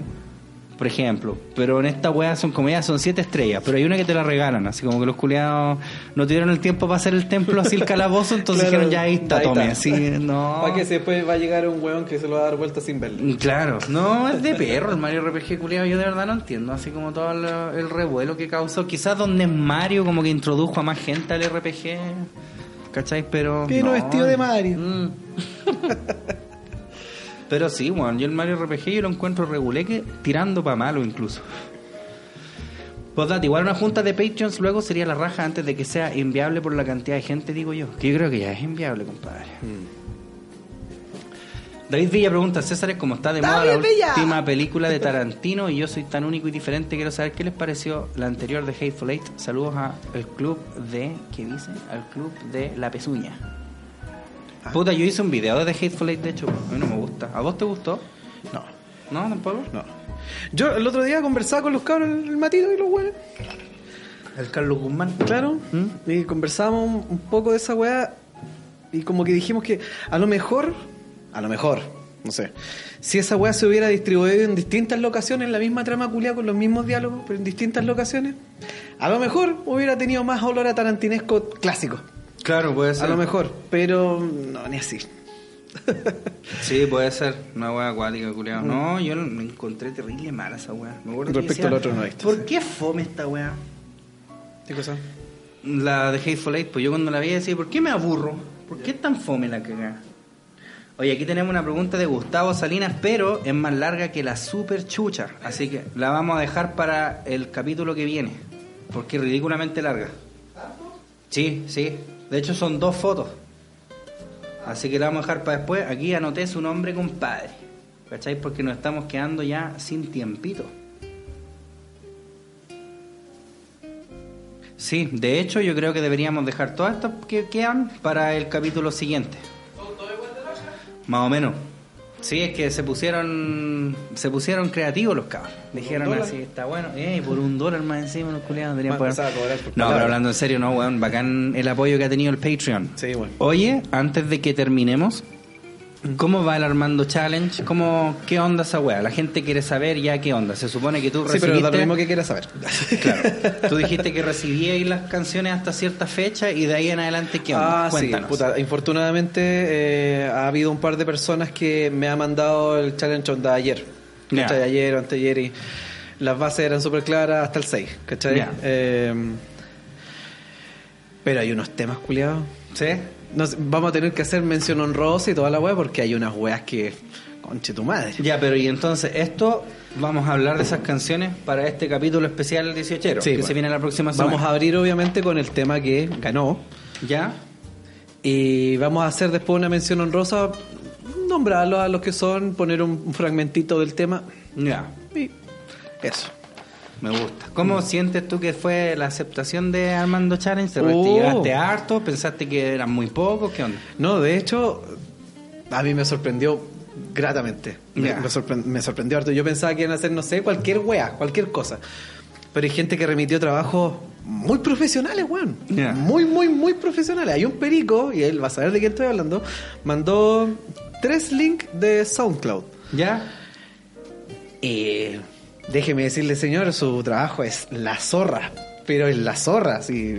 Por ejemplo, pero en esta wea son como ya son siete estrellas, pero hay una que te la regalan, así como que los culiados no tuvieron el tiempo para hacer el templo así el calabozo, entonces Claro, dijeron ya ahí está, ahí está. tome, así, no. Para que si después va a llegar un weón que se lo va a dar vuelta sin verlo. Claro, no, es de perro el Mario RPG culiado, yo de verdad no entiendo, así como todo lo- el revuelo que causó, quizás donde Mario como que introdujo a más gente al RPG, ¿cachai? Pero... Vino vestido de Mario. Mm. Pero sí, bueno, yo el Mario RPG yo lo encuentro reguleque, tirando para malo incluso. Postdata, Pues igual una junta de Patreons luego sería la raja antes de que sea inviable por la cantidad de gente, digo yo. Que yo creo que ya es inviable, compadre. Hmm. David Villa pregunta, César, ¿cómo está de moda la última película de Tarantino? Y yo soy tan único y diferente, quiero saber qué les pareció la anterior de Hateful Eight. Saludos al club de, ¿qué dice? Al club de La Pezuña. Puta, yo hice un video de Hateful Eight, de hecho, a mí no me gusta. ¿A vos te gustó? No, ¿No, tampoco? no. Yo el otro día conversaba con los cabros el matito y los weones. El Carlos Guzmán. Claro. ¿Mm? Y conversábamos un, un poco de esa weá. Y como que dijimos que a lo mejor, a lo mejor, no sé. Si esa weá se hubiera distribuido en distintas locaciones, la misma trama culia con los mismos diálogos, pero en distintas locaciones, a lo mejor hubiera tenido más olor a tarantinesco clásico. Claro, puede ser. A lo mejor, pero no, ni así. Sí, puede ser. Una wea acuática, culiao. No, yo me encontré terrible mala esa wea. Me acuerdo que Mm. Respecto decía, al otro, no he visto, ¿Por qué fome esta wea? ¿Qué cosa? La de Hateful Eight, pues yo cuando la vi decía, ¿por qué me aburro? ¿Por qué es tan fome la cagada? Oye, aquí tenemos una pregunta de Gustavo Salinas, pero es más larga que la super chucha. Así que la vamos a dejar para el capítulo que viene. Porque es ridículamente larga. Sí, sí. De hecho son dos fotos. Así que la vamos a dejar para después. Aquí anoté su nombre, compadre. ¿Cachai? Porque nos estamos quedando ya sin tiempito. Sí, de hecho yo creo que deberíamos dejar todas estas que quedan para el capítulo siguiente. Más o menos. Sí, es que se pusieron se pusieron creativos los cabros. Dijeron así, está bueno. Eh, por un dólar más encima los culiados deberían Más poder... empezaba a cobrar por No, palabra. pero hablando en serio, no, weón. Bacán el apoyo que ha tenido el Patreon. Sí, bueno. Oye, antes de que terminemos, ¿cómo va el Armando Challenge? ¿Cómo, ¿Qué onda esa weá? La gente quiere saber ya qué onda. Se supone que tú Sí, recibiste... pero da lo mismo que quieras saber. Ah, Claro. Tú dijiste que recibíais las canciones hasta cierta fecha y de ahí en adelante, ¿qué onda? Ah, Cuéntanos. sí, puta, infortunadamente eh, ha habido un par de personas que me ha mandado el challenge onda ayer. Ya. ¿Cachai? Ayer o anteayer y las bases eran súper claras hasta el 6, ¿cachai? Ya. Eh, pero hay unos temas culiados. ¿Sí? No sé, vamos a tener que hacer mención honrosa y toda la wea porque hay unas weas que... Conche tu madre. Ya, pero y entonces esto, vamos a hablar de esas canciones para este capítulo especial 18 Sí, que bueno. se viene la próxima semana. Vamos a abrir obviamente con el tema que ganó ¿Ya? y vamos a hacer después una mención honrosa, no nombrarlos a los que son, poner un un fragmentito del tema Ya, y eso. me gusta. ¿Cómo sientes tú que fue la aceptación de Armando Challenge? ¿Te Oh. llegaste harto? ¿Pensaste que eran muy pocos? ¿Qué onda? No, de hecho, a mí me sorprendió gratamente. Me- Ya. Me, sorpre- me sorprendió harto. Yo pensaba que iban a hacer, no sé, cualquier wea, cualquier cosa. Pero hay gente que remitió trabajos muy profesionales, weón. Ya. Muy, muy, muy profesionales. Hay un perico, y él va a saber de quién estoy hablando, mandó tres links de SoundCloud. ¿Ya? Eh, déjeme decirle, señor, su trabajo es la zorra. Pero es la zorra, sí.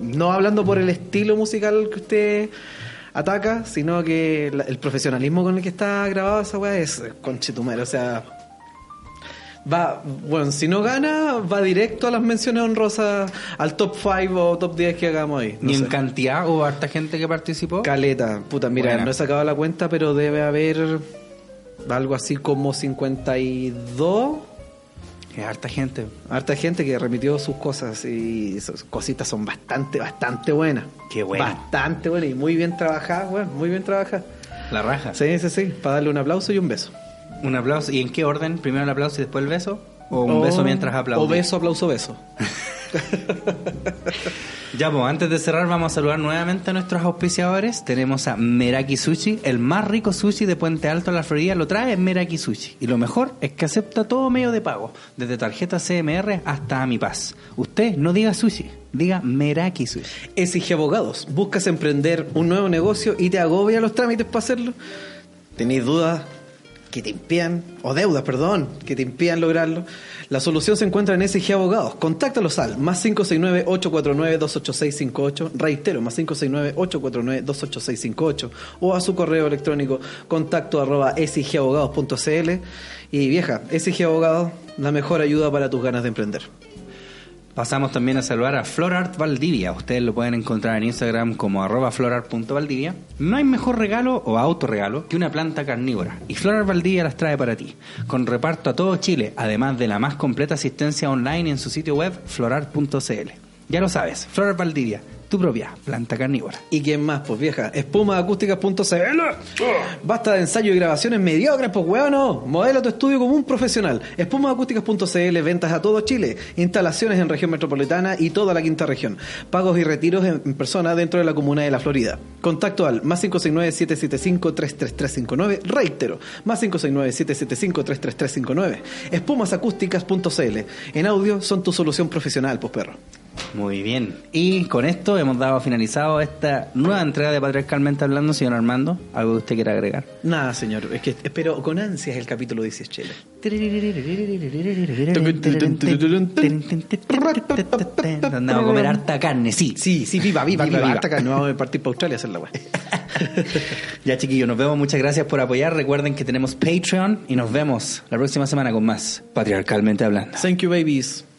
No hablando por el estilo musical que usted ataca, sino que la- el profesionalismo con el que está grabado esa weá es eh, conchetumare. O sea, va, bueno, si no gana, va directo a las menciones honrosas, al top 5 o top 10 que hagamos ahí. No ¿Ni sé. en cantidad hubo harta gente que participó? Caleta, puta, mira, Buena. no he sacado la cuenta, pero debe haber algo así como 52 Es harta gente. Harta gente que remitió sus cosas y sus cositas son bastante, bastante buenas. Qué bueno. Bastante buenas y muy bien trabajadas, weón. Muy bien trabajadas. La raja. Sí, sí, sí. Para darle un aplauso y un beso. Un aplauso. ¿Y en qué orden? ¿Primero el aplauso y después el beso? ¿O un beso mientras aplaudís? Oh, O beso, aplauso, beso. Ya, pues antes de cerrar vamos a saludar nuevamente a nuestros auspiciadores. Tenemos a Meraki Sushi, el más rico sushi de Puente Alto, la Florida, lo trae Meraki Sushi. Y lo mejor es que acepta todo medio de pago, desde tarjeta CMR hasta Amipaz. Usted no diga sushi, diga Meraki Sushi. Exige abogados. Buscas emprender un nuevo negocio y te agobia los trámites para hacerlo. ¿Tenéis dudas que te impían, o deudas, perdón, que te impían lograrlo? La solución se encuentra en SG Abogados. Contáctalos al más 569-849-28658. Reitero, más 569-849-28658. O a su correo electrónico contacto arroba sgabogados.cl. Y vieja, SG Abogados, la mejor ayuda para tus ganas de emprender. Pasamos también a saludar a Florart Valdivia. Ustedes lo pueden encontrar en Instagram como arroba florart.valdivia. No hay mejor regalo o autorregalo que una planta carnívora. Y Florart Valdivia las trae para ti. Con reparto a todo Chile, además de la más completa asistencia online en su sitio web florart.cl. Ya lo sabes, Florart Valdivia, tu propia planta carnívora. ¿Y quién más, pues vieja? Espumaacústicas.cl Basta de ensayo y grabaciones mediocres, pues weón, Modela tu estudio como un profesional. Espumaacústicas.cl, ventas a todo Chile, instalaciones en región metropolitana y toda la quinta región. Pagos y retiros en en persona dentro de la comuna de La Florida. Contacto al más 569-775-33359. Reitero, más 569-775-33359. Espumasacústicas.cl. En audio son tu solución profesional, pues perro. Muy bien. Y con esto hemos dado finalizado esta nueva entrega de Patriarcalmente Hablando, señor Armando. ¿Algo que usted quiera agregar? Nada, señor, es que espero con ansias el capítulo 18, Chile. Andamos a comer harta carne, sí. Sí, sí, viva, viva, Viva, viva. viva. Hasta acá, no vamos a partir para Australia a hacer la weá. Ya, chiquillos, nos vemos. Muchas gracias por apoyar. Recuerden que tenemos Patreon y nos vemos la próxima semana con más Patriarcalmente Hablando. Thank you, babies.